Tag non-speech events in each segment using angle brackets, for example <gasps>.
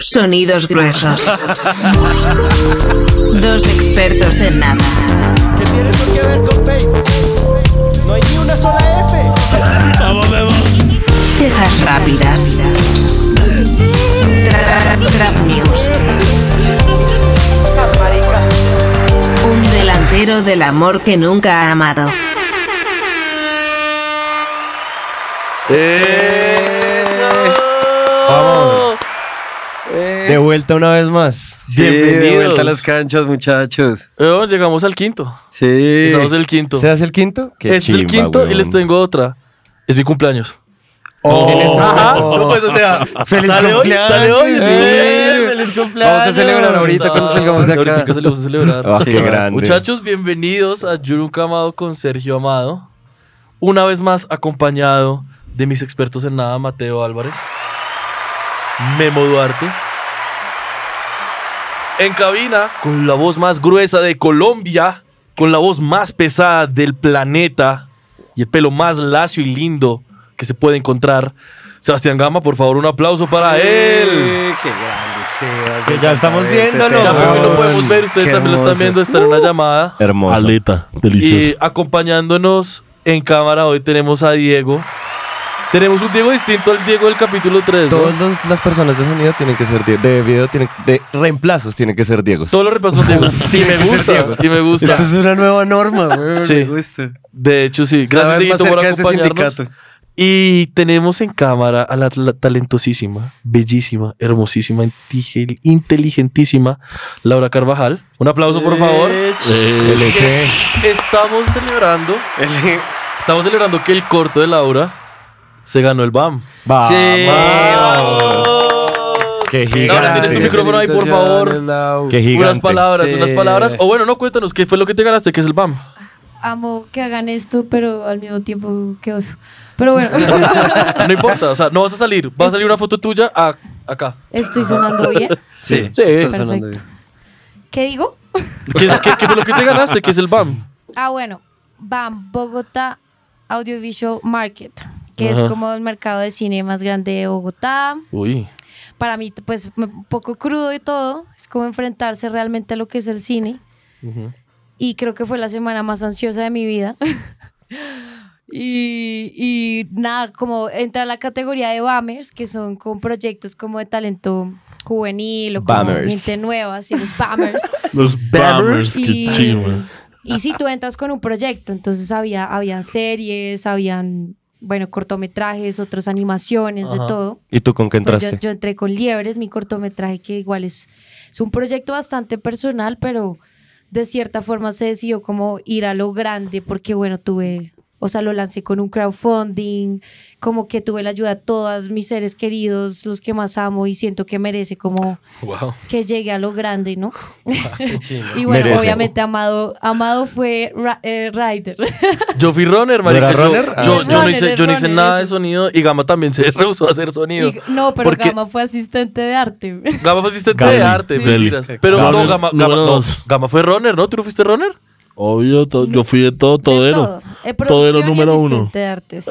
Sonidos gruesos. Dos expertos en nada. ¿Qué tiene eso que ver con Facebook? No hay ni una sola F. Vamos, vemos. Cejas rápidas. Tra- tra- Trap News. Un delantero del amor que nunca ha amado. Vamos. Eh, De vuelta una vez más. Sí, de vuelta a Bienvenidos. las canchas, muchachos. oh, llegamos al quinto. Sí. Estamos en el quinto. ¿Se hace el quinto? Este es el chimba, quinto y weón. les tengo otra. Es mi cumpleaños. Oh. Ajá. <laughs> No, pues, o sea, ¡Feliz sale hoy, cumpleaños! sale hoy. Eh, ¡Feliz cumpleaños! Vamos a celebrar ahorita cuando salgamos de Sí, acá. Ah, ahorita se le vamos a celebrar. Ah, Sí, qué claro. grande. Muchachos, bienvenidos a Yurunca Amado con Sergio Amado. Una vez más acompañado de mis expertos en nada, Mateo Álvarez, Memo Duarte. En cabina, con la voz más gruesa de Colombia, con la voz más pesada del planeta y el pelo más lacio y lindo que se puede encontrar. Sebastián Gama, por favor, un aplauso para él. Eh, ¡Qué grande, Sebas! Que ya estamos Vente, viéndolo. te Ya por fin lo amo. podemos ver, ustedes Qué también lo están hermoso. Uh. viendo, está en una llamada. Hermoso. Aleta, Y delicioso. acompañándonos en cámara hoy tenemos a Diego. Tenemos un Diego distinto al Diego del capítulo 3. ¿no? Todas los- las personas de sonido tienen que ser Diego. De video tienen de reemplazos tienen que ser Diegos. Todo lo repasó Diego. <laughs> Sí me gusta, sí me gusta. Esta es una nueva norma, güey. Sí. Me gusta. De hecho, sí. Cada Gracias, vez más Dieguito, por cerca de ese acompañarnos. sindicato. Y tenemos en cámara a la, la talentosísima, bellísima, hermosísima, intigel- inteligentísima Laura Carvajal. Un aplauso, por favor. Eh, ch- Estamos celebrando, el- estamos celebrando que el corto de Laura se ganó el BAM. Vamos. Sí, Qué Qué Laura, tienes gigante. tu grande. micrófono ahí, por favor. Lau. Qué gigante. Unas palabras, Sí. unas palabras. O bueno, no, cuéntanos, ¿qué fue lo que te ganaste? ¿Qué es el <laughs> BAM? Amo que hagan esto, pero al mismo tiempo, qué oso. Pero bueno, <laughs> No importa, o sea, no vas a salir. Va a salir una foto tuya a- acá. estoy sonando bien. Sí, Sí. está sonando bien. ¿Qué digo? <laughs> ¿Qué, es- qué- qué fue lo que te ganaste? ¿Qué es el BAM? Ah, bueno, BAM, Bogotá Audiovisual Market, que Ajá. es como el mercado de cine más grande de Bogotá. Uy. Para mí, pues, me- un poco crudo y todo. Es como enfrentarse realmente a lo que es el cine. Y creo que fue la semana más ansiosa de mi vida. <laughs> y, y nada, como entra a la categoría de Bammers, que son con proyectos como de talento juvenil o como Bammers. gente nueva, así los Bammers. Los Bammers, y, qué chingos. y si tú entras con un proyecto, entonces había, habían series, habían, bueno, cortometrajes, otras animaciones, Ajá. de todo. ¿Y tú con qué Pues entraste? Yo, yo entré con Liebres, mi cortometraje, que igual es, es un proyecto bastante personal, pero de cierta forma se decidió como ir a lo grande, porque bueno, tuve, o sea, lo lancé con un crowdfunding, como que tuve la ayuda de todos mis seres queridos, los que más amo y siento que merece como Wow. que llegue a lo grande, ¿no? <laughs> y bueno, Merece. obviamente Amado, Amado fue ra- eh, Rider. Yo fui runner, marica. ¿Era Yo, runner? Ah. yo- yo no Runner, hice, es yo no hice runner, nada de eso. sonido y Gama también se <laughs> rehusó a hacer sonido. <laughs> Y- no, pero Porque- Gama fue asistente de arte. Gama fue asistente Gali, de arte, Gali. mentiras. Pero Gali. no, Gama, Gama, Número no. dos. Gama fue runner, ¿no? ¿Tú no fuiste runner? Obvio, to- yo fui de todo todero. todo. Eh, Todero producción y número uno. asistente de arte, sí.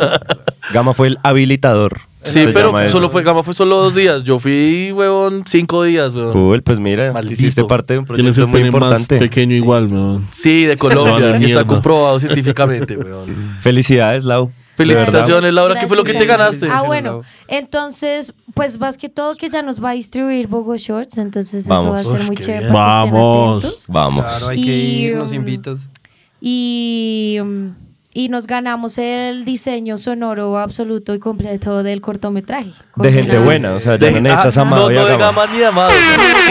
Gama fue el habilitador. Sí, Se pero llama eso. solo fue, Gama fue solo dos días. Yo fui, huevón, cinco días, huevón. Cool, pues mira, Maldito. hiciste parte de un Tienes proyecto el muy pene más importante. pequeño igual, weón. Sí, de Vale, Colombia. y está mierda. comprobado científicamente, weón. Felicidades, Lau. Felicitaciones. Laura, ¿qué fue lo que te Gracias. ganaste? Ah, bueno, entonces, pues más que todo que ya nos va a distribuir Bogo Shorts, entonces Vamos. eso va a ser Uf, muy qué chévere. bien. para que estén Vamos. atentos. Vamos. Claro, hay que Y, ir, nos um, invitas. Y, mm, y nos ganamos el diseño sonoro absoluto y completo del cortometraje. De gente Con- buena, o sea, ya De- no ah, necesitas amado no, y no de a Gama. Gama ni de amado. Principalmente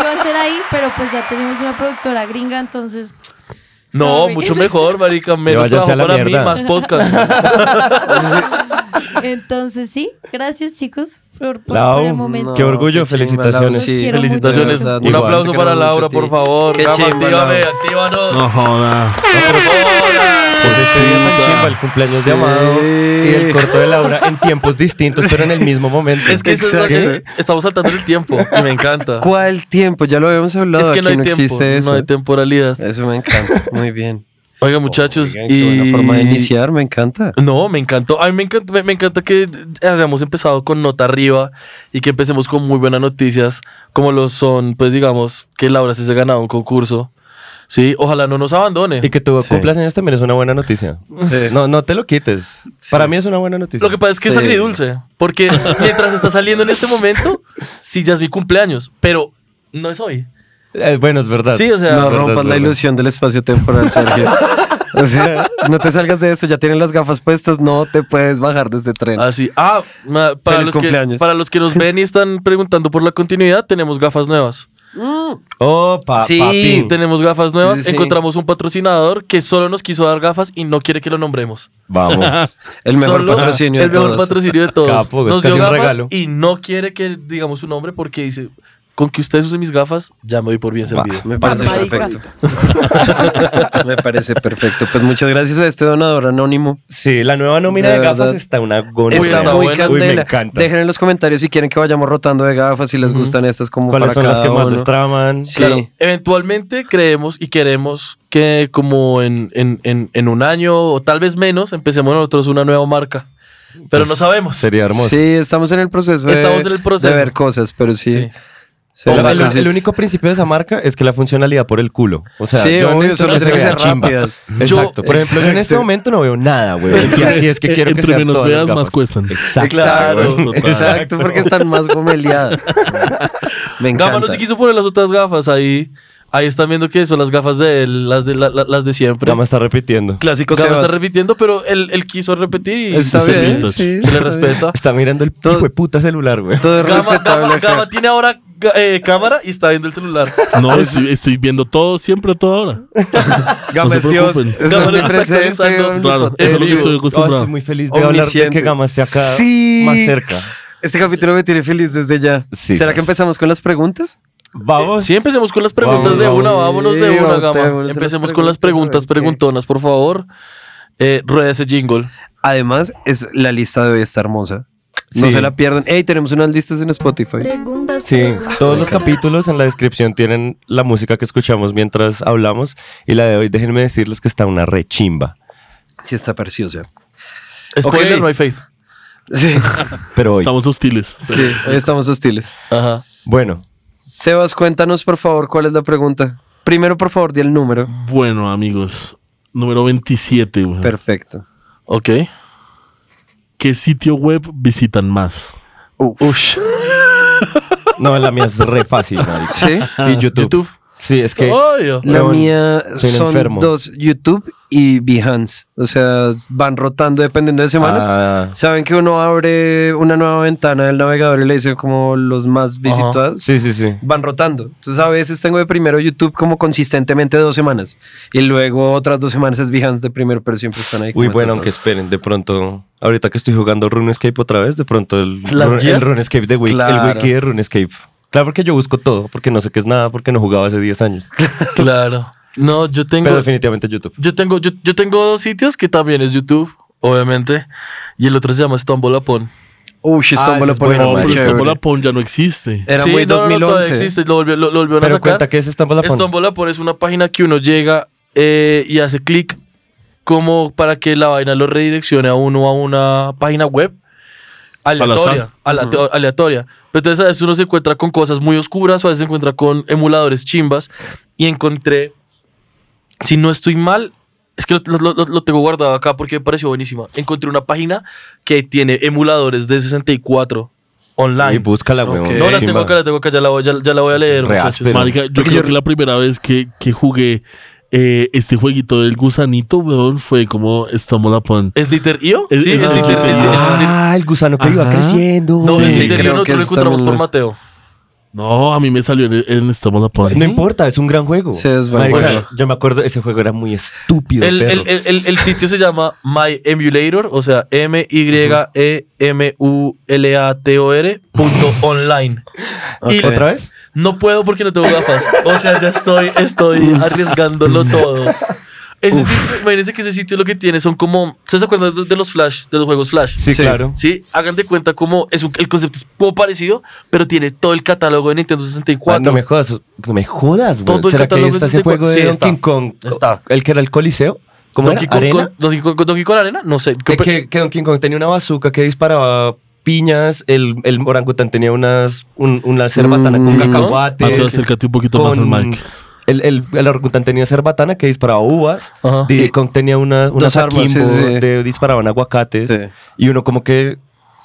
iba a ser ahí, pero pues ya tenemos una productora gringa, entonces. No, sorry. <laughs> mucho mejor, marica. Menos trabajo váyanse a la para mí, mierda. más <laughs> podcast. <laughs> Entonces, sí, gracias chicos por, por- por el Lau, momento. qué orgullo, qué chimba, felicitaciones. Lau, Los sí. quiero mucho. Felicitaciones. de verdad, Un igual. aplauso Te para queremos Laura, mucho a por ti. favor. Qué Gama, chimba, actívame, Laura. actívanos. No joda. Pues este día tan chimba, el cumpleaños de Amado Sí. y el corto de Laura en tiempos distintos, pero en el mismo momento. Es que eso es lo que Exacto. estamos saltando el tiempo y me <laughs> encanta. ¿Cuál tiempo? Ya lo habíamos hablado. Es que aquí no hay tiempo, existe eso. no hay temporalidad. Eso me encanta. Muy bien. Oiga, muchachos. Oigan, y... qué buena forma de iniciar, <laughs> me encanta. No, me encantó. A mí me encanta, me, me encanta que hayamos empezado con nota arriba y que empecemos con muy buenas noticias, como lo son, pues digamos, que Laura se ha ganado un concurso. Sí, ojalá no nos abandone. Y que tu Sí. cumpleaños también es una buena noticia. No, no te lo quites. Para mí es una buena noticia. Lo que pasa es que es Sí. agridulce, <laughs> porque mientras está saliendo en este momento, sí ya es mi cumpleaños, pero no es hoy. Eh, bueno, es verdad. Sí, o sea, No verdad, rompas la verdad. ilusión del espacio temporal, Sergio. O sea, no te salgas de eso, ya tienen las gafas puestas, no te puedes bajar de este tren. Así. Ah, ma- para, Feliz los que, cumpleaños. para los que nos ven y <laughs> están preguntando por la continuidad, tenemos gafas nuevas. Opa, Sí. Oh, papi. Tenemos gafas nuevas, Sí, sí, sí. encontramos un patrocinador que solo nos quiso dar gafas y no quiere que lo nombremos. Vamos. El mejor Solo patrocinio El de mejor todos. pues, patrocinio <laughs> de todos. Capo, es Nos dio casi un gafas regalo. y no quiere que digamos su nombre porque dice, con que ustedes usen mis gafas, ya me doy por bien servido. Me parece perfecto. <laughs> Me parece perfecto. Pues muchas gracias a este donador anónimo. Sí, la nueva nómina De de, gafas verdad. está una gonorrea. Uy, está, está muy buena. candela. Uy, me encanta. Dejen en los comentarios si quieren que vayamos rotando de gafas, si les gustan estas como ¿Cuáles para son las cada que más uno. les traman? Sí. Claro, eventualmente creemos y queremos que como en, en- en- en un año o tal vez menos, empecemos nosotros una nueva marca. Pero Pues, no sabemos. Sería hermoso. Sí, estamos en el proceso, de- Estamos en el proceso. de ver cosas, pero sí. Sí. se El- la el, cosita. el único principio de esa marca es que la funcionalidad por el culo. O sea, Sí, yo obvio, necesito solo tiene que vea ser chimba. rápidas. Exacto. Por ejemplo, yo en este Exacto. momento no veo nada, güey. Y así es que quiero que Entre sean menos todas las veas, gafas. más cuestan. Exacto. Claro. Total. Exacto, porque están <laughs> más gomeleadas. Me Gama encanta. no se quiso poner las otras gafas ahí. Ahí están viendo que son las gafas de él, las de, la- la- las de siempre. Ya me está repitiendo. Clásico Gama está Sebas. repitiendo, pero él, él quiso repetir y Está se, bien, le- sí, se le está bien. respeta. Está mirando el Todo- hijo de puta celular, güey. Todo es Gama, respetable Gama- acá. Gama tiene ahora ga- eh, cámara y está viendo el celular. <laughs> No, estoy, estoy viendo todo, siempre, a toda hora. Gama No se es Dios, preocupen. es Gama lo está omnipresente, actualizando. Claro, eso es lo que omnipotente. estoy Oh, acostumbrado. estoy muy feliz de hablar de que Omnisciente. Gama esté acá Sí. más cerca. Este capítulo me tiene feliz desde ya. Sí. ¿Será que empezamos con las preguntas? Vamos. Sí, empecemos con las preguntas Vamos, de una, vamos. vámonos de Sí, una, vamos, Gama. vámonos a las Empecemos con las preguntas, preguntas a ver qué. preguntonas, por favor. Eh, rueda ese jingle. Además, es la lista de hoy está hermosa. No Sí. se la pierdan. Ey, tenemos unas listas en Spotify. Preguntas Sí, todos los capítulos en la descripción tienen la música que escuchamos mientras hablamos y la de hoy déjenme decirles que está una rechimba. Sí, está preciosa. Spoiler, Ok. no hay faith. Sí, <laughs> Pero hoy, Estamos hostiles. sí, hoy estamos hostiles. Ajá. bueno, Sebas, cuéntanos por favor cuál es la pregunta. Primero, por favor, di el número. Bueno, amigos. Número 27, güey. Perfecto. Ok. ¿Qué sitio web visitan más? <laughs> Ush. no, la mía es re fácil. marica. Sí. Sí, YouTube. YouTube. Sí, es que Obvio. La Weón, mía soy un son enfermo. dos, YouTube y Behance. O sea, van rotando dependiendo de semanas. Ah. Saben que uno abre una nueva ventana del navegador y le dice como los más visitados. sí, sí, sí. Van rotando. Entonces a veces tengo de primero YouTube como consistentemente dos semanas. Y luego otras dos semanas es Behance de primero, pero siempre están ahí. Uy, como bueno, esas aunque dos. esperen, de pronto, ahorita que estoy jugando RuneScape otra vez, de pronto el, ¿Las Run- el guías? RuneScape de Wiki, el Claro. wiki de RuneScape. Claro, porque yo busco todo, porque no sé qué es nada, porque no jugaba hace 10 años. Claro. No, yo tengo. Pero definitivamente YouTube. Yo tengo, yo, yo tengo dos sitios que también es YouTube, obviamente. Y el otro se llama Stumble Upon. Uy, Stumble Ah, ese es Upon bueno, era No, muy Oh, pero chévere. Stumble Upon ya no existe. Era Sí, muy no, no, no, 2011. todavía existe, lo, volvió- lo- lo volvieron a Pero sacar. cuenta que es Stumble Upon. Stumble Upon es una página que uno llega eh, y hace clic como para que la vaina lo redireccione a uno a una página web aleatoria. alate- aleatoria. Pero entonces a veces uno se encuentra con cosas muy oscuras o a veces se encuentra con emuladores chimbas y encontré, si no estoy mal, es que lo, lo- lo- lo tengo guardado acá porque me pareció buenísima. Encontré una página que tiene emuladores de 64 online. Y búscala, Ok. weón. no, la chimba. tengo acá, la tengo acá, ya la voy, ya, ya la voy a leer, Re muchachos. áspero. Marica, yo Porque creo yo- que la primera vez que, que jugué eh, este jueguito del gusanito, weón, fue como Stumble Upon. ¿Es Dieter Io? Es- sí, es es, Dieter Dieter Io. es Dieter- es Dieter- Ah, el gusano que iba Ajá. creciendo. No, es sí, Dieter Io creo no, que lo está encontramos muy por bueno. Mateo. No, a mí me salió en, en Stumble Upon. No importa, es un gran juego. Sí, es buen Marica, juego. Yo me acuerdo, ese juego era muy estúpido. El, perro. el- el- el- el sitio se llama My Emulator, o sea, E M-Y-E-M-U-L-A-T-O-R <laughs> punto online. Y ¿Otra vez? no puedo porque no tengo gafas. O sea, ya estoy, estoy <laughs> arriesgándolo todo. Ese sitio, imagínense que ese sitio lo que tiene son como. ¿Ustedes se acuerdan de, de los Flash, de los juegos Flash? Sí, Sí. claro. Sí, hagan de cuenta como es un- el concepto es poco parecido, pero tiene todo el catálogo de Nintendo 64. Ah, No me jodas, no me jodas, Todo güey. el ¿Será que ahí catálogo está es de ese juego de sí, está. Donkey Kong? Está. El que era el Coliseo. ¿Cómo Donkey era? Kong, ¿Arena? con- Donkey Kong- Donkey Kong Arena, no sé. Que, que, que Donkey Kong tenía una bazooka que disparaba piñas, el, el orangután tenía unas, un- una cerbatana con Mm, cacahuate. Mateo, acércate un poquito más al mic. El, el, el orangután tenía cerbatana que disparaba uvas. Ajá. Donkey Kong tenía una, una Dos armas, akimbo sí, sí. de disparaban aguacates. Sí. Y uno como que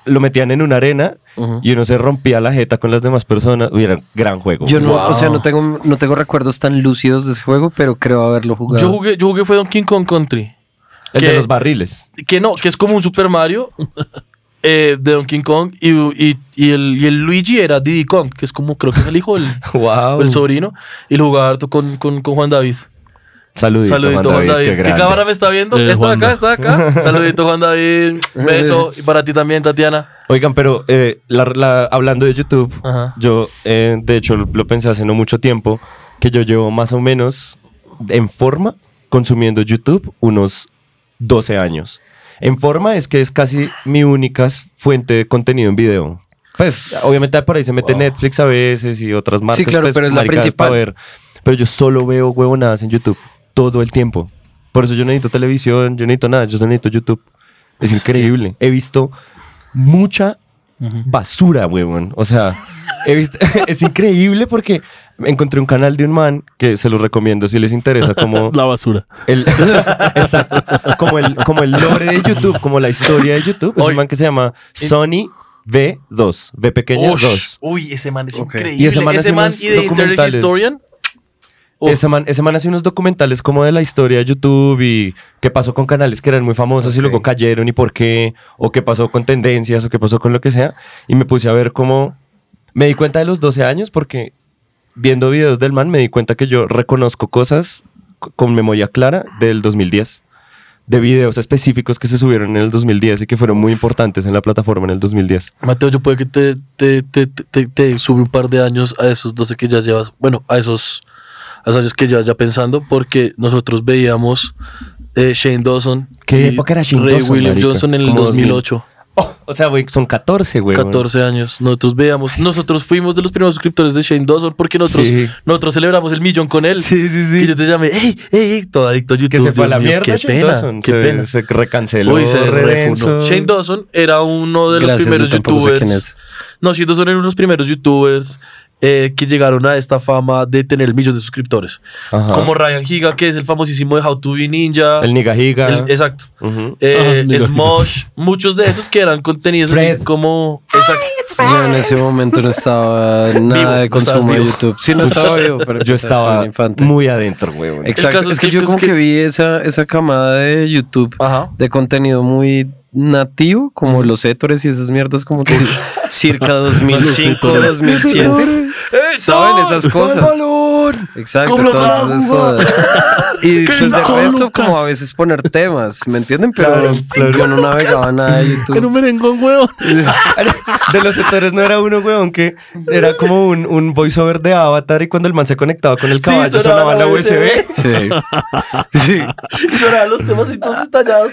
lo metían en una arena y uno se rompía la jeta con las demás personas. Uy, era un gran juego. Yo no, Wow. o sea, no tengo, no tengo recuerdos tan lúcidos de ese juego, pero creo haberlo jugado. Yo jugué, yo jugué fue Donkey Kong Country. el que- de los barriles. Que no, que es como un Super <laughs> Mario eh, de Donkey Kong y, y- y el, y el Luigi era Diddy Kong, que es como creo que es el hijo, <laughs> el, Wow. el sobrino, y lo jugaba harto con, con, con Juan David. Saludito, Saludito Juan David, ¿qué, qué grande. cámara me está viendo? Eh, está Juanda. acá, está <laughs> acá. Saludito Juan David, beso y para ti también Tatiana. Oigan, pero eh, la- la- hablando de YouTube, Ajá. yo eh, de hecho lo, lo pensé hace no mucho tiempo, que yo llevo más o menos en forma consumiendo YouTube unos 12 años. En forma es que es casi mi única s- fuente de contenido en video. Pues obviamente por ahí se mete Netflix a veces y otras marcas. claro, pues, pero es la maricadas principal. pa' ver. Pero yo solo veo huevonadas en YouTube todo el tiempo. Por eso yo no necesito televisión, yo no necesito nada, yo solo necesito YouTube. Es increíble. He visto mucha basura, huevón. O sea, he visto- <laughs> es increíble porque encontré un canal de un man que se los recomiendo si les interesa <laughs> como La basura. el, <laughs> exacto, como el, como el lore de YouTube, como la historia de YouTube. Es Oye. un man que se llama Sony V2, V pequeño Ush, 2. uy, ese man es increíble. Y ese ese man, y man hace unos de Internet documentales. Historian. Uf. Ese man, ese man hace unos documentales como de la historia de YouTube y qué pasó con canales que eran muy famosos y luego cayeron y por qué, o qué pasó con tendencias, o qué pasó con lo que sea. Y me puse a ver cómo... Me di cuenta de los 12 años porque viendo videos del man me di cuenta que yo reconozco cosas c- con memoria clara del 2010. De videos específicos que se subieron en el 2010 y que fueron muy importantes en la plataforma en el 2010. Mateo, yo puedo que te, te, te, te, te- te sube un par de años a esos 12 que ya llevas, bueno, a esos, a esos años que llevas ya pensando, porque nosotros veíamos eh, Shane Dawson. ¿Qué y época era Shane Ray Dawson, William marica? Johnson en el Como 2008, O sea, güey, son 14, güey. 14 años. Nosotros veíamos, nosotros fuimos de los primeros suscriptores de Shane Dawson porque nosotros, Sí. nosotros celebramos el millón con él. Sí, sí, sí. Que yo te llamé, hey, hey, hey, todo adicto a YouTube. que se fue a Dios la mío, mierda. Qué Shane pena, Dawson. qué se, pena. se recanceló. Uy, se refunó. redenso. Shane Dawson era uno de los Gracias, primeros yo tampoco sé youtubers. quién es. No, Shane Dawson era uno de los primeros youtubers eh, que llegaron a esta fama de tener millones de suscriptores. Ajá. Como Ryan Higa, que es el famosísimo de How to Be Ninja. El nigajiga. El- exacto. Ujú. Eh, Ah, Ninja Smosh, muchos de esos que eran contenidos Fred. así como. Exacto. O sea, en ese momento <laughs> no estaba Vivo, nada no de estabas consumo de vivo. YouTube. Sí, no estaba vivo, pero Yo soy estaba un infante. muy adentro, güey. güey. El Exacto. caso Es es que que- yo es como que- que vi esa, esa camada de YouTube Ajá. de contenido muy nativo, como los hétores y esas mierdas, como que <laughs> circa 2005, Los 2007. ¿Saben esas cosas? Exacto, ¿Cómo lo todas van a esas jugar? cosas. Y ¡Qué después de rico, resto, Lucas! como a veces poner temas, ¿me entienden? Pero Claro, claro. yo no navegaba nada de <laughs> YouTube. En un merengón, huevo. <laughs> De los sectores no era uno, güey, aunque era como un, un voiceover de Avatar y cuando el man se conectaba con el Sí, caballo sonaba sonaba la la USB. Sí. Sí. Y sonaban los temas y todos estallados.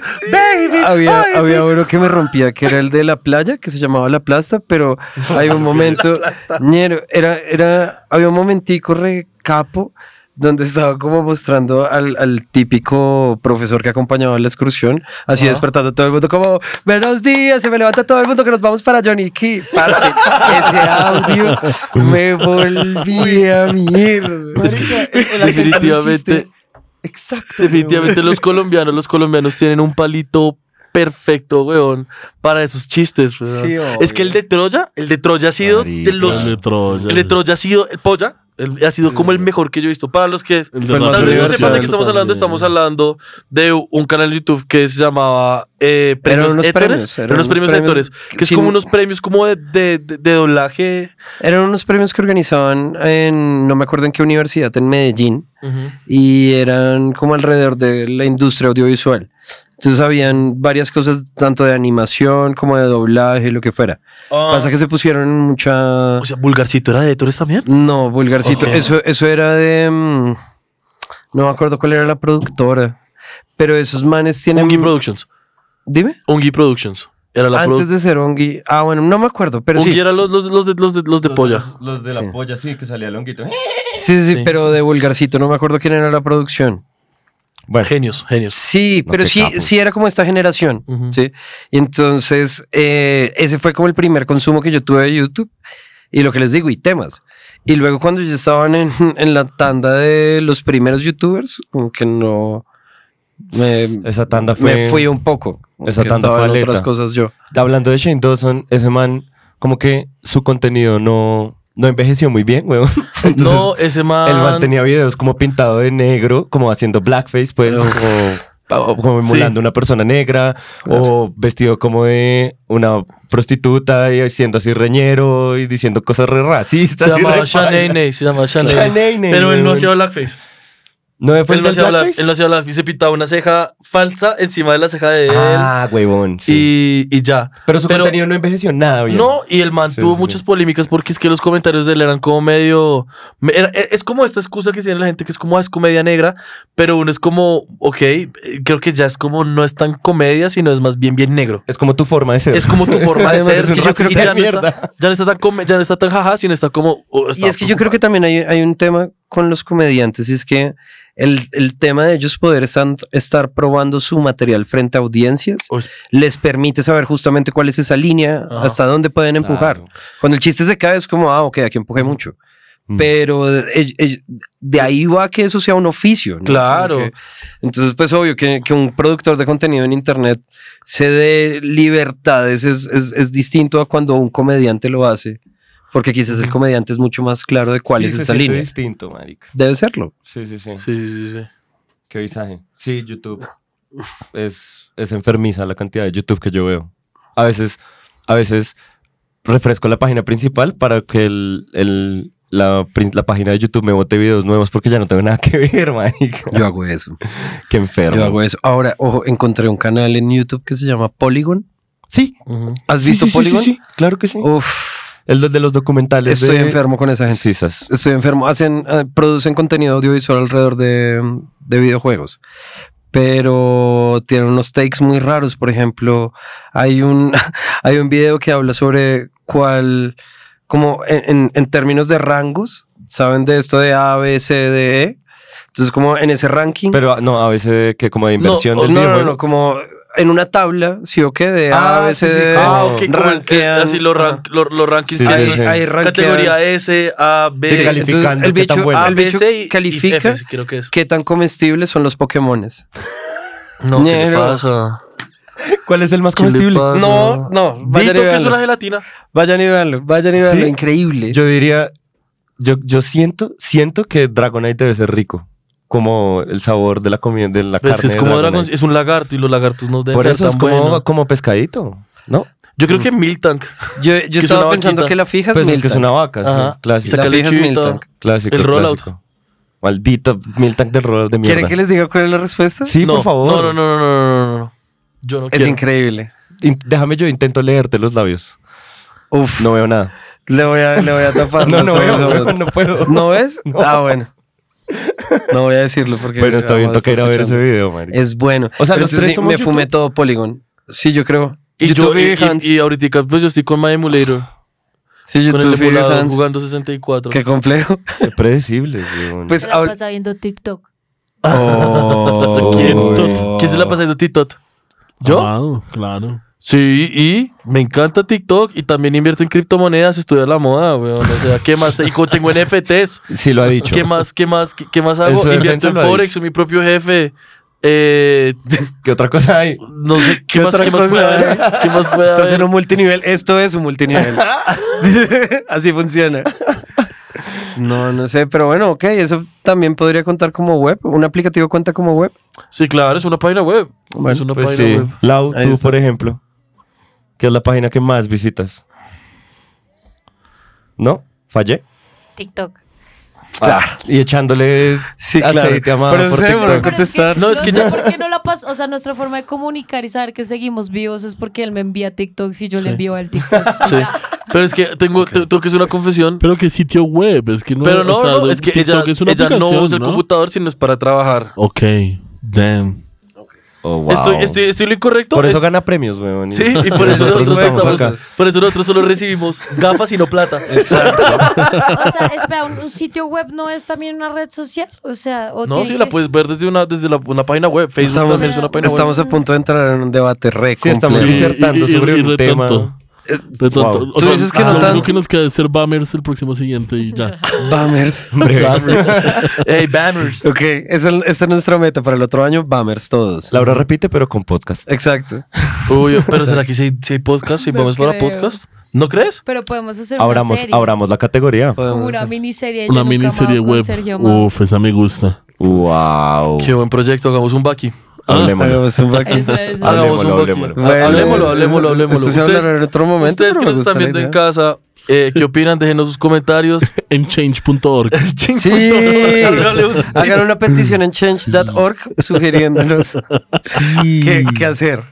Ah, Había, había uno que me rompía, que era el de la playa, que se llamaba La Plasta, pero hay un momento. ñero, era, era, había un momentico recapo donde estaba como mostrando al, al típico profesor que acompañaba la excursión, así despertando a todo el mundo como, buenos días, se me levanta todo el mundo que nos vamos para Johnny Key. Parce, ese audio me volvía mierda. Definitivamente. Exacto. Definitivamente los colombianos, los colombianos tienen un palito perfecto, weón, para esos chistes. weón. Sí, obvio. es que el de Troya, el de Troya ha sido Marica. de los, El de Troya. el de Troya ha sido el polla. el- ha sido como el mejor que yo he visto. Para los que El de Fue el la más tal vez no sepan de universal qué estamos hablando, también. estamos hablando de un canal de YouTube que se llamaba eh, Premios unos Héctores, premios, eran unos premios Héctores, que es sin- como unos premios como de, de, de- de doblaje. Eran unos premios que organizaban en, no me acuerdo en qué universidad, en Medellín, y eran como alrededor de la industria audiovisual. Entonces habían varias cosas, tanto de animación como de doblaje, lo que fuera. Ah, Pasa que se pusieron en mucha... o sea, Vulgarcito era de Héctores también. No, vulgarcito. Ok. Eso, eso era de... mm, no me acuerdo cuál era la productora. Pero esos manes tienen... Ungi Productions. Dime. Ungi Productions. Era la Antes de ser Ongi. Ah, bueno, no me acuerdo, pero Ungi sí. era los, los, los de, los, de, los de polla. Los de la polla, sí, que salía longuito. Sí, sí, pero de vulgarcito. No me acuerdo quién era la producción. Bueno, Genios, <laughs> genios. Sí, No, pero qué sí, capos. sí era como esta generación, Ujú. ¿sí? Y entonces eh, ese fue como el primer consumo que yo tuve de YouTube y lo que les digo, y temas. Y luego cuando ya estaban en, <laughs> en la tanda de los primeros youtubers, como que no... Me, <laughs> esa tanda fue. me fui un poco. como esa que tanda estaba fue en aleta. otras cosas yo. Hablando de Shane Dawson, ese man, como que su contenido no, no envejeció muy bien, weón. <laughs> Entonces, no, ese man. El man tenía videos como pintado de negro, como haciendo blackface, pues, o, o como Sí. emulando a una persona negra, o vestido como de una prostituta y siendo así reñero y diciendo cosas Se re racistas. y re llamaba Sean paila. Nene, se llamaba Sean Sean Nene. Nene, Pero él no weón. hacía blackface. ¿No fue Él el no del hacía blackface. blackface? Él no hacía blackface. Se pintaba una ceja falsa encima de la ceja de él. Ah, huevón. sí. y, y ya. pero su contenido no envejeció nada bien. No, y él Sí, mantuvo sí, muchas sí. polémicas porque es que los comentarios de él eran como medio. me- era- e- es como esta excusa que tiene la gente que es como "Ah, es comedia negra, pero uno es como, ok, eh, creo que ya es como no es tan comedia, sino es más bien bien negro. Es como tu forma de ser. Es como tu forma de Además, ser. <laughs> es un que yo creo que racista ya de no, está, <laughs> mierda. ya no está tan come- ya no está tan jaja, sino está como. oh, Y está es que yo creo que también hay, hay un tema con los comediantes y es que el, el tema de ellos poder estan- estar probando su material frente a audiencias Pues- les permite saber justamente cuál es esa línea, Ajá. hasta dónde pueden empujar. Claro. Cuando el chiste se cae es como, ah, ok, aquí empujé mucho. Mm. Pero de, de- de ahí va que eso sea un oficio. ¿no? Claro. Como que- entonces, pues obvio que, que un productor de contenido en Internet se dé libertades es, es- es distinto a cuando un comediante lo hace. Porque quizás el comediante es mucho más claro de cuál Sí, es se esa siente línea. distinto, marica. Debe serlo. Sí, sí, sí. Sí, sí, sí, sí. Qué visaje. Sí, YouTube. Es, es enfermiza la cantidad de YouTube que yo veo. A veces, a veces refresco la página principal para que el, el- la, prin- la página de YouTube me bote videos nuevos porque ya no tengo nada que <laughs> ver, marica. Yo hago eso. Qué enfermo. Yo hago eso. Ahora, ojo, encontré un canal en YouTube que se llama Polygon. Sí. ¿Has visto Sí, sí, sí, Polygon? sí, sí. Claro que sí. Uf, El de los documentales. estoy de- enfermo con esa gente. Sisas. Estoy enfermo. Hacen, eh, producen contenido audiovisual alrededor de, de videojuegos. Pero tienen unos takes muy raros. Por ejemplo, hay un, <laughs> hay un video que habla sobre cuál, como en, en- en términos de rangos, ¿saben de esto de A, B, C, D, E? Entonces, como en ese ranking. Pero ah, no, a veces que como de inversión no, del no, no, videojuego. como en una tabla, ¿sí o qué? De A, Ah, B, C, sí, sí, D, E. Ah, ok, como el- rankean- así los, rank- los- los rankings Sí, que sí, hay. sí. Ahí rankean- Categoría S, A, B, Sí, Sí, califica. entonces, calificando el qué tan bicho- bueno. ah, A, el B, bicho C y, califica y F, creo que es. qué tan comestibles son <laughs> los Pokémones. No, ¿qué le Ñero. pasa? ¿Cuál es el más ¿Qué le comestible? pasa? No, no, Dito vayan y que es veanlo. una gelatina. Vayan y veanlo, vayan y veanlo, ¿Sí? increíble. Yo diría, yo, yo siento, siento que Dragonite debe ser rico. Como el sabor de la comida, de la Pero carne. es que es de como dragón, Dragonite. es un lagarto y los lagartos no deben Por ser eso es tan como, buenos. como pescadito, ¿no? Yo creo que Miltank, Yo, yo es estaba una pensando vaquita. que la fija es Pues es que es Miltank. una vaca, sí, Ajá. clásico. Saca La fija es lechuguita. Miltank. Clásico, el rollout. clásico. Maldito Miltank del rollout de ¿Quieren mierda. que les diga cuál es la respuesta? Sí, no, por favor. No, no, no, no, no, no, no. Yo no Es quiero. increíble. In- déjame yo intento leerte los labios. Uf, No veo nada. le, voy a, le voy a tapar. <laughs> No, los no ojos veo, a weón, Boruto. no puedo. ¿No ves? No. Ah, <laughs> bueno. No voy a decirlo porque. Bueno, está bien, vamos, toca ir a ver ese escuchando. video, marica. Es bueno. O sea, Pero los entonces tres sí, somos me fumé YouTube. todo Polygon. Sí, yo creo. Y yo, y, eh, Big Hands. y, y ahorita pues yo estoy con My Emulator, sí, con el YouTube Big emulador Hands. jugando 64. Qué complejo. Qué predecible, weón. Pues Se la habla- pasa viendo TikTok. Oh. ¿Quién, tot? <laughs> ¿Quién se la pasa de TikTok? ¿Yo? Amado, claro. Sí, y me encanta TikTok y también invierto en criptomonedas, estudio la moda, weón. O sea, ¿qué más? Te- Y co- tengo NFTs. sí, lo ha dicho. ¿Qué más, qué más, qué, qué más En hago? su defensa Invierto en lo ha Forex, soy mi propio jefe. Eh, <laughs> ¿Qué otra cosa hay? no sé, ¿qué, ¿Qué más, otra qué más cosa puede haber? ¿Qué más puede Estás haber? en un multinivel. Esto es <laughs> un multinivel. Así funciona. No, no sé, pero bueno, ok, eso también podría contar como web. Un aplicativo cuenta como web. Sí, claro, es una página web. Bueno, es una Pues página sí. web. Lau, Ahí tú, está. por ejemplo, que es la página que más visitas. ¿No? ¿Fallé? TikTok. Claro. y echándole aceite amado Pero por se demoró en TikTok. contestar. No, es que sé ya- por qué no la pasa. O sea, nuestra forma de comunicar y saber que seguimos vivos es porque él me envía TikToks y yo Sí. le envío al <laughs> TikTok. Sí. Pero es que tengo, te- tengo que hacer una confesión. Pero qué sitio web, es que no. Pero no, o sea, no, es que TikTok ella, es una ella no aplicación, usa el ¿no? computador, sino es para trabajar. Ok, damn. Oh, wow. ¿Estoy, estoy, estoy lo incorrecto? Por eso Es- gana premios, weón. Sí, y por eso, nosotros, nosotros estamos estamos- acá. por eso nosotros solo recibimos gafas y no plata. <laughs> O sea, espera, ¿un, un sitio web no es también una red social? O sea, o No, tiene sí, la que- puedes ver desde una, desde la- una página web. Facebook Estamos, también es una página estamos web. a punto de entrar en un debate re Sí, estamos complejo. dice- disertando sobre un re tema. Eh, tonto. Re tonto. Wow. O Tú sea, dices que no lo único tanto. que nos queda es ser Bammers el próximo siguiente y <laughs> ya. <laughs> Bammers. Bammers. <laughs> Ey, banners. Ok, esa, esta es nuestra meta para el otro año, Bammers todos. Laura repite, pero con podcast. Exacto. Uy, pero ¿será que si hay, si hay podcast? Si No vamos para creo. podcast. ¿no crees? Pero podemos hacer una Abramos, serie. abramos la categoría. Como Podemos una hacer. miniserie. Yo Una nunca miniserie amado con web. Sergio Amado. Uf, esa me gusta. Wow. Qué buen proyecto, hagamos un baki. Ah. Hablemoslo. Hagamos un back- Eso, eso. Hagamos un Hablemoslo, baki. hablemoslo. Bueno, Hablemoslo, hablemoslo, hablemoslo. Esto se Ustedes- hablará en otro momento. Ustedes pero que me nos gusta están la viendo en idea. casa, eh, ¿qué opinan? Déjenos sus comentarios. <laughs> En change.org. Sí. Hágale un- Hagan una petición en change.org sugiriéndonos qué, qué hacer.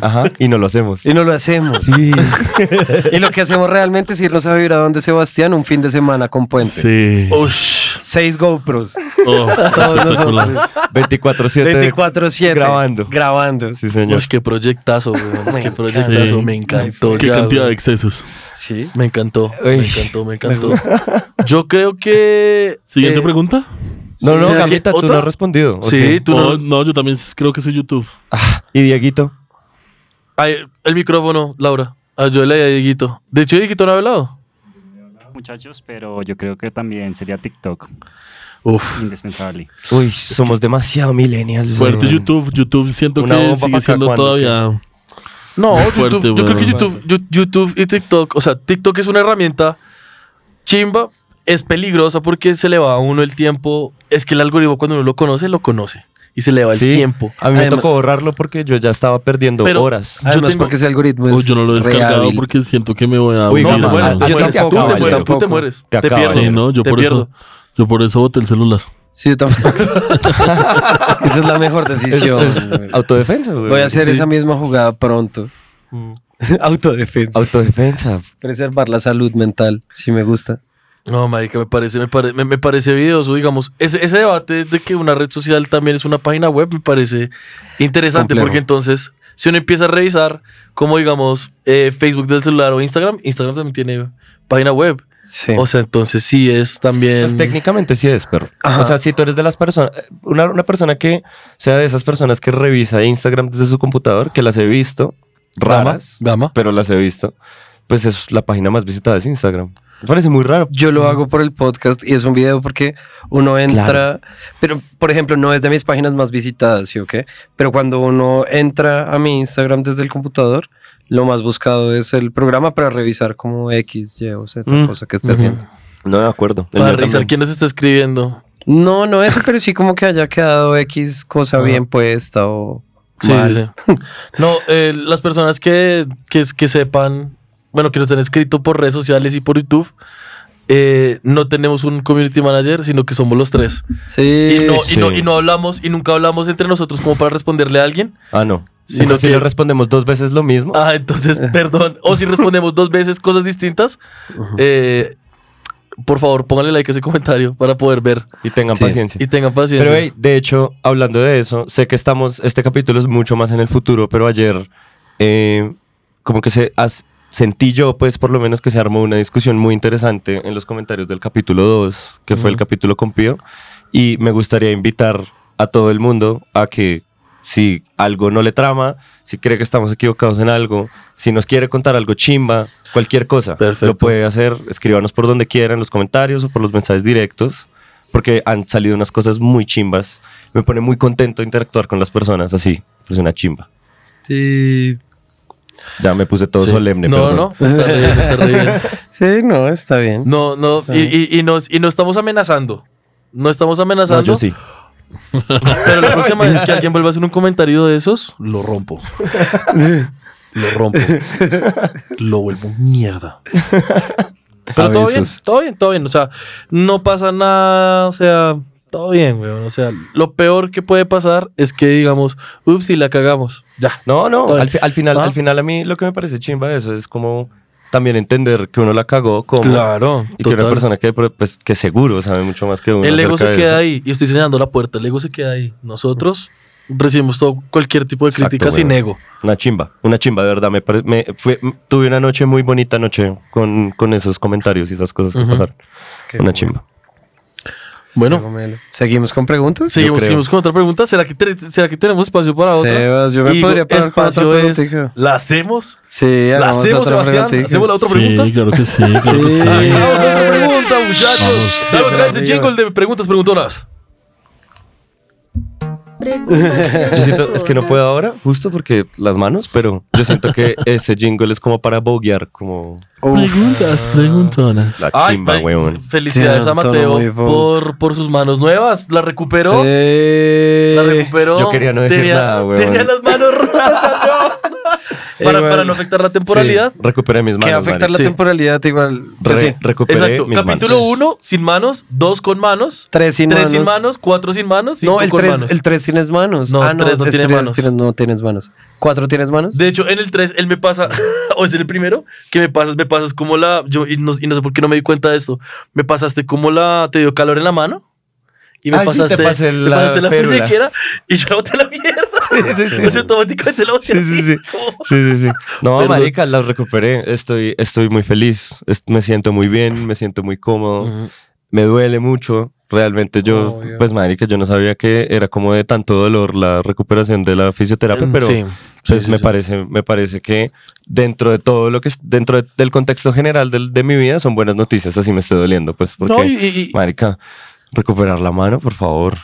Ajá, y no lo hacemos. Y no lo hacemos. <laughs> Y lo que hacemos realmente es irnos a vivir a donde Sebastián un fin de semana con puente. Sí. Ush. Seis GoPros. Oh, Todos <laughs> espectacular. nosotros. 24-7. 24-7. Grabando. Grabando. Sí, señor. Ush, qué proyectazo, weón. Qué proyectazo. Sí. Me encantó. Qué ya, cantidad weón. de excesos. Sí. Me encantó, Uy. me encantó, me encantó. <laughs> Yo creo que. Siguiente eh, pregunta. No, no, ¿Será que Camita, tú otra? no has respondido. ¿o Sí, tú Oh, no. no? yo también creo que soy YouTube. Y Dieguito. Ay, el micrófono, Laura. Ah, A Joel y a Dieguito. De hecho, Dieguito no ha hablado. muchachos, pero yo creo que también sería TikTok Uf. indispensable. Uy, somos demasiado millennials. Fuerte weón. YouTube. YouTube siento Una que bomba pa' sigue acá, siendo ¿cuándo? todavía. No, Muy YouTube, fuerte, yo weón. creo que YouTube, Yu- YouTube y TikTok, o sea, TikTok es una herramienta chimba, es peligrosa porque se le va a uno el tiempo. Es que el algoritmo cuando uno lo conoce, lo conoce. Y se le va Sí, el tiempo. A mí me Además- tocó borrarlo porque yo ya estaba perdiendo Pero- horas. Yo Además, tengo- porque ese algoritmo es Oh, yo no lo he re descargado hábil. porque siento que me voy a. Pues, Uy, No, aburrir, te no, mueres, no, te yo mueres. Tú tampoco, te yo mueres, tú te tampoco. mueres. Te Te acabas. pierdo. Sí, no, yo te por pierdo. eso. Yo por eso boté <laughs> el celular. Sí, yo también. Esa es la mejor decisión. Es- es autodefensa, güey. Voy a hacer Sí. Mm. esa misma jugada pronto. <laughs> Autodefensa. Autodefensa. Preservar la salud mental, si me gusta. No, marica, me parece, me, pare- me, me parece videoso, digamos. Ese, ese debate de que una red social también es una página web me parece interesante, Es complejo. porque entonces, si uno empieza a revisar, como digamos, eh, Facebook del celular o Instagram, Instagram también tiene página web. Sí. O sea, entonces sí es también. Pues técnicamente sí es, pero. Ajá. O sea, si tú eres de las personas. Una, una persona que sea de esas personas que revisa Instagram desde su computador, que las he visto, Gama, raras, gama. pero las he visto, pues es la página más visitada es Instagram. Me parece muy raro. Yo lo hago por el podcast y es un video porque uno entra, Claro. pero por ejemplo, no es de mis páginas más visitadas, ¿sí o qué? Pero cuando uno entra a mi Instagram desde el computador, lo más buscado es el programa para revisar como X, Y o Z, Mm. cosa que esté haciendo. No me acuerdo. El Para mío revisar también. quién nos está escribiendo. No, no eso, pero sí como que haya quedado X cosa bien puesta o... Sí, mal. sí, <laughs> sí. No, eh, las personas que, que, que sepan, bueno, que nos han escrito por redes sociales y por YouTube, eh, no tenemos un community manager, sino que somos los tres. Sí. Y no, y, Eh, sí. no, y no hablamos, y nunca hablamos entre nosotros como para responderle a alguien. Ah, no. Sino Entonces, Si que- le respondemos dos veces lo mismo. Ah, <laughs> entonces, perdón. O si respondemos dos veces cosas distintas, eh, por favor, pónganle like a ese comentario para poder ver Y tengan Sí. paciencia. y tengan paciencia. Pero hey, de hecho, hablando de eso, sé que estamos, este capítulo es mucho más en el futuro, pero ayer eh, como que se as- sentí yo, pues por lo menos que se armó una discusión muy interesante en los comentarios del capítulo 2, que fue el capítulo con Pío, y me gustaría invitar a todo el mundo a que si algo no le trama, si cree que estamos equivocados en algo, si nos quiere contar algo chimba, cualquier cosa, Perfecto. lo puede hacer, escríbanos por donde quiera, en los comentarios o por los mensajes directos, porque han salido unas cosas muy chimbas. Me pone muy contento interactuar con las personas así, es una chimba. Sí. Ya me puse todo Sí. solemne, No, perdón. no, está re bien, está re bien. Sí, no, está bien. No, no, y, y- y nos- y no estamos amenazando. No estamos No, amenazando. yo sí. Pero la próxima <laughs> vez que alguien vuelva a hacer un comentario de esos, lo rompo. Lo rompo. Lo vuelvo mierda. Pero todo bien, Avisos. todo bien, todo bien. O sea, no pasa nada. O sea, todo bien, weón. O sea, lo peor que puede pasar es que digamos, ups, y la cagamos. Ya. No, no, Oye, al, fi- al final, ¿ah? al final a mí lo que me parece chimba de eso es como también entender que uno la cagó como Claro. y que una persona que, pues, que seguro sabe mucho más que uno. El ego acerca se de eso. queda ahí. Y estoy señalando la puerta. El ego se queda ahí. Nosotros recibimos todo, cualquier tipo de Exacto, crítica sin weón. ego. Una chimba, una chimba, de verdad. Me, pare- me fue, m- tuve una noche muy bonita noche con, con esos comentarios y esas cosas que pasaron. Qué una <laughs> bueno. chimba. Bueno, ¿Seguimos con preguntas? seguimos, creo. seguimos con otra pregunta. ¿Será que, te- será que tenemos espacio para otra? Sebas, yo me Digo, podría parar con espacio otra es- preguntica. ¿La hacemos? Sí, ¿La hagamos hacemos, otra Sebastián? preguntica. ¿Hacemos la otra Sí, pregunta? claro que sí, claro que sí. Sí. Hagamos otra Eh, Ah. pregunta, muchachos. Vamos, Dale otra vez el arriba. jingle de preguntas preguntonas. Yo siento- es que no puedo ahora, justo porque las manos, pero yo siento que ese jingle es como para boguear, como Preguntas, preguntonas. la Ay, chimba, ay, weón. Felicidades Tiene a un tono muy Mateo bobo. por, por sus manos nuevas. ¿La recuperó? Sí. La recuperó. yo quería no decir tenía, nada, weón. Tenía las manos rotas, <laughs> Chato. para, Igual. para no afectar la temporalidad. Recuperé mis manos. Que va a afectar la marica. Sí. temporalidad igual. Pues Re- sí. Recuperé Exacto. mis Capítulo manos. 1, sin manos. 2 con manos. Tres sin 3 sin manos. manos. 4 sin manos. 5 No, el con 3 manos. el tres tienes manos. No, ah, no, tres no es tiene tres, manos. tienes- no tienes manos. ¿Cuatro tienes manos? De hecho, en el 3 él me pasa, <laughs> o es el primero, que me pasas, me pasas como la, yo y no, y no sé por qué no me di cuenta de esto, me pasaste como la, te dio calor en la mano y me Ah, sí, te pasaste, pasé me la pasaste la férula. muñequera y yo la boté a la <laughs> mierda. O sea, automáticamente la boté Sí, así. sí, sí. Sí, sí, sí. No, Perdón. marica, las recuperé. Estoy, estoy muy feliz. Es- me siento muy bien, me siento muy cómodo. Me duele mucho. Realmente yo, Obvio. pues marica, yo no sabía que era como de tanto dolor la recuperación de la fisioterapia, Mm, pero sí, pues sí, me sí. parece, me parece que dentro de todo lo que es, dentro de- del contexto general del- de, mi vida son buenas noticias, así me estoy doliendo, pues porque, No, y- y- y- marica, recuperar la mano, por favor.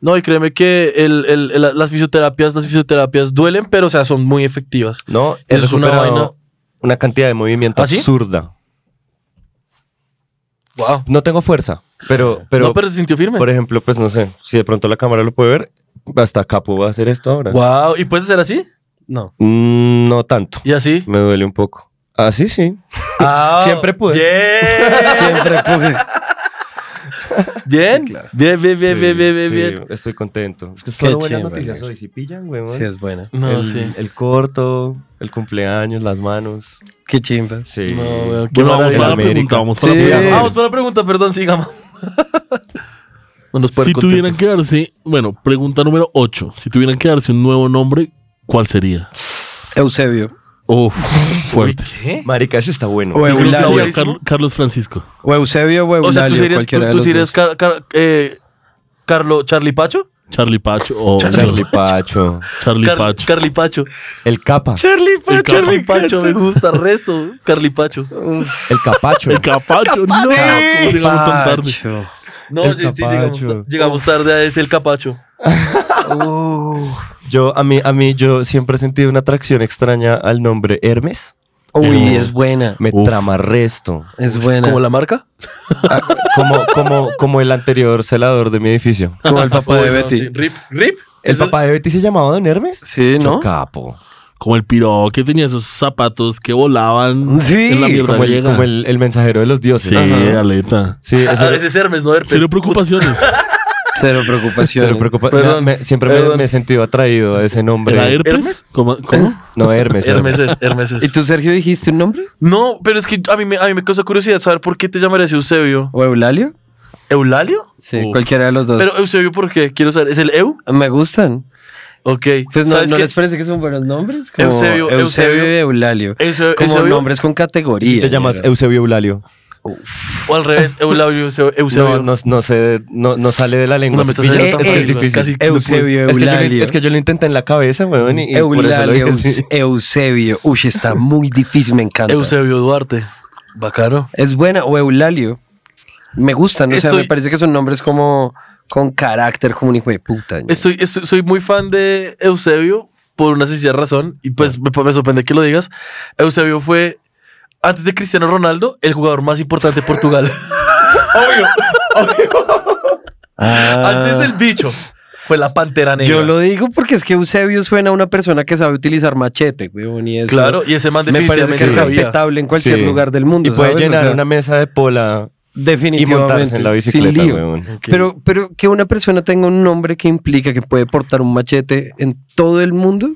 No, y créeme que el- el- el- las fisioterapias, las fisioterapias duelen, pero o sea, son muy efectivas. No, he Eso es una recuperado vaina. una cantidad de movimiento ¿Ah, sí? absurda. Wow. No tengo fuerza, pero, pero, no, pero se sintió firme. por ejemplo, pues no sé, si de pronto la cámara lo puede ver, hasta Capo va a hacer esto ahora. Wow. ¿Y puedes hacer así? No. Mm, no tanto, ¿Y así? me duele un poco. Así sí. Ah, Siempre pude. Bien. <laughs> Siempre pude. pues. Bien, bien, bien, bien, bien, bien, bien, Sí, bien. Estoy contento. Es que solo buenas chimba, noticias güey. hoy, si pillan, weón. Sí, es buena. No, el, sí. el corto, el cumpleaños, las manos. Qué chimba. Sí. No, weón, qué Bueno, vamos maravilla. para la América. pregunta, vamos para Sí. la pregunta. Ah, Vamos para la pregunta, perdón, sigamos. no nos puede Si tuvieran que darse, bueno, pregunta número 8. Si tuvieran que darse un nuevo nombre, ¿cuál sería? Eusebio. Uf, fuerte. ¿Qué? Marica, eso está bueno. O Yo creo que Eulalio. sería Car- Carlos Francisco. O Eusebio o Eulalio. O sea, tú serías, tú, cualquiera de tú los serías dos. Car- Car- eh, Carlo Charlie Pacho. Charlie Pacho o Charlie Pacho. Charlie Car- Pacho. Carly Pacho. El capa. Charlie Pacho. Charlie Charlie Pacho, me gusta el resto. Carly Pacho. El capacho. El Capacho, no, ¿cómo llegamos tan tarde? Pacho. No, El sí, sí, llegamos, Capacho. ta- llegamos tarde a ese el Capacho. Yo, a mí, a mí, yo siempre he sentido una atracción extraña al nombre Hermes. Uy, Uf. es buena. Me Uf. trama resto. Es buena. ¿Como la marca? Ah, como, como, como el anterior celador de mi edificio. Como <laughs> el papá de Bueno, sí. Betty. Rip, rip. ¿El Ese- papá de Betty se llamaba Don Hermes? Sí, ¿no? Chocapo. Como el piro que tenía esos zapatos que volaban Sí, en la mierda Como, el, griega. como el, el mensajero de los dioses. Sí, Ajá. aleta. Sí, eso- A veces ah, Hermes, no Herpes. Cero <laughs> preocupaciones. Cero preocupación. Pero preocupa- Perdón, me- me- siempre me- perdón. Me, he sentido atraído a ese nombre. ¿Era herpes? ¿Hermes? ¿Cómo? cómo? No, Hermes. Hermes es, Hermes es. <laughs> ¿Y tú, Sergio, dijiste un nombre? No, pero es que a mí, me, a mí me causa curiosidad saber por qué te llamarías Eusebio. ¿O Eulalio? ¿Eulalio? Sí, Uf. cualquiera de los dos. Pero Eusebio, ¿por qué? Quiero saber. ¿Es el Eu? Me gustan. Ok. Entonces, ¿no, ¿Sabes ¿no qué? les parece que son buenos nombres? Como Eusebio, Eusebio, Eusebio. y Eulalio. Eusebio- Como Eusebio, nombres con categoría. Si te llamas negro. Eusebio Eulalio. O al revés, Eulalio, Eusebio. Eusebio. No, no, no sé, no, no sale de la lengua. No, me está saliendo Pilla, tan es fácil, difícil. casi- Eusebio, Es que, yo, lo- Eulalio. es que yo lo intenté en la cabeza, weón. Y, y por eso lo Eulalio, dije así. Eus- Eusebio. Uy, <laughs> está muy difícil, me encanta. Eusebio Duarte. Bacano. Es buena, o Eulalio. Me gustan, o sea, Estoy- me parece que son nombres como con carácter, como un hijo de puta. ñe. Estoy, estoy- soy muy fan de Eusebio por una sencilla razón. Y pues me, me sorprende que lo digas. Eusebio fue, antes de Cristiano Ronaldo, el jugador más importante de Portugal. Obvio. Ah, Antes del bicho. Fue la pantera negra. Yo lo digo porque es que Eusebio suena a una persona que sabe utilizar machete, weón, y eso Claro, y ese man me parece definitivamente que es sí. sabía. respetable en cualquier Sí. lugar del mundo. Y puede ¿sabes? O llenar sea, una mesa de pola y Definitivamente. montarse en la bicicleta, sin lío. weón. Pero, pero que una persona tenga un nombre que implica que puede portar un machete en todo el mundo,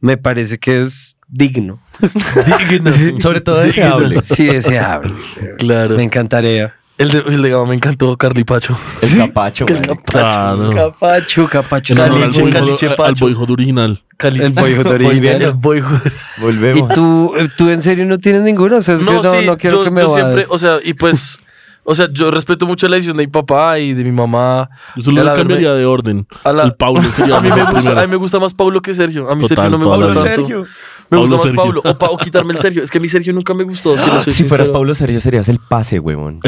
me parece que es digno. <laughs> Digno. <laughs> Sobre todo deseable. Sí, deseable. Claro. Me encantaría. El de, el de Gama me encantó, Carly Pacho. El <laughs> capacho, El marica. capacho. Claro. Capacho, capacho. No, Caliche, al boyhood- caliche al- al pacho. boyhood original. Cali- El <laughs> boyhood Muy bien, original. el boyhood. ¿Y Volvemos. tú, eh, tú en serio no tienes ninguno? O sea, es que No, no, sí, no quiero yo, que me yo jodas. siempre, o sea, y pues, o sea, yo respeto mucho la decisión de mi papá y de mi mamá. Yo solo Y al le haberme- cambiaría de orden. a la- El Paulo <laughs> sería a mí <laughs> me primero. gusta, a mí me gusta más Pablo que Sergio. A mí Total, Sergio no me gusta Pablo tanto. Sergio. Me Pablo gusta más Sergio. Pablo. O, pa- o quitarme el Sergio. Es que mi Sergio nunca me gustó. Ah, Si, le soy Si fueras sincero. Pablo Sergio, serías el pase, huevón.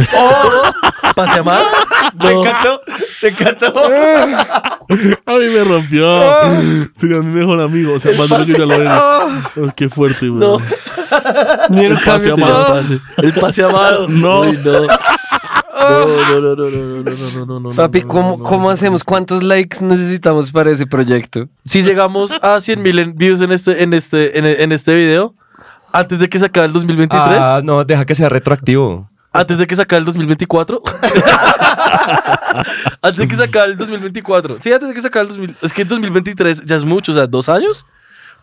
¿Pase a más? <laughs> A mí <laughs> me Ah. rompió. Sería mi mejor amigo. O sea, más de lo que ya lo eres. Oh, qué fuerte, güey. <laughs> No. Ni el El pase cambio- amado. No. pase. El pase amado. No. Uy, no. <laughs> No, no, no, no, no, no, no, no, no, no, Papi, no, ¿cómo, no, no, ¿cómo no. hacemos? ¿Cuántos likes necesitamos para ese proyecto? Si llegamos a 100 mil views en este, en, este, en, en este video, antes de que se acabe el 2023, Ah, no, deja que sea retroactivo. antes de que se acabe el 2024, <laughs> antes de que se acabe el 2024, sí, antes de que se acabe el 2000, es que el 2023 ya es mucho, o sea, dos años.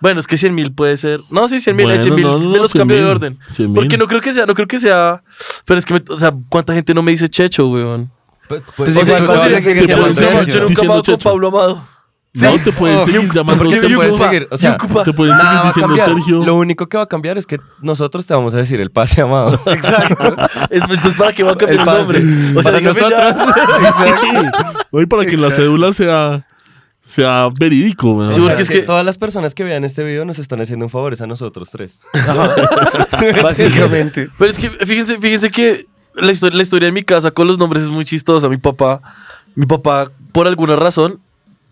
Bueno, es que 100 mil puede ser. No, sí, 100 mil, Bueno, 100 mil. no, no, me los 100.000, cambio de orden. 100.000. Porque no creo que sea, no creo que sea. Pero es que, me- o sea, ¿cuánta gente no me dice checho, weón? Pues O sea, igual ¿cómo vas a se- seguir te llamando puedes Yo llamar Sergio. nunca Diciendo amado con Checho. Pablo Amado. No te pueden seguir llamando porque Sergio. yo- puedes Yucupa, seguir, o sea, Yucupa. Te pueden nada seguir va a diciendo cambiar. Sergio. Lo único que va a cambiar es que nosotros te vamos a decir el pase, <laughs> amado. Exacto. Es- Entonces, ¿para qué va a cambiar El el pase. nombre? O sea, Para dígame nosotros. ya. Oye, para que la cédula sea, sea verídico, weón. Sí, O porque sea, es que que- todas las personas que vean este video nos están haciendo un favor, es a nosotros tres. Básicamente. <laughs> Pero es que fíjense, fíjense que la historia, la historia de mi casa con los nombres es muy chistosa. Mi papá, mi papá, por alguna razón,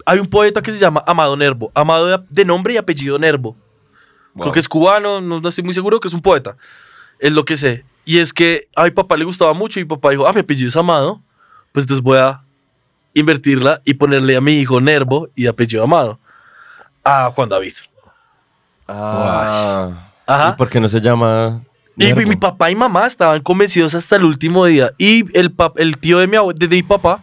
hay un poeta que se llama Amado Nervo. Amado de, de nombre y apellido Nervo. Creo que es cubano, no, no estoy muy seguro, que es un poeta. Es lo que sé. Y es que a mi papá le gustaba mucho y mi papá dijo, ah, mi apellido es Amado, pues entonces voy a invertirla y ponerle a mi hijo Nervo y de apellido Amado a Juan David. Ah. Ajá. ¿Y por qué no se llama? Y mi, Nervo? mi papá y mamá estaban convencidos hasta el último día. Y el, pap- el tío de mi, abue- de, de mi papá,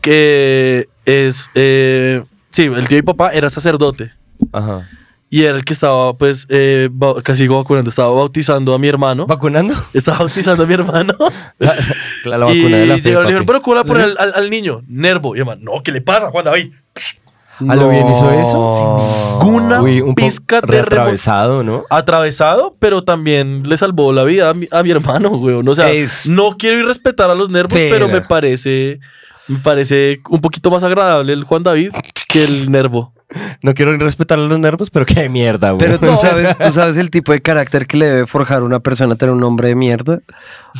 que es... eh, sí, el tío de mi papá era sacerdote. Ajá. Y era el que estaba, pues, eh, bau- casi digo vacunando, estaba bautizando a mi hermano. ¿Vacunando? Estaba bautizando a mi <laughs> hermano. La, <laughs> la- la y vacuna de la fe, llegaron y papi. dijeron, pero ¿cómo le voy a poner al, al- al niño? Nervo. Y mi hermano, no, ¿qué le pasa, Juan David? ¿A lo bien hizo No. eso? Ninguna un poco pizca de remo- reatravesado, ¿no? atravesado, pero también le salvó la vida a mi, a mi hermano, weón. O sea, Es- no quiero ir a respetar a los nervos, pero Pero. me parece, me parece un poquito más agradable el Juan David que el nervo. No quiero ni respetar a los nervios, pero <laughs> qué mierda, güey. <laughs> Pero tú sabes, tú sabes el tipo de carácter que le debe forjar una persona a tener un nombre de mierda.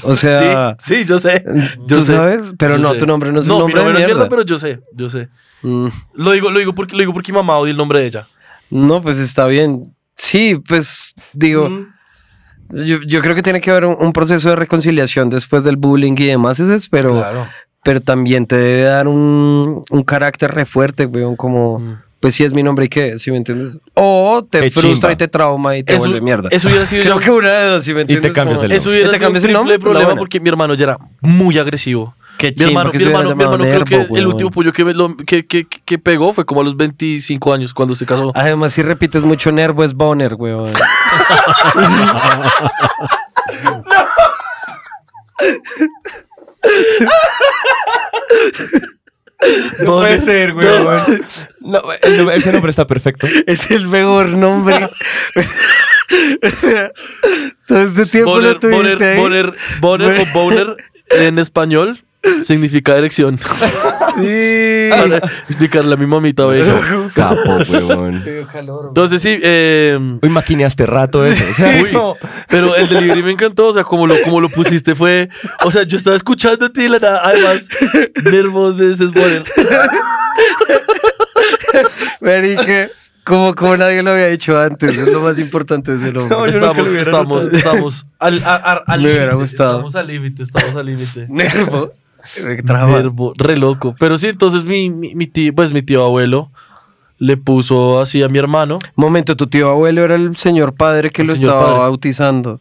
O sea, sí, sí, yo sé. Yo ¿tú sé, sabes? Pero yo no, sé. tu nombre no es no, un mi nombre de nombre es mierda. pero yo sé, yo sé. Mm, Lo digo, lo digo porque lo digo porque mi mamá odia el nombre de ella. no, pues está bien. Sí, pues digo, yo, yo creo que tiene que haber un, un proceso de reconciliación después del bullying y demás, ese es, pero, pero también te debe dar un, un carácter re fuerte, weón, como... Pues sí es mi nombre y qué, ¿sí me entiendes? O te Qué frustra chimba. y te trauma y te vuelve mierda. Eso hubiera sido <laughs> Creo que una de dos, si me entiendes. cambias como- el Eso nombre. hubiera ¿Te sido un cambias el triple nombre? problema La buena. porque mi hermano ya era muy agresivo. Qué Mi chimba hermano, que mi Eh, se hubiera hermano, mi llamado hermano creo que Nervo, el último weón. pollo que, me lo- que, que, que pegó fue como a los 25 años cuando se casó. Además, si repites mucho Nervo es Boner, weón. No puede ser, güey. No, el- ese nombre está perfecto. es el mejor nombre. <laughs> o sea, todo este tiempo Boner, lo tuviste boner, boner, ahí. boner o boner en español significa erección. Sí. Para explicarle a mi mamita, bello. <laughs> Capo, weón. Entonces sí, eh, Uy, maquineaste rato eso. O sea, uy, pero el delivery me encantó, o sea, como lo, como lo pusiste fue, o sea, yo estaba escuchándote y la nada, además, nervos veces boner. Marica, como, como nadie lo había dicho antes, es lo más importante de ese nombre. No, yo nunca Estamos, lo hubiera estamos, notado. estamos al, a- a- al Me hubiera límite, gustado. Estamos al límite, estamos al límite. Nervo. Me traba. Verbo, re loco. Pero sí, entonces mi, mi, mi tío, pues mi tío abuelo le puso así a mi hermano. Momento, tu tío abuelo era el señor padre que El lo señor estaba padre. bautizando.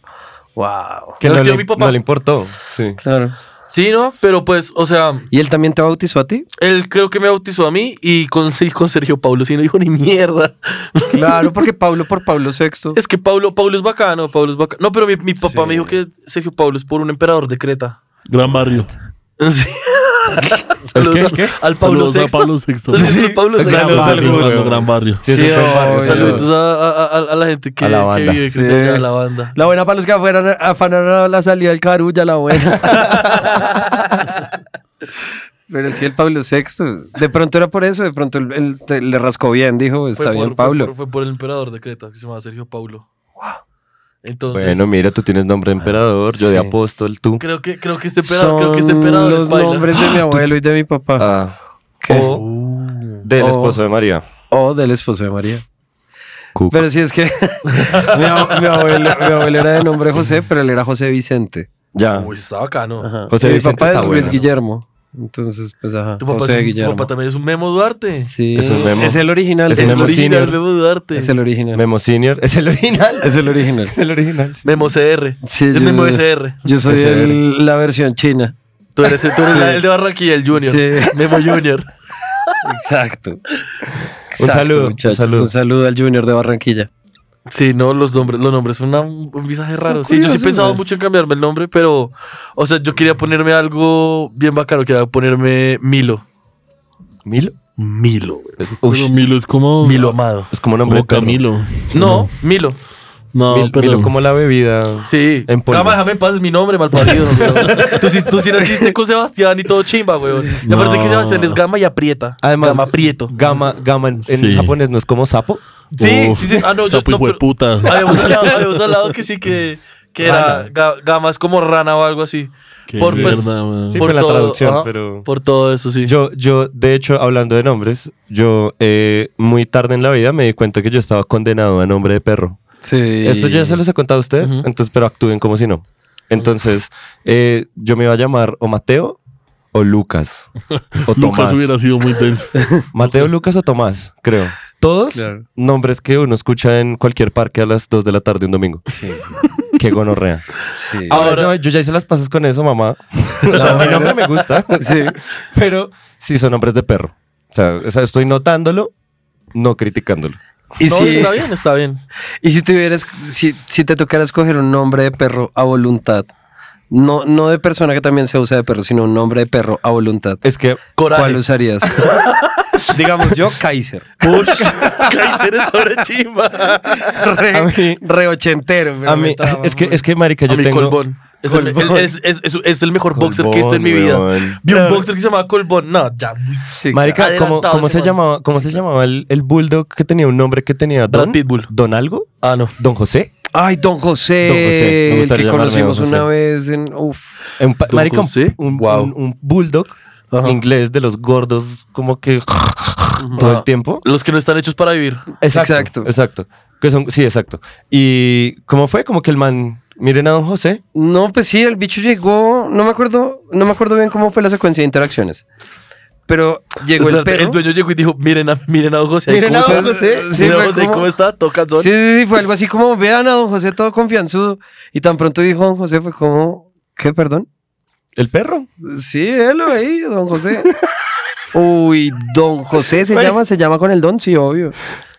Wow. que no no, es tío le, mi papá. no le importó. Sí. Claro. Sí, ¿no? Pero pues, o sea, ¿Y él también te bautizó a ti? él creo que me bautizó a mí y con, <laughs> y con Sergio Paulo sí no dijo ni mierda. <laughs> Claro, porque Pablo por Pablo VI. Es que Pablo, Pablo es bacano, Pablo es bacano. No, pero mi, mi papá me dijo que Sergio Pablo es por un emperador de Creta. <laughs> Gran barrio. <laughs> Sí. Saludos qué? al- ¿Qué? al Pablo Saludos a VI. Pablo VI. <laughs> Saludos <laughs> al Pablo VI. Gran Saludos, barrio, saludos. hermano, gran barrio. Sí, ese fue el barrio. oh, Saluditos a, a- a- a la gente que, A la que banda. vive Sí. creciendo a la banda. La buena para los que afueran, afanaron la salida del Carulla, la buena. <laughs> Pero sí, el Pablo VI. De pronto era por eso, de pronto el- el- te- le rascó bien, dijo, <laughs> "Pues, está por, bien, Pablo. Fue por, fue por el emperador de Creta, que se llama Sergio Paulo. Entonces, Bueno, mira, tú tienes nombre de emperador, yo de Sí. apóstol, tú. creo, que, creo que este emperador, creo que este emperador los es Oh, paila. nombres <laughs> de mi abuelo y de mi papá. Ah, ¿Qué? o del Oh. esposo de María. O del esposo de María. Cook. Pero sí es que <laughs> mi, ab- mi abuelo, mi abuelo era de nombre José, pero él era José Vicente. Ya. Ah. Uy, está bacano. José Y Eh, mi Vicente papá está es Luis bueno. Guillermo. Entonces, pues ajá, Tu papá, José es un- tu Guillermo. papá también es un Memo Duarte. Sí, Es un memo. es el original. Es Es un el Memo original Senior. Memo Duarte. Es el original. Memo Senior. Es el original. <laughs> Es el original. el original. Memo CR. Sí, es yo- Memo SR. Yo soy Ese el- la versión china. Tú eres, tú <laughs> eres la- el de Barranquilla, el Junior. Sí. Memo Junior. Exacto. saludo, un muchachos. saludo. Un saludo al Junior de Barranquilla. Sí, no, los nombres, los nombres son una- un visaje raro. Sí, yo sí curiosos, he pensado güey. mucho en cambiarme el nombre, pero, o sea, yo quería ponerme algo bien bacano, quería ponerme Milo. ¿Milo? Milo, güey. Pero Milo es como. Milo amado. Es como nombre Como de perro. Camilo. No, Milo. No, Mil- pero. Milo como la bebida. Sí. En polvo. Cama, déjame en paz, es mi nombre, mal parido. <laughs> güey. tú, sí- tú sí naciste con Sebastián y todo chimba, güey. Y aparte que No. Sebastián es gama y aprieta. Además- gama aprieto. Gama, gama en, en Sí. japonés no es como sapo. Sí, Uf, sí, sí. Ah, no, yo sapo hijo de pero- puta. <laughs> Habíamos hablado, habíamos hablado que sí que, que era ga- gama, es como rana o algo así. Qué por, pues, mierda, man. Sí, por la traducción, ajá, pero- Por todo eso, sí. Yo, yo, de hecho, hablando de nombres, yo eh, muy tarde en la vida me di cuenta que yo estaba condenado a nombre de perro. Sí. Esto ya se los he contado a ustedes, entonces, pero actúen como si no. Entonces, eh, yo me iba a llamar o Mateo o <laughs> Lucas. O Lucas Tomás. hubiera sido muy denso. Mateo, Lucas o Tomás, creo. Todos Claro. nombres que uno escucha en cualquier parque a las 2 de la tarde un domingo. Sí. Qué gonorrea. sí. Ahora, yo, yo ya hice las pasas con eso, mamá. O sea, <laughs> mi nombre me gusta. Sí. Pero sí son nombres de perro. O sea, o sea, estoy notándolo, no criticándolo. Y, no, si, está bien, está bien. y si tuvieras, si, si te tocara escoger un nombre de perro a voluntad, no, no de persona que también se usa de perro, sino un nombre de perro a voluntad, Es que Coraje. ¿cuál usarías? <laughs> Digamos yo, Kaiser. Push. <laughs> Kaiser está una chimba. Re, A mí- re ochentero. pero a mí, me traba es que, mucho. es que marica, yo A mí tengo... Colbón. Es el, Colbón. el- es, es- es- es el mejor boxer que he visto en mi Colbón, vida. weón. Vi un boxer que se llamaba Colbón. No, ya. güey. Sí, Marica, claro. ¿cómo, Adelantado cómo ese se man. llamaba, cómo se llamaba el, el bulldog que tenía un nombre que tenía Brad Don? Pitbull. ¿Don algo? Ah, no. ¿Don José? Ay, don José, Don José, me el gustaría que llamarme conocimos don José. una vez en... Uf. Un pa- ¿Don marica, un- José? Un, Wow. un- un bulldog Ajá. inglés de los gordos, como que todo el Ah. tiempo. Los que no están hechos para vivir. Exacto. Exacto. exacto. Que son, sí, exacto. Y cómo fue como que el man, miren a don José, No, pues sí, el bicho llegó, no me acuerdo, no me acuerdo bien cómo fue la secuencia de interacciones. Pero llegó Espérate, el perro. dueño llegó y dijo: Miren a, miren a don José. ahí Miren cómo a don está. José. Miren Sí, a fue José, como- ¿cómo está? Toca Sí, sí, sí, fue algo así como, vean a don José todo confianzudo. Y tan pronto dijo don José, fue como, ¿qué, perdón? el perro. Sí, él ahí, don <laughs> José. Uy, don José se llama, se llama con el don, <laughs> sí, obvio.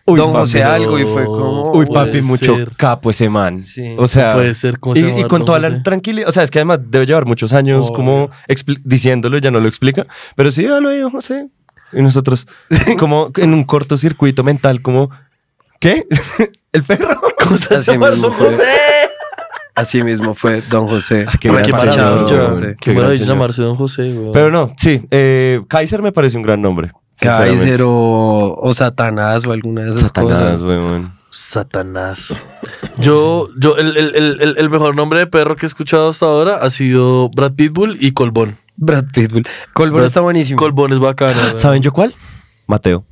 Uy, don papi, José no. algo y fue como... Uy, puede papi, mucho Ah, ser. capo ese man. Sí. O sea, Puede ser, ¿cómo se y, llama y con don toda José? la tranquilidad. O sea, es que además debe llevar muchos años Obvio. como expli- diciéndolo, ya no lo explica. Pero sí, ya lo oído, José. Y nosotros, <laughs> como en un cortocircuito mental, como, ¿qué? <laughs> <laughs> ¿El perro? Así mismo, fue, así mismo fue don José. Ah, qué gran Qué Machado, maravilla, Don güey. José. güey. Qué gran maravilla señor. llamarse don José, güey. Pero no, sí, eh, Kaiser me parece un gran nombre. Kaiser o, o Satanás o alguna de esas Satanás, cosas. weón. Satanás. Yo, yo, el, el- el- el- el mejor nombre de perro que he escuchado hasta ahora ha sido Brad Pitbull y Colbón. Brad Pitbull. Colbón Brad- está buenísimo. Colbón es bacano. güey. ¿Saben yo cuál? Mateo.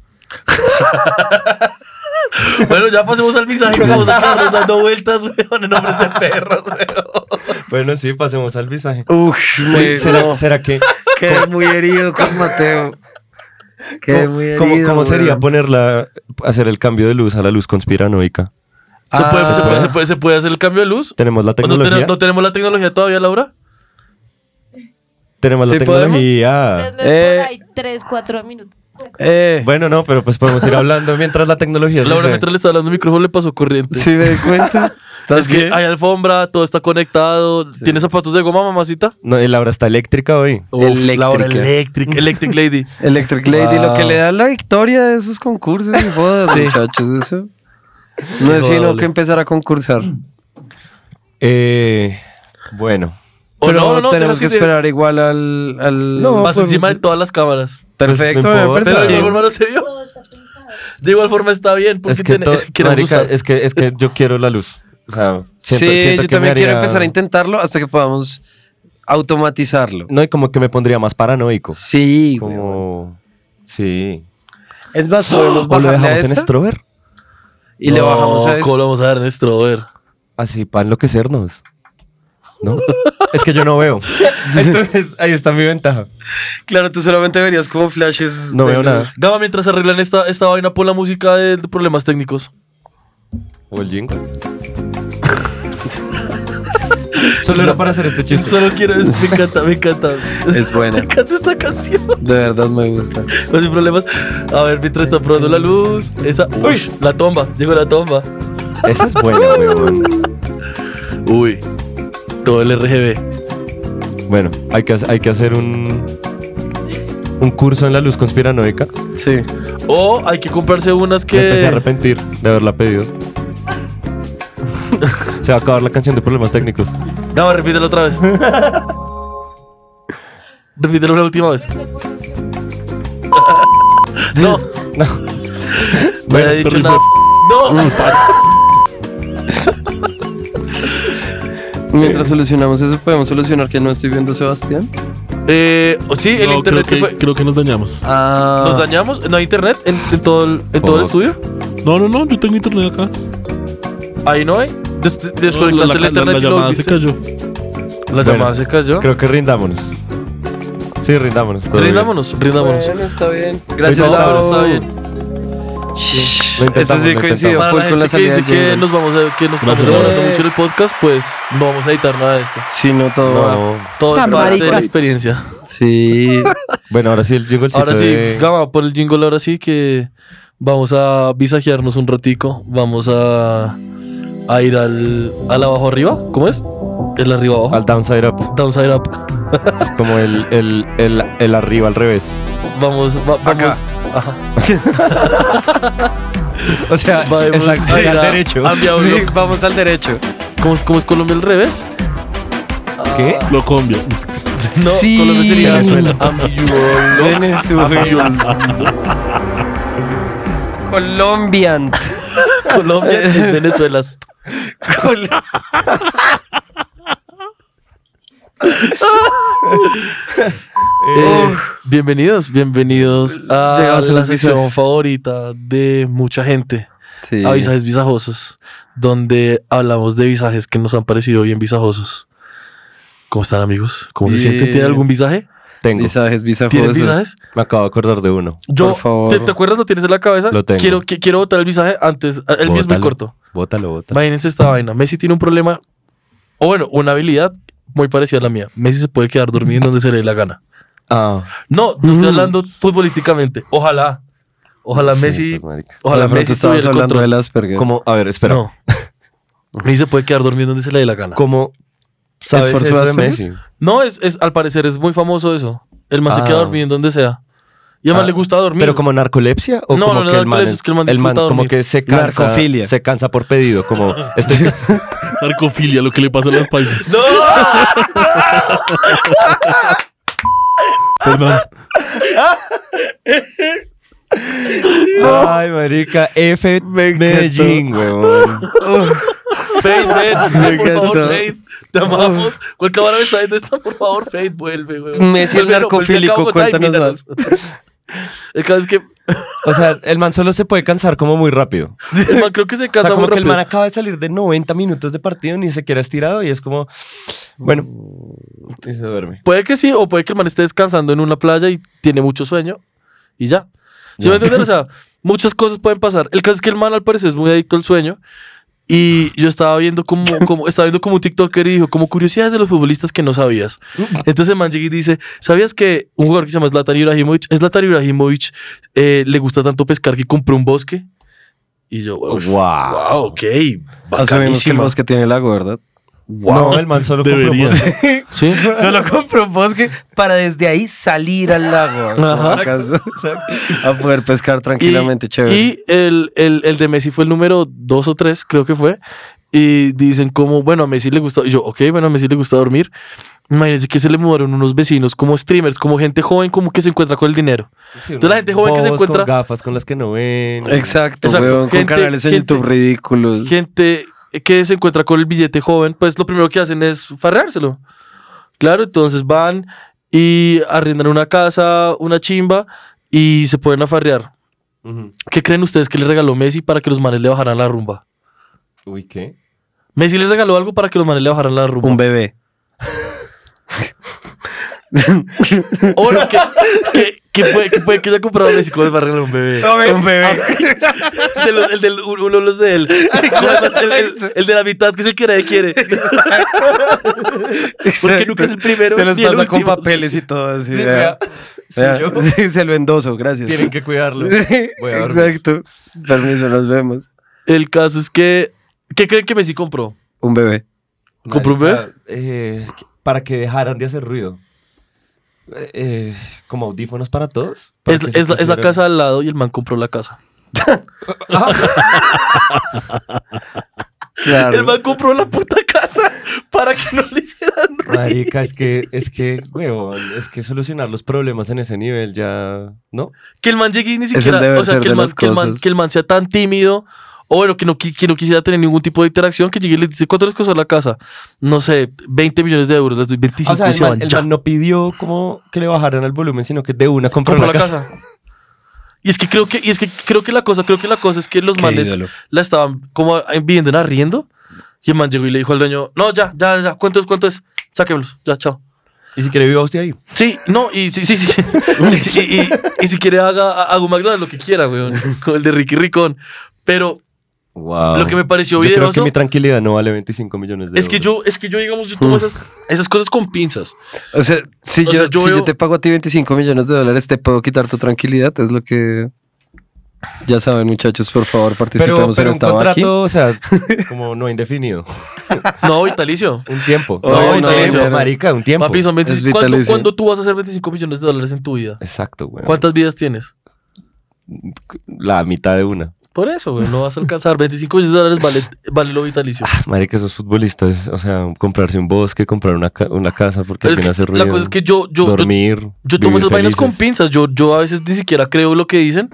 bueno, ya pasemos al mensaje que vamos a estar dando vueltas, weón, en nombres de perros, weón. Bueno, sí, pasemos al visaje. Uf, me, Uy, ¿será, no, será <laughs> que quedé muy herido con Mateo. Quedé muy herido. ¿Cómo, cómo weón. sería ponerla, hacer el cambio de luz a la luz conspiranoica? ¿Se, Ah. puede, se, puede, se puede- se puede hacer el cambio de luz? Tenemos la ¿O ¿No, tecnología. ten- no tenemos la tecnología todavía, Laura? tenemos la ¿Sí podemos? tecnología. Denme Eh, por ahí 3, 4 minutos. Eh, Bueno, no, pero pues podemos ir hablando mientras la tecnología Laura, sucede. mientras le está hablando el micrófono, le pasó corriente. si me di cuenta. ¿Estás es que bien? hay alfombra, todo está conectado. ¿Tienes zapatos de goma, mamacita? No, y Laura está eléctrica hoy. Uf, Laura Eléctrica. Electric, Electric Lady. Electric Lady, lo que Wow. le da la victoria de esos concursos y jodas, muchachos, eso. No es sino Híjole. que empezar a concursar. Eh, bueno. O pero Oh, no, no, no, tenemos dejas que que se- esperar igual al. al- No, Vas pues, encima sí. de todas las cámaras. Perfecto, no me importa. parece Pero de chido. igual forma no se vio. De igual forma está bien, porque Es que, tiene- to- es que queremos marica, usar. es que es que yo quiero la luz. O sea, siento- sí, siento que me yo también quiero haría- empezar a intentarlo hasta que podamos automatizarlo. No, y como que me pondría más paranoico. Sí, weón. Como. Sí. Es más, <gasps> podemos ¿O lo bajarle a dejamos en esta Strover? y le No, bajamos a ¿Cómo esta. lo vamos a dar, Néstor? A ver. Así, para enloquecernos. ¿No? es que yo no veo. Entonces, ahí está mi ventaja. Claro, tú solamente verías como flashes. No de veo luz. nada. Gama, mientras arreglan esta, esta vaina, pon la música de, de problemas técnicos. O el jingle. Solo era para hacer este chiste. Solo quiero. es- me encanta, me <laughs> encanta. Es Me buena. encanta esta canción. De verdad me gusta. No sin problemas. A ver, mientras está probando la luz. Esa. Uy, la tomba. Llegó la tomba. Esa es buena, weón. Uy. Todo el RGB. Bueno, hay que, hay que hacer un. Un curso en la luz conspiranoica. Sí. O hay que comprarse unas Me empecé a que. arrepentir de haberla pedido. Se va a acabar la canción de problemas técnicos. Gama, repítelo otra vez. repítelo una última vez. no, <laughs> No. no había dicho nada. <laughs> No, Mientras solucionamos eso, podemos solucionar que no estoy viendo a Sebastián. eh, sí, el No, creo internet que, se fue. creo que nos dañamos. Ah. ¿Nos dañamos? ¿No hay internet en, en todo, el, en todo el Por- estudio? No, no, no, yo tengo internet acá. Ahí no hay. Des- la, desconectaste la- el internet la y lo llamada se volviste. cayó. La Bueno, llamada se cayó. Creo que rindámonos. Sí, rindámonos. todo bien. Rindámonos, rindámonos. Bueno, está bien. Pues No, Gracias, pero Laura. está bien. Lo Eso intentamos, sí lo coincidió Para full la con la gente que dice salida. del que jingle. nos vamos a que nos estamos Gracias. demorando Eh. mucho en el podcast, pues no vamos a editar nada de esto. Sí, no todo. va. No. Todo es Tan parte de marica. la experiencia. Sí. Bueno, ahora sí el jinglecito Ahora sí, de- Gama, por el jingle ahora sí que vamos a visajearnos un ratico. Vamos a, a ir al, al abajo arriba. ¿Cómo es? El arriba abajo. al downside up. Downside up. Como el, el, el, el arriba al revés. Vamos, va- vamos. Acá. Ajá. O sea, Vamos <laughs> Ah, exacto, a ir al a- derecho. al diablo. Sí, <laughs> vamos al derecho. ¿Cómo, es- cómo es Colombia al revés? ¿Qué? Lo cambio. No, Sí. Colombia sería Venezuela. Ambiguo- Venezuela. Colombian. Colombia <laughs> es Venezuela. Col- Eh, bienvenidos, bienvenidos a Llegamos a la las sección visas. favorita de mucha gente, Sí. a visajes visajosos, donde hablamos de visajes que nos han parecido bien visajosos. ¿Cómo están amigos? ¿Cómo se Bien. sienten? ¿Tienen algún visaje? Tengo. Visajes, ¿Tienen visajosos. visajes? Me acabo de acordar de uno. Yo, Por favor. ¿te, te acuerdas? ¿Lo tienes en la cabeza? Lo tengo. Quiero, qui- quiero votar el visaje antes. El mío es muy Bótalo. corto. Bótalo, bótalo. Imagínense esta vaina. Messi tiene un problema, o bueno, una habilidad muy parecida a la mía. Messi se puede quedar dormido en donde se le dé la gana. Ah, No, no estoy hablando futbolísticamente. Ojalá. Ojalá sí, Messi. pues, marica. Ojalá Ahora, pero tú Messi estabas tuviera el hablando control. del Asperger. Como, a ver, espera. No. Messi se puede quedar dormido donde se le dé la gana. ¿Cómo sabes por su eso de Asperger? Messi? No, es, es- al parecer es muy famoso eso. El man se Ah. queda dormido en donde sea. Y además Ah, le gusta dormir. ¿Pero como narcolepsia? ¿O No, como no, que el narcolepsia man, es que el man disfruta como dormir. que se cansa, Narcofilia. se cansa por pedido, como <laughs> estoy Narcofilia, lo que le pasa a las paisas. ¡No! Perdón. Ay, marica, F Medellín, weón. Fade, <laughs> ven. Por Me favor, encantó. Fade. Te amamos. ¿Cuál cámara me está viendo esta? Por favor, Fade, vuelve, güey. Messi el Vuelve, no, vuelve acá a narcofílico, Bogotá y cuéntanos míranos. El caso <laughs> es que O sea, el man solo se puede cansar como muy rápido. el man creo que se O casa sea, como muy que el rápido. man acaba de salir de 90 minutos de partido ni siquiera estirado y es como, bueno, y se duerme. Puede que sí, o puede que el man esté descansando en una playa y tiene mucho sueño y ya. ¿Sí me entiendes? O sea, muchas cosas pueden pasar. El caso es que el man al parecer es muy adicto al sueño Y yo estaba viendo como, como estaba viendo como un TikToker y dijo, como curiosidades de los futbolistas que no sabías. Entonces el man llega y dice, ¿sabías que un jugador que se llama Zlatan Ibrahimovic, Zlatan Ibrahimovic eh, le gusta tanto pescar que compró un bosque? Y yo, wow, wow ok, Asumimos que el bacanísima. bosque tiene el lago, ¿verdad? No, el man solo Debería. compró un- Sí. Solo compró un bosque para desde ahí salir al lago. Ajá. Exacto, exacto. A poder pescar tranquilamente, y, chévere. y el, el- el de Messi fue el número dos o tres, creo que fue. Y dicen como, bueno, a Messi le gusta, y yo, ok, bueno, a Messi le gusta dormir. Imagínense que se le mudaron unos vecinos como streamers, como gente joven, como que se encuentra con el dinero. Entonces la gente joven que se Bobos con encuentra- gafas con las que no ven. Exacto, Exacto, weón, gente- con canales en gente- YouTube ridículos. Gente que se encuentra con el billete joven, pues lo primero que hacen es farreárselo. Claro, entonces van y arriendan una casa, una chimba y se pueden afarrear. Ujú. ¿Qué creen ustedes que le regaló Messi para que los manes le bajaran la rumba? Uy, ¿qué? Messi les regaló algo para que los manes le bajaran la rumba. Un bebé. O no, que, que, que puede, que puede que haya comprado Messi con el barril <laughs> un bebé. Ah, Un bebé. <laughs> De los- el del uno de los de él. Además, el, el- el de la mitad que es el que nadie quiere. Porque nunca es el primero. Se los ni el pasa con último. papeles y todo. Así, Sí, vea. vea. Soy Vea. yo. Sí, se lo endoso, gracias. Tienen que cuidarlo. <laughs> Sí, Voy a dormir. Exacto. Permiso, nos vemos. El caso es que. ¿Qué creen que Messi compró? Un bebé. ¿Compró un Marica, eh, para que dejaran de hacer ruido. Eh, eh, como audífonos para todos. para Es, que se es la, es la pusieran- casa al lado y el man compró la casa. Claro. El man compró la puta casa para que no le hicieran ruido. Marica, es que, es que, huevón, es que solucionar los problemas en ese nivel ya, ¿no? Que el man llegue y ni el siquiera. deber o sea, ser que el, de man, las que, el man- cosas. que el man sea tan tímido. O bueno, que no, qui- que no quisiera tener ningún tipo de interacción. Que llegue y le dice: ¿Cuánto les costó la casa? No sé, 20 millones de euros. Les doy 25 o sea, y el se man, van. el ya. man no pidió como que le bajaran el volumen, sino que de una compró, Compró la la, casa. casa. Y es que creo que, y es que creo que la cosa, creo que la cosa es que los manes la estaban como viviendo en arriendo. Y el man llegó y le dijo al dueño: No, ya, ya, ya, ¿cuánto es? ¿Cuánto es? Sáquenlos, ya, chao. Y si quiere viva usted ahí. Sí, no, y sí, sí, sí. Sí, sí, <laughs> y, y- y si quiere haga, haga un McDonald's lo que quiera, weón. Con el de Ricky Ricón. Pero Wow. Lo que me pareció Yo creo que videoso- mi tranquilidad no vale 25 millones de Mm. es que euros. yo, es que yo, digamos, yo tomo esas, esas cosas con pinzas. O sea, si, O yo, sea, yo si veo- yo te pago a ti 25 millones de dólares, te puedo quitar tu tranquilidad. Es lo que. Ya saben, muchachos, por favor, Pero, participemos pero un en esta vaquilla. contrato, o sea, como no indefinido. <laughs> No, vitalicio. Un tiempo. No, No, no, un tiempo, no. marica, un tiempo. Papi, son 25 Es ¿cuándo, vitalicio. cuándo tú vas a hacer 25 millones de dólares en tu vida? Exacto, güey. ¿Cuántas vidas tienes? La mitad de una. <laughs> Por eso, güey, no vas a alcanzar. 25 millones de dólares vale, vale lo vitalicio. Marica, esos futbolistas, o sea, comprarse un bosque, comprar una, ca- una casa porque Pero al es final hace que ruido. la cosa es que yo, yo, yo, dormir. yo tomo vivir esas vainas con felices. pinzas. Yo, yo a veces ni siquiera creo lo que dicen.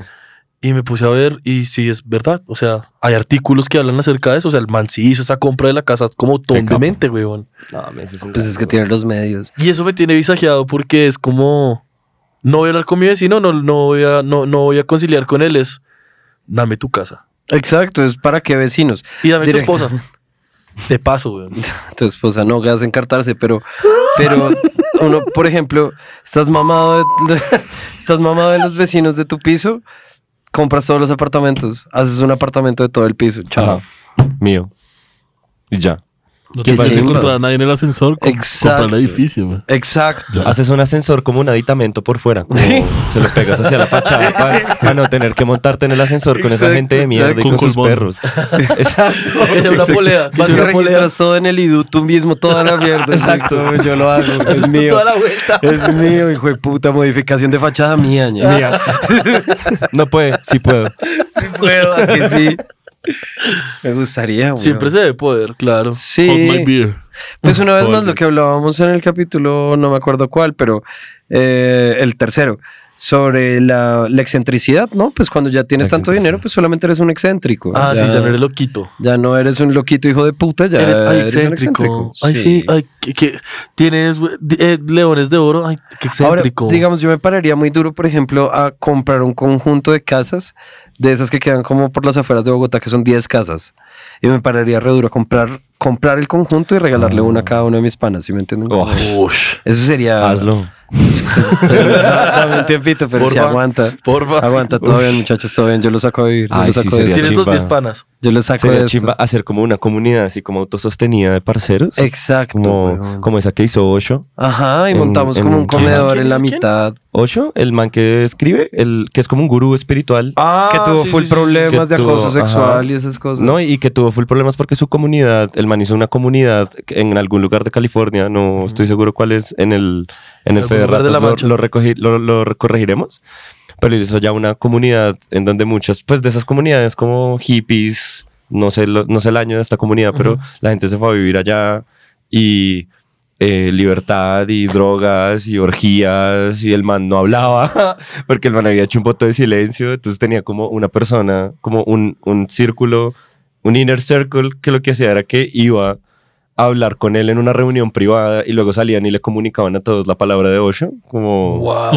Y me puse a ver y sí es verdad. O sea, hay artículos que hablan acerca de eso. O sea, el man sí hizo esa compra de la casa como capo. tondemente, weón. No, me dices un Pues es que gato. tienen los medios. Y eso me tiene visajeado porque es como. No voy a hablar con mi vecino, no, no, voy, a, no, no voy a conciliar con él. Es. Dame tu casa. Exacto, es para que vecinos. Y dame Directo. tu esposa. De paso, <laughs> weón. tu esposa no gas encartarse, pero, pero uno, por ejemplo, estás mamado, de, <laughs> estás mamado de los vecinos de tu piso, compras todos los apartamentos, haces un apartamento de todo el piso, chao. Ajá. Mío. Y ya. No Qué te parece chimba. encontrar a nadie en el ascensor. Com Exacto. comprar el edificio, man. <laughs> Exacto. Haces un ascensor como un aditamento por fuera. como Sí. Se lo pegas hacia <laughs> la fachada para, no tener que montarte en el ascensor con esa Exacto, gente de mierda y exacto. con, Con sus <laughs> pulmón. perros. Exacto. Que sea una polea. que Vas y sea una polea. registras todo en el IDU, tú mismo, toda la mierda. Exacto, yo lo hago, es Haces tú mío. toda la vuelta. Es mío, hijo de puta, modificación de fachada mía, ña. <laughs> No puede, sí puedo. Sí puedo, ¿a que sí. Me gustaría, weón. Siempre se debe poder, claro. Sí. Hold my beer. Pues una vez más Joder. lo que hablábamos en el capítulo, no me acuerdo cuál, pero eh, el tercero, sobre la, la excentricidad, ¿no? Pues cuando ya tienes La tanto excentricidad. dinero, pues solamente eres un excéntrico. Ah, sí, ya no eres loquito. ya no eres un loquito hijo de puta, ya Eres, eres, ay, un excéntrico. excéntrico. Ay, sí. Ay, que, que- tienes eh, leones de oro. Ay, qué Ahora, excéntrico. digamos, yo me pararía muy duro, por ejemplo, a comprar un conjunto de casas de esas que quedan como por las afueras de Bogotá, que son 10 casas. Y me pararía re duro a comprar, Ah. comprar el conjunto y regalarle una a cada uno de mis panas, ¿sí me entienden? Oh, Ush. Eso sería... hazlo. Dame un tiempito, pero sí Porfa, aguanta. porfa. Aguanta, todo bien, muchachos, todo bien. Yo lo saco a vivir. Yo Ay, lo sí, saco de sería esto. Tienes los chimba. 10 panas. Yo lo saco de Sería esto. chimba hacer como una comunidad así como autosostenida de parceros. Exacto. Como, weón. como esa que hizo Osho. Ajá, y en- montamos en- como un ¿quién? comedor en la mitad. Osho, el man que escribe, el que es como un gurú espiritual. Ah, que tuvo sí, full sí, sí, sí, problemas sí. de Que acoso tuvo, ajá. sexual y esas cosas. No, y que tuvo full problemas porque su comunidad, el man hizo una comunidad en algún lugar de California, no estoy seguro cuál es, en el, en el Algún Federal lugar de La lo, Mancha. lo, recogí- lo, lo corregiremos, pero hizo ya una comunidad en donde muchas, pues de esas comunidades como hippies, no sé, lo- no sé el año de esta comunidad, pero la gente se fue a vivir allá y... eh, libertad y drogas y orgías y el man no hablaba <laughs> porque el man había hecho un voto de silencio, entonces tenía como una persona, como un, un círculo, un inner circle que lo que hacía era que iba a hablar con él en una reunión privada y luego salían y le comunicaban a todos la palabra de Osho, como... Wow.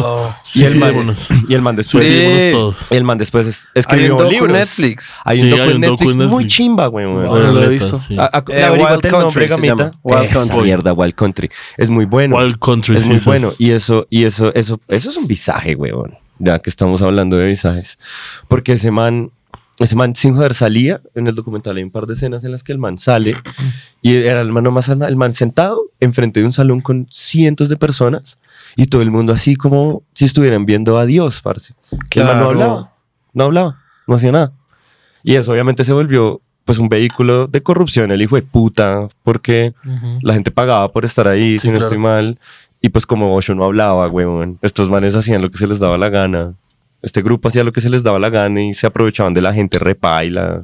Y, el man, Suicidémonos. y el man después... Suicidémonos Sí. todos. El man después es- Hay escribió un docu libros. Netflix. Hay un Sí, docu hay en un docu Netflix en muy Netflix. chimba, güey. güey. Bueno, lo he neta, visto. sí. A- a- Eh, averíguate Wild el Country nombre, se gamita. llama. Wild Esa Country. mierda, Wild Country. Es muy bueno. Wild Country. Es sí, muy esas. bueno. Y eso, y eso, eso, eso es un visaje, weón. Ya que estamos hablando de visajes. Porque ese man, ese man sin joder salía en el documental. Hay un par de escenas en las que el man sale y era el man nomás, el man sentado enfrente de un salón con cientos de personas y todo el mundo así como si estuvieran viendo a Dios, parce. El man no Claro. hablaba, no hablaba, no hacía nada. Y eso obviamente se volvió pues un vehículo de corrupción, el hijo de puta, porque la gente pagaba por estar ahí, si no claro. estoy mal. Y pues como Osho no hablaba, huevón, estos manes hacían lo que se les daba la gana. Este grupo hacía lo que se les daba la gana y se aprovechaban de la gente repaila.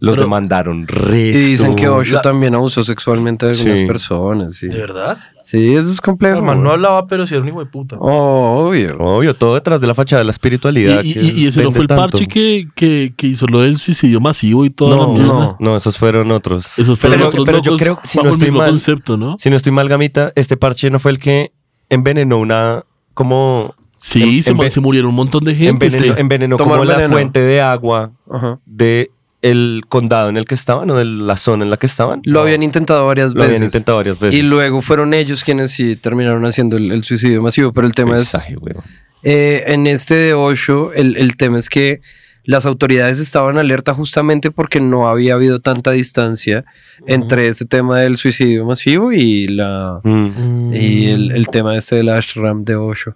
Los Pero- demandaron Y resto. dicen que Osho La- también abusó sexualmente de algunas Sí. personas. Sí. ¿De <laughs> verdad? Sí, eso es complejo. El man no güey. hablaba, pero sí era un hijo de puta. Oh, obvio. Obvio, todo detrás de la fachada de la Y, espiritualidad. y- que y- y ese no vende fue el tanto. parche que, que, que hizo lo del suicidio masivo y toda la No, mierda. no, no, esos fueron otros. Esos fueron Pero- otros pero yo locos creo que si bajo no el estoy mismo mal- concepto, ¿no? Si no estoy mal, Gamita, este parche no fue el que envenenó una como Sí, En- se, en mu- vez- se murieron un montón de gente. envenenó, se- envenenó Tomar como la veneno. fuente de agua Ajá. de el condado en el que estaban o de la zona en la que estaban. Lo habían intentado varias Ah. Lo veces. habían intentado varias veces. Y luego fueron ellos quienes sí terminaron haciendo el, el suicidio masivo. Pero el tema es. Mensaje, weón. Eh, en este de Osho, el, el tema es que las autoridades estaban alerta justamente porque no había habido tanta distancia entre este tema del suicidio masivo y la Mm. y el, el tema este del ashram de Osho.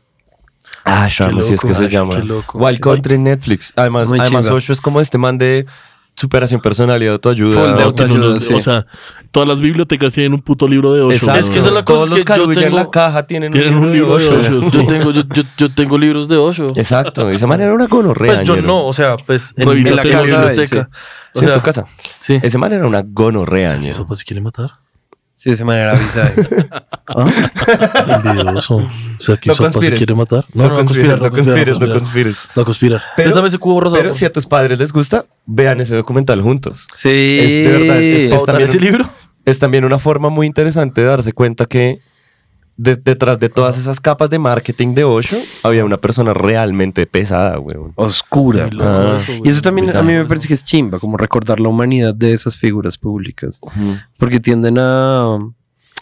Ah, Shamo, si es que loco, se ay, llama. qué loco. Wild Country Netflix. Además, Muy además chimba. Osho es como este man de superación personal y autoayuda. Full de No, autoayuda, tiene unos- sí. O sea, todas las bibliotecas tienen un puto libro de Osho. Exacto. Es que esa es la cosa, Todos es los que yo carulla en tengo- la caja tienen, Tienen un libro de Osho. Osho. Yo tengo, yo, yo- yo tengo libros de Osho. Exacto. Esa man era una gonorrea. Pues yo ñero. no, o sea, pues en, Revisate en la en casa, la casa, biblioteca. Sí, O sea, en tu casa. sí. Ese man era una gonorrea. ñero. Eso pues se quiere matar. Sí, de manera <laughs> bizarra. Envidioso. O sea, que No Sopa se conspires. quiere matar. No conspires, no conspires, no no conspires. conspires. No conspira. Pero- Pésame ese cubo rosa. Pero si a tus padres les gusta, vean ese documental juntos. sí. Es de verdad, es- es- también- ese libro? Es también una forma muy interesante de darse cuenta que de- detrás de todas esas capas de marketing de Osho había una persona realmente pesada, weón. oscura. loco Ah. eso, güey. Y eso también a mí me Bizarro. parece que es chimba, como recordar la humanidad de esas figuras públicas. Porque tienden a,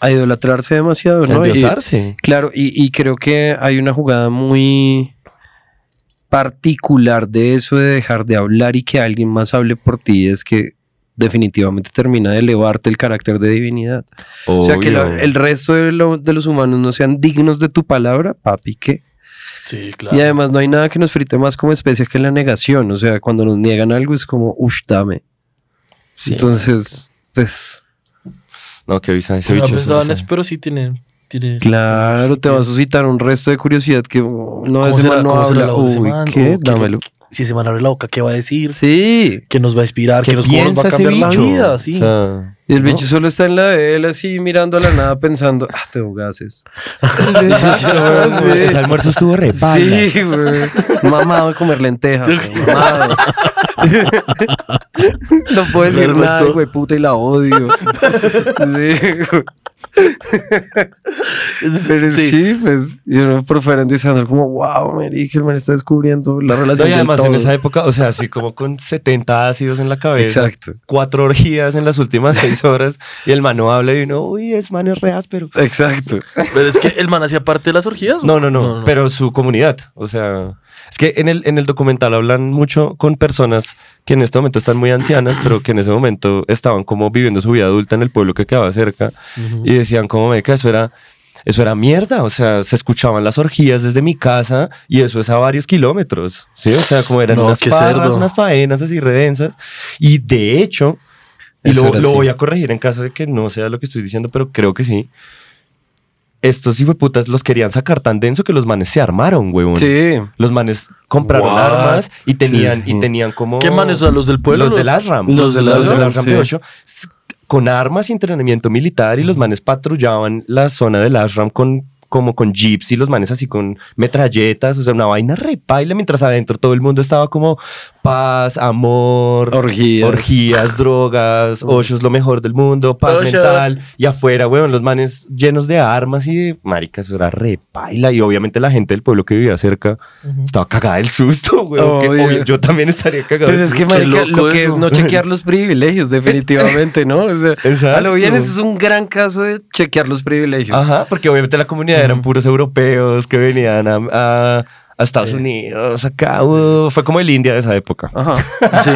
a idolatrarse demasiado, ¿no? Y- Endiosarse. Claro, y, y creo que hay una jugada muy particular de eso de dejar de hablar y que alguien más hable por ti es que definitivamente termina de elevarte el carácter de divinidad. O sea, que la- Obvio. el resto de, lo- de los humanos no sean dignos de tu palabra, papi, ¿qué? Sí, claro. Y además no hay nada que nos frite más como especie que la negación. O sea, cuando nos niegan algo es como, uff, dame. Sí. Entonces, pues, No, que avisa ese no bicho. es un pensaba en eso, visaje. pero sí tiene. tiene claro, te va a suscitar un resto de curiosidad que oh, no, ese será- man no cómo será habla. la voz de ese Uy, man? ¿qué? ¿O qué le- Dámelo. Si se van a abrir la boca, ¿qué va a decir? Sí. ¿Qué nos va a inspirar? ¿Qué, ¿Qué nos cómo nos va piensa a ese cambiar la bicho? vida? Sí. O sea, Y el ¿no? bicho solo está en la de él así mirando a la nada pensando, ah, <laughs> tengo gases. <laughs> Ese almuerzo estuvo re paila. Ah, Sí, güey. Mamado de comer lentejas, güey, mamado. <laughs> no puedo decir nada, güey, puta, y la odio. Sí, güey. Pero sí, pues, y uno profundizando como, wow, Mary, que el man está descubriendo la No, relación y del además en todo". esa época, o sea, así como <laughs> con 70 ácidos en la cabeza, Exacto, cuatro orgías en las últimas seis horas, y el man no habla y uno, uy, es man es re áspero. exacto. Pero es que el man hacía parte de las orgías. No, güey. no, no, pero su comunidad. O sea, es que en el, en el documental hablan mucho con personas que en este momento están muy ancianas, pero que en ese momento estaban como viviendo su vida adulta en el pueblo que quedaba cerca y decían como, meca, eso era, eso era mierda. O sea, se escuchaban las orgías desde mi casa y eso es a varios kilómetros. Sí, o sea, como eran No, unas qué parras, cerdo. unas faenas así redensas. Y de hecho, y Eso lo, era lo así. voy a corregir en caso de que no sea lo que estoy diciendo, pero creo que sí estos putas los querían sacar tan denso que los manes se armaron, huevón. Sí, Los manes compraron What? armas y tenían, Sí, sí. y tenían como. ¿Qué manes? O sea, los del pueblo. Los del ASRAM. Los del Asram, ASRAM sí. de Ocho, s- Con armas y entrenamiento militar y los manes patrullaban la zona del ASRAM con como con jeeps y los manes así con metralletas, o sea, una vaina repaila, mientras adentro todo el mundo estaba como paz, amor, orgía. Orgías, drogas, Osho es lo mejor del mundo, paz Osho. mental. Y afuera, weón, los manes llenos de armas y de maricas, eso era re paila. Y obviamente la gente del pueblo que vivía cerca estaba cagada del susto, weón. que Obvio. obvio, yo también estaría cagado. Pues del es que, susto. marica, loco lo que eso. es <laughs> no chequear los privilegios, definitivamente, ¿no? O sea, a lo bien, eso es un gran caso de chequear los privilegios. Ajá, porque obviamente la comunidad eran puros europeos que venían a. a- a Estados Unidos, acá, uh, fue como el India de esa época. Ajá.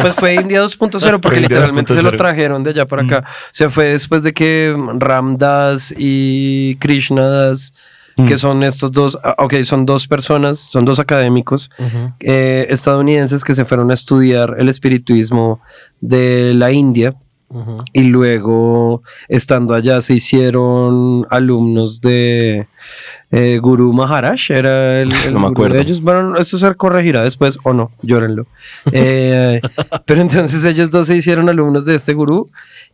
<laughs> Pues fue India 2.0 porque India literalmente se lo 2.0. trajeron de allá para acá. Mm. O sea, fue después de que Ramdas y Krishnadas, Mm. que son estos dos, ah, ok, son dos personas, son dos académicos eh, estadounidenses que se fueron a estudiar el espiritismo de la India. Y luego, estando allá, se hicieron alumnos de eh, Guru Maharaj, era el, el No me gurú acuerdo. de ellos. Bueno, esto se corregirá después o no, llórenlo. Eh, pero entonces ellos dos se hicieron alumnos de este gurú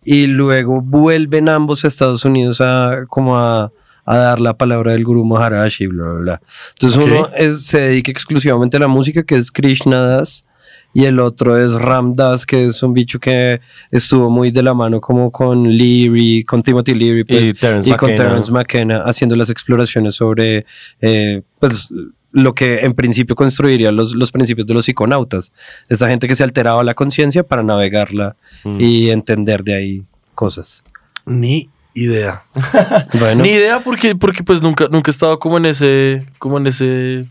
y luego vuelven ambos a Estados Unidos a como a, a dar la palabra del gurú Maharaj y bla, bla, bla. Entonces uno es- se dedica exclusivamente a la música, que es Krishna Das, y el otro es Ram Das, que es un bicho que estuvo muy de la mano como con Leary, con Timothy Leary, pues, Y Terence con McKenna. Terence McKenna, haciendo las exploraciones sobre eh, pues, lo que en principio construiría los, los principios de los psiconautas. Esta gente que se alteraba la conciencia para navegarla Mm. y entender de ahí cosas. Ni idea. Bueno, Ni idea porque, porque pues nunca, nunca he estado como en ese, como en ese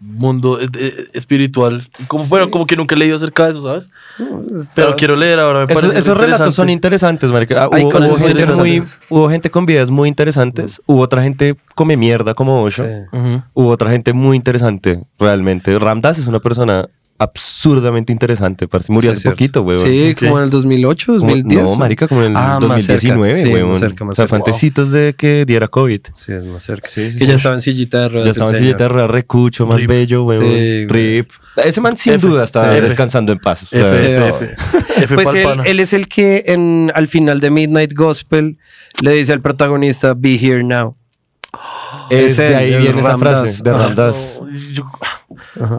mundo eh, eh, espiritual. Como, Bueno, como que nunca he leído acerca de eso, ¿sabes? pues, Pero quiero leer ahora. Me Esos, parece esos relatos son interesante. interesantes, marica. Ah, Hay hubo, cosas hubo muy gente muy, interesantes. hubo gente con vidas muy interesantes, hubo otra gente come mierda como Osho, Sí. Ujú. hubo otra gente muy interesante, realmente. Ramdas es una persona absurdamente interesante, parece. Murió Sí, hace cierto. poquito, weón. Sí, Ok. como en el 2008, Como- 2010. No, marica, como en el Ah, más cerca. 2019, Sí, más weón. cerca, más o sea, fue cerca. antecitos de que diera COVID. Sí, es más cerca. Sí, sí, que sí. ya estaba en sillita de ruedas. Ya estaba en el silleta de señor. ruedas, recucho, más Rip. bello, weón. Sí, Rip. Ese man sin F. duda está Sí. F. descansando en paz. O sea, F, Sí, F, F. F Pues pa'l él, pana. él es el que en, al final de Midnight Gospel le dice al protagonista, be here now. es Ese de ahí es viene esa Ramdas. frase, de Ajá. Ramdas. No, yo-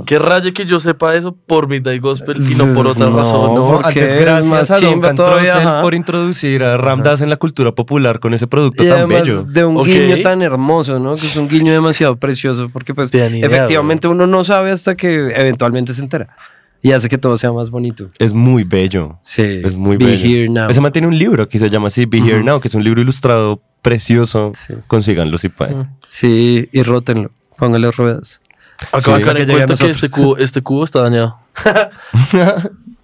Qué raya que yo sepa eso por Midnight Gospel y no por otra No, razón. No, porque antes es gracias más a Don chimba Cantrocel todavía, ajá. por introducir a Ramdas en la cultura popular con ese producto Y tan además bello. de un Ok. guiño tan hermoso, ¿no? Que es un guiño demasiado precioso, porque pues Te dan idea, efectivamente uno no sabe hasta que eventualmente se entera y hace que todo sea más bonito. Es muy bello. Sí, Es Pues muy Eh, be bello. here now. Ese man tiene un libro que se llama así, Be Here Now, que es un libro ilustrado precioso. Consíganlo si pueden. Sí, y rótenlo, pónganle ruedas. Acabo de Hasta estar que en llegue a cuenta que nosotros. este cubo, este cubo está <laughs> dañado.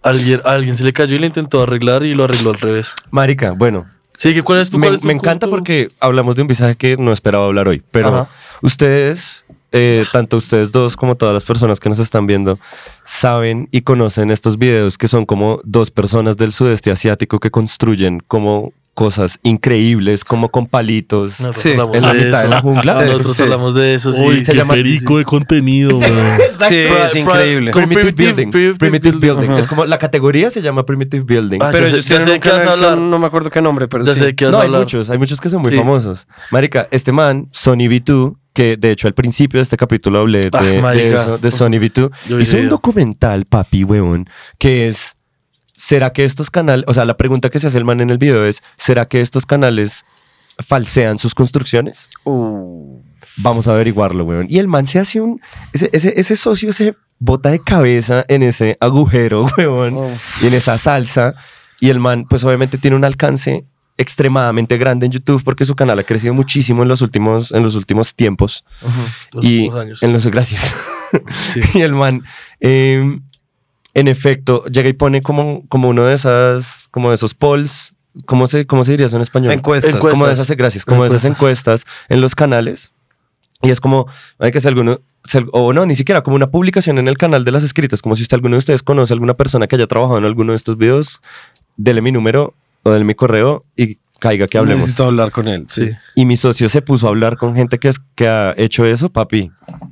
alguien, a alguien se le cayó y le intentó arreglar y lo arregló al revés. Marica, bueno, Sí, ¿cuál es tu me, cuál es tu me cu- encanta tu- porque hablamos de un visaje que no esperaba hablar hoy, pero Ajá. ustedes, eh, tanto ustedes dos como todas las personas que nos están viendo, saben y conocen estos videos que son como dos personas del sudeste asiático que construyen como cosas increíbles, como con palitos. Nosotros Sí, hablamos en la de mitad de eso. la jungla. Ah, Nosotros Sí. hablamos de eso, sí. Uy, sí, qué sí, perico de contenido, weón. Sí, es increíble. Como Primitive, primitive- building. primitive Primitive, building. building. Es como la categoría se llama primitive building. Ah, Pero ya sé- yo ya tienen sé un de qué vas a canal que hablar. no me acuerdo qué nombre, pero Ya sí. sé de qué vas no, a hay hablar. muchos, hay muchos que son muy Sí. famosos. Marica, este man, Sony V2, que de hecho al principio de este capítulo hablé de, Ah, de marica. eso, de Sony V2, Yo vi ese hizo un video. documental, papi, weón, que es, ¿será que estos canales, o sea, la pregunta que se hace el man en el video es, ¿será que estos canales falsean sus construcciones? Uh. Vamos a averiguarlo, weón. Y el man se hace un. Ese, ese, ese socio se bota de cabeza en ese agujero, <laughs> weón. Y en esa salsa. Y el man, pues obviamente tiene un alcance extremadamente grande en YouTube porque su canal ha crecido muchísimo en los últimos, en los últimos tiempos. Los y últimos años. en los gracias. Sí. <laughs> y el man, eh, en efecto, llega y pone como, como uno de esas, como de esos polls. ¿Cómo se, cómo se diría eso en español? Encuestas. Como de esas, gracias, como de esas encuestas en los canales. Y es como, hay que hacer alguno, si- o no, ni siquiera como una publicación en el canal de las escritas, como si usted, alguno de ustedes conoce a alguna persona que haya trabajado en alguno de estos videos, dele mi número o dele mi correo y caiga que hablemos. Necesito hablar con él. Sí. Y mi socio se puso a hablar con gente que, es- que ha hecho eso, papi.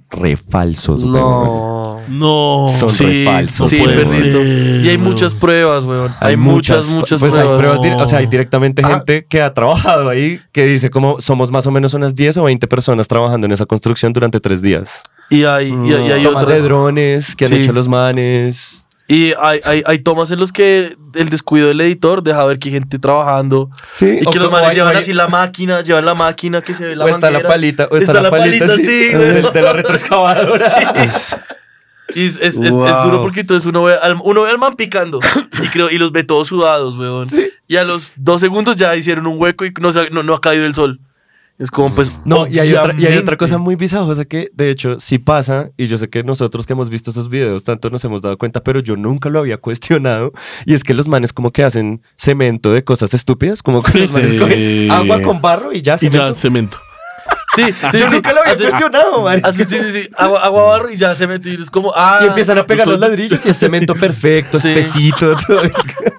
Re falsos. weón. No. No. Son Sí, re falsos. sí, No puede perrito. ser, Y hay weón. muchas pruebas, weón. Hay, muchas, muchas pues pruebas. Hay pruebas dir- No. O sea, hay directamente Ah. gente que ha trabajado ahí que dice como somos más o menos unas 10 o 20 personas trabajando en esa construcción durante tres días. Y hay, y hay, y hay Tomas de otras. drones que han Sí. hecho los manes. Y hay, hay, hay tomas en los que el descuido del editor deja ver que hay gente trabajando. Sí. Y que los manes llevan así la máquina, llevan la máquina que se ve la o está la bandera. palita, o está, la palita, sí, güey. de, de la retroexcavadora. Y es, es- es- Wow. es duro porque entonces uno ve al, uno ve al man picando y, creo, y los ve todos sudados, weón. Y a los dos segundos ya hicieron un hueco y no, se ha- no, no ha caído el sol. Es como, pues. No, y hay, otra, y hay otra obviamente. cosa muy bisajosa que, de hecho, sí pasa, y yo sé que nosotros que hemos visto esos videos tanto nos hemos dado cuenta, pero yo nunca lo había <laughs> cuestionado, y es que los manes como que hacen cemento de cosas estúpidas, como que los manes cogen agua con barro y ya Y cemento. ya, cemento. Sí, sí, yo sí. nunca lo había Hacen- cuestionado, man. Así, sí, sí, sí. Agua, agua barro y ya se mete. Y es como, ah. Y empiezan a pegar los nosotros- ladrillos y es cemento perfecto, Sí. espesito, <laughs> todo.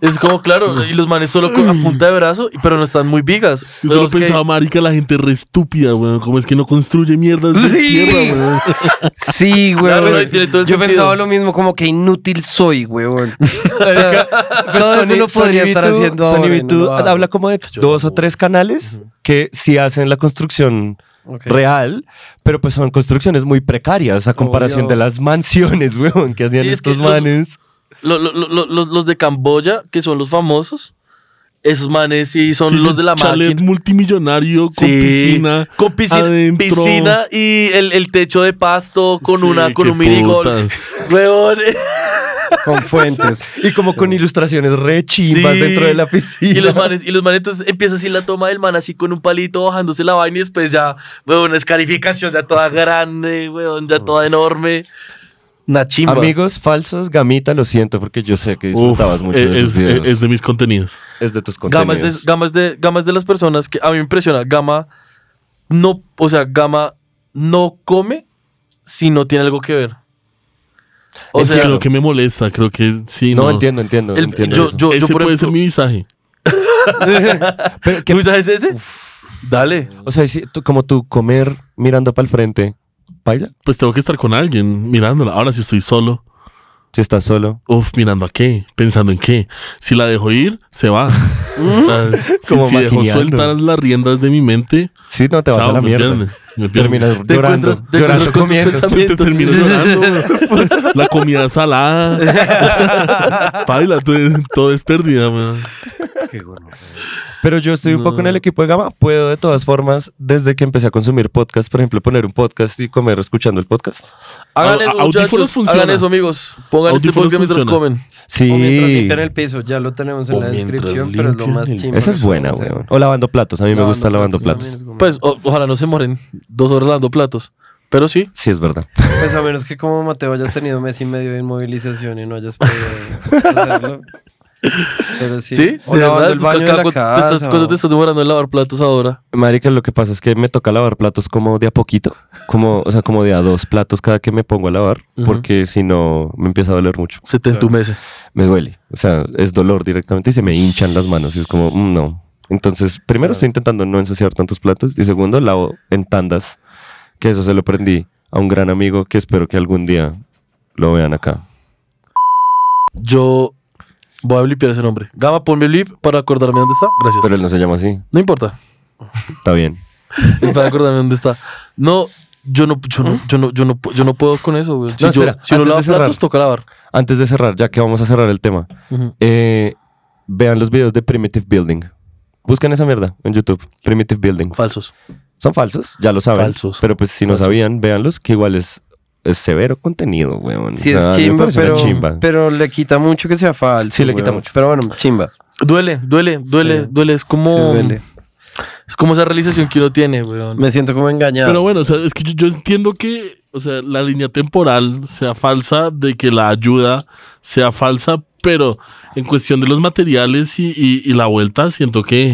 Es como, claro. Y los manes solo con, a punta de brazo, y- pero no están muy vigas. Mm. Yo Pero solo los que- pensaba, marica, la gente re estúpida, weón. ¿Cómo es que no construye mierdas de Sí. tierra, weón? <laughs> Sí, Claro, güey. no, y tiene todo el Yo sentido. pensaba lo mismo, como que inútil soy, güey. O sea, todo eso pues Sony- lo podría Sony estar Vitu- haciendo Sony ahora. y no Vitu lo hago. habla como de dos o tres canales que sí hacen la construcción Ok. real, pero pues son construcciones muy precarias a comparación Obvio. de las mansiones, <laughs> weón, que hacían Sí, es que estos los- manes. lo- lo- lo- los, los de Camboya, que son los famosos, esos manes sí son Sí, los de la chalet máquina. multimillonario Sí, con piscina. Con piscina, adentro. piscina y el, el techo de pasto con Sí, una con qué un minigol. putas. Weón. eh. <laughs> Con fuentes. Y como con ilustraciones re chimbas Sí. dentro de la piscina. Y los manes, y los manes entonces empieza así la toma del man así con un palito bajándose la vaina y después ya, weón, es calificación ya toda grande, weón, ya toda enorme. Una chimba. Amigos falsos, Gamita, lo siento, porque yo sé que disfrutabas Uf, mucho eh, de esos es, videos. eh, es de mis contenidos. Es de tus gamas contenidos. de, gamas, de, gamas de las personas que a mí me impresiona. Gama no, o sea, Gama no come si no tiene algo que ver. O sea, creo que me molesta, creo que sí. no, No, entiendo, entiendo. el- entiendo yo, eso. yo, yo, Ese por puede ser ejemplo- mi visaje. Pero que- ¿Tú sabes ese? Dale. o sea, si tú- como tú comer mirando para el frente, ¿baila? Pues tengo que estar con alguien mirándola. Ahora si estoy solo, Si estás solo. uf, mirando a qué, pensando en qué. Si la dejo ir, se <laughs> va. O sea, si- Como si, dejo maquineando. sueltas las riendas de mi mente, Sí, no te vas chao, a la me mierda. pierdes, me pierdes. Terminas Te llorando, encuentras, te llorando encuentras con tus comiendo. Te- te pensamientos. terminas llorando. la <laughs> comida salada. <laughs> Paila, todo, es- todo es pérdida, man. Pero yo estoy un poco en el equipo de gama. Puedo, de todas formas, desde que empecé a consumir podcast, por ejemplo, poner un podcast y comer escuchando el podcast. Hagan Au- eso, audífonos muchachos. funciona. Hagan eso, amigos. Pongan este Audífonos podcast mientras funciona. comen. Sí. O mientras limpian el piso, ya lo tenemos en O la mientras descripción, pero es lo limpian más el- chimba. Esa es buena, güey. weón. O lavando platos. A mí me gusta lavando platos. Pues o- ojalá no se moren dos horas dando platos. Pero sí. Sí, es verdad. Pues a menos que como Mateo hayas tenido mes y medio de inmovilización y no hayas podido hacerlo. Pero sí. Sí, O lavando el ¿Es baño de caca? la ¿Cu- te estás- casa. ¿Cuánto o- Ah, te estás demorando en lavar platos ahora? Marica, lo que pasa es que me toca lavar platos como de a poquito. Como, o sea, como de a dos platos cada que me pongo a lavar. Ujú. Porque si no, me empieza a doler mucho. Se te entumece. Me duele. O sea, es dolor directamente y se me hinchan las manos. Y es como, mm, no. Entonces, primero estoy intentando no ensuciar tantos platos. Y segundo, lavo en tandas. Que eso se lo aprendí a un gran amigo que espero que algún día lo vean acá. Yo voy a blipear ese nombre. Gama, ponme blip para acordarme dónde está. Gracias. Pero él no se llama así. no importa. Está bien. Es para acordarme dónde está. No, yo no, yo no, yo no, yo no, pu- yo no puedo con eso, güey. Si, No, yo, espera, si uno antes lava de cerrar. platos, toca lavar. Antes de cerrar, ya que vamos a cerrar el tema, Ujú. eh, vean los videos de Primitive Building. Busquen esa mierda en YouTube. Primitive Building. Falsos. Son falsos, ya lo saben. Falsos. Pero pues si no Falsos. sabían, véanlos, que igual es, es severo contenido, weón. Sí, O sea, a es mí me chimba, parece una pero, chimba. pero le quita mucho que sea falso. Sí, le quita weón. mucho. Pero bueno, chimba. Duele, duele, duele, duele. Es como. Sí, duele. Es como esa realización que uno tiene, weón. Me siento como engañado. Pero bueno, o sea, es que yo, yo entiendo que, o sea, la línea temporal sea falsa, de que la ayuda sea falsa, pero en cuestión de los materiales y, y- y la vuelta, siento que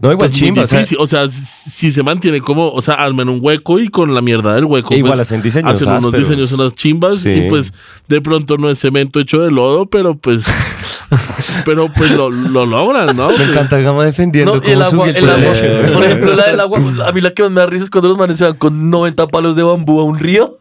No, igual pues, muy chimba. o sea, difícil. O sea, si, si se mantiene como, o sea, armen un hueco y con la mierda del hueco. E Igual pues, hacen diseños Hacen unos ásperos. diseños, unas chimbas Sí. y pues de pronto no es cemento hecho de lodo, <laughs> pero pues. pero pues lo, lo logran, ¿no? me encanta Gama defendiendo No, y como el agua, su el agua. superhéroe. <laughs> Por ejemplo, la del agua. <laughs> A mí la que más me da risa es cuando los manes se van con 90 palos de bambú a un río.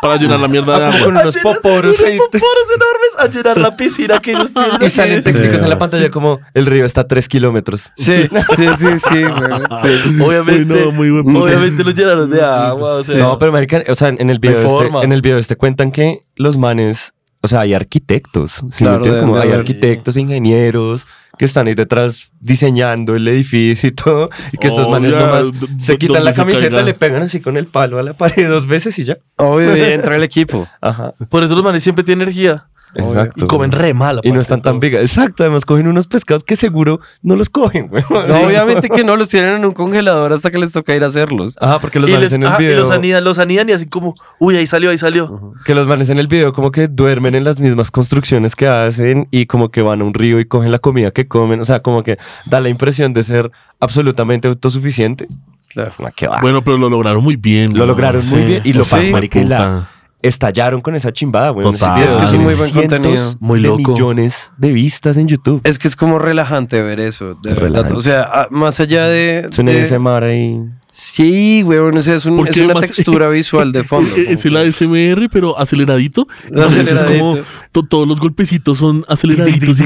Para llenar la mierda de agua. Ah, Con unos a llenar- poporos unos ahí. poporos enormes a llenar <laughs> la piscina que ellos tienen. Y salen texticos en la pantalla como el río está a 3 kilómetros. Sí, sí, <laughs> sí, sí, weón. Sí. <laughs> Obviamente, Uy, no, muy buen punto. obviamente los llenaron de agua. O sea, No, pero marica, o sea, en el video, No hay este, forma. en el video este cuentan que los manes, o sea, hay arquitectos, ¿sí me Claro, entiendes? deben Como de hay haber. arquitectos, ingenieros que están ahí detrás diseñando el edificio y todo, y que estos Oh, manes ya, nomás d- se d- quitan la donde se camiseta, caiga. le pegan así con el palo a la pared dos veces y ya. <laughs> Obvio, y entra el equipo. Ajá. Por eso los manes siempre tienen energía. Exacto. Y comen re mal. Y no aparte están de todo. tan vigas. Exacto, además cogen unos pescados que seguro no los cogen, <laughs> güey. No, Obviamente que <laughs> no los tienen en un congelador hasta que les toca ir a hacerlos. Ajá, porque los Y, manes les, en el ajá, y video. los anidan, los anidan y así como, uy, ahí salió, ahí salió. Que los manes en el video como que duermen en las mismas construcciones que hacen y como que van a un río y cogen la comida que comen. O sea, como que da la impresión de ser absolutamente autosuficiente. Claro. Bueno, pero lo lograron muy bien. Lo lograron muy bien y lo Sí. marica, y la Puta. estallaron con esa chimbada, güey. Total. Esos videos Es que es tienen muy buen cientos contenido. Muy de loco. millones de vistas en YouTube. Es que es como relajante ver eso, de Es verdad. relajante. O sea, ah, más allá de... Es una de- ASMR ahí. Sí, weón, o sea, es, un- Porque es una además- <laughs> <laughs> textura visual de fondo. Eh, Es el ASMR, pero aceleradito. Entonces es como Aceleradito. to- todos los golpecitos son aceleraditos.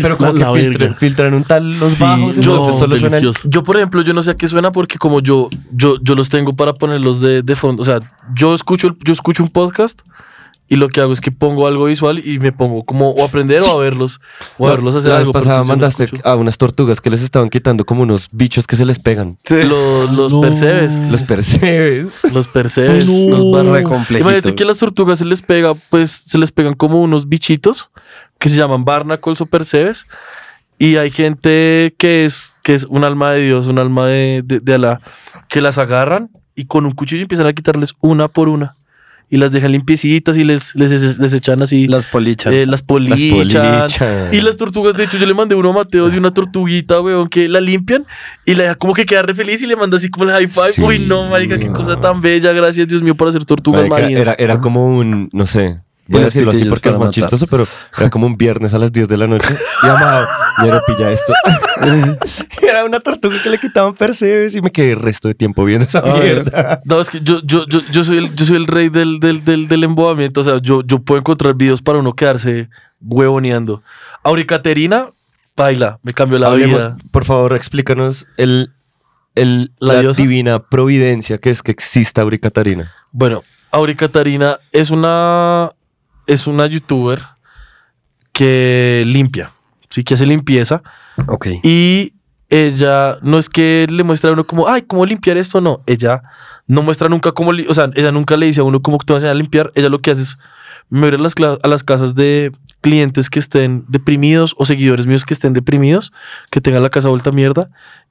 Pero como la, la que filtran, verga. filtran un tal los Sí, bajos, Este yo- entonces solo suena el- delicioso. Yo, por ejemplo, yo no sé a qué suena porque como yo, yo, yo los tengo para ponerlos de, de fondo. O sea, yo escucho, el- yo escucho un podcast y lo que hago es que pongo algo visual y me pongo como o a aprender o a verlos. O a verlos hacer la algo. vez porque pasada yo no mandaste escucho. a unas tortugas que les estaban quitando como unos bichos que se les pegan. Sí. Los, los No. percebes. Los <laughs> percebes. Los percebes. No. Los barra- Re complejito. Imagínate que a las tortugas se les pega, pues se les pegan como unos bichitos que se llaman barnacles o percebes. Y hay gente que es, que es un alma de Dios, un alma de, de, de Alá, que las agarran y con un cuchillo empiezan a quitarles una por una. Y las dejan limpiecitas y les, les, les echan así Las polichas. eh, las polichan. Y las tortugas, de hecho, yo le mandé uno a Mateo de una tortuguita, weón, que la limpian y la deja como que queda re feliz y le manda así como el high five. Sí. Uy, no, marica, qué cosa tan bella. Gracias, Dios mío, por hacer tortugas Marica, marinas. era, era como un, no sé, Y voy a los decirlo así pitillos porque es para más matar. chistoso, pero era como un viernes a las 10 de la noche. Y amado, ñero, pilla esto. Y <laughs> era una tortuga que le quitaban percebes y me quedé el resto de tiempo viendo esa mierda. No, es que yo, yo, yo, yo, soy el, yo soy el rey del, del, del, del embobamiento. O sea, yo, yo puedo encontrar videos para uno quedarse huevoneando. Auricaterina, baila, me cambió la Hablemos- vida. Por favor, explícanos el, el- ¿La la, diosa? divina providencia que es que exista Auricatarina. Bueno, Auri Catarina es una es una youtuber que limpia, sí que hace limpieza ok. y ella no es que le muestra a uno como, ay, cómo limpiar esto, no, ella no muestra nunca cómo, li- o sea, ella nunca le dice a uno cómo te vas a limpiar, ella lo que hace es me voy a ir a las, cla- a las casas de clientes que estén deprimidos o seguidores míos que estén deprimidos, que tengan la casa vuelta a mierda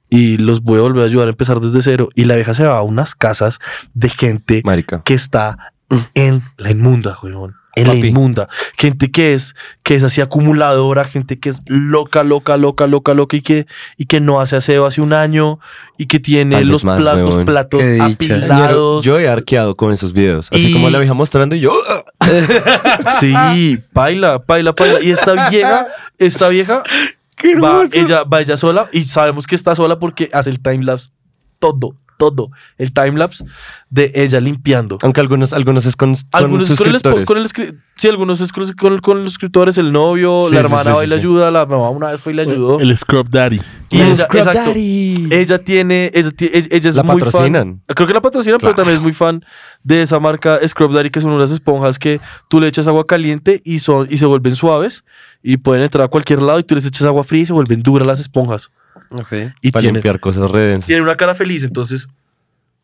y los voy a volver a ayudar a empezar desde cero y la vieja se va a unas casas de gente Marica. que está en la inmunda, weón. En la Mm. Papi. inmunda. Gente que es, que es así acumuladora, gente que es loca, loca, loca, loca, loca y que, y que no hace aseo hace un año y que tiene Tal vez los, más, pla- los weón. platos Qué dicha. apilados. Yo he arqueado con esos videos. Así Y- como la vieja mostrando y yo. ¡ah! Sí, paila, paila, paila. Y esta vieja, esta vieja, va ella, va ella sola y sabemos que está sola porque hace el time lapse todo. todo el timelapse de ella limpiando. Aunque algunos, algunos es con, con Algunos es con el, espo- suscriptores. con el escri- sí, algunos es con, los- con- con los escritores, el novio, Sí, la sí, hermana sí, va y sí, le sí. ayuda, la mamá una vez fue y le ayudó. El Scrub Daddy. y ella, Scrub exacto. Daddy. ella tiene, ella, ti- ella- ella es La muy patrocinan. fan. Creo que la patrocinan, pero también es muy fan de esa marca Scrub Daddy, que son unas esponjas que tú le echas agua caliente y, son, y se vuelven suaves y pueden entrar a cualquier lado y tú les echas agua fría y se vuelven duras las esponjas. Ok. Y para tienen, limpiar cosas redensas. tienen una cara feliz, entonces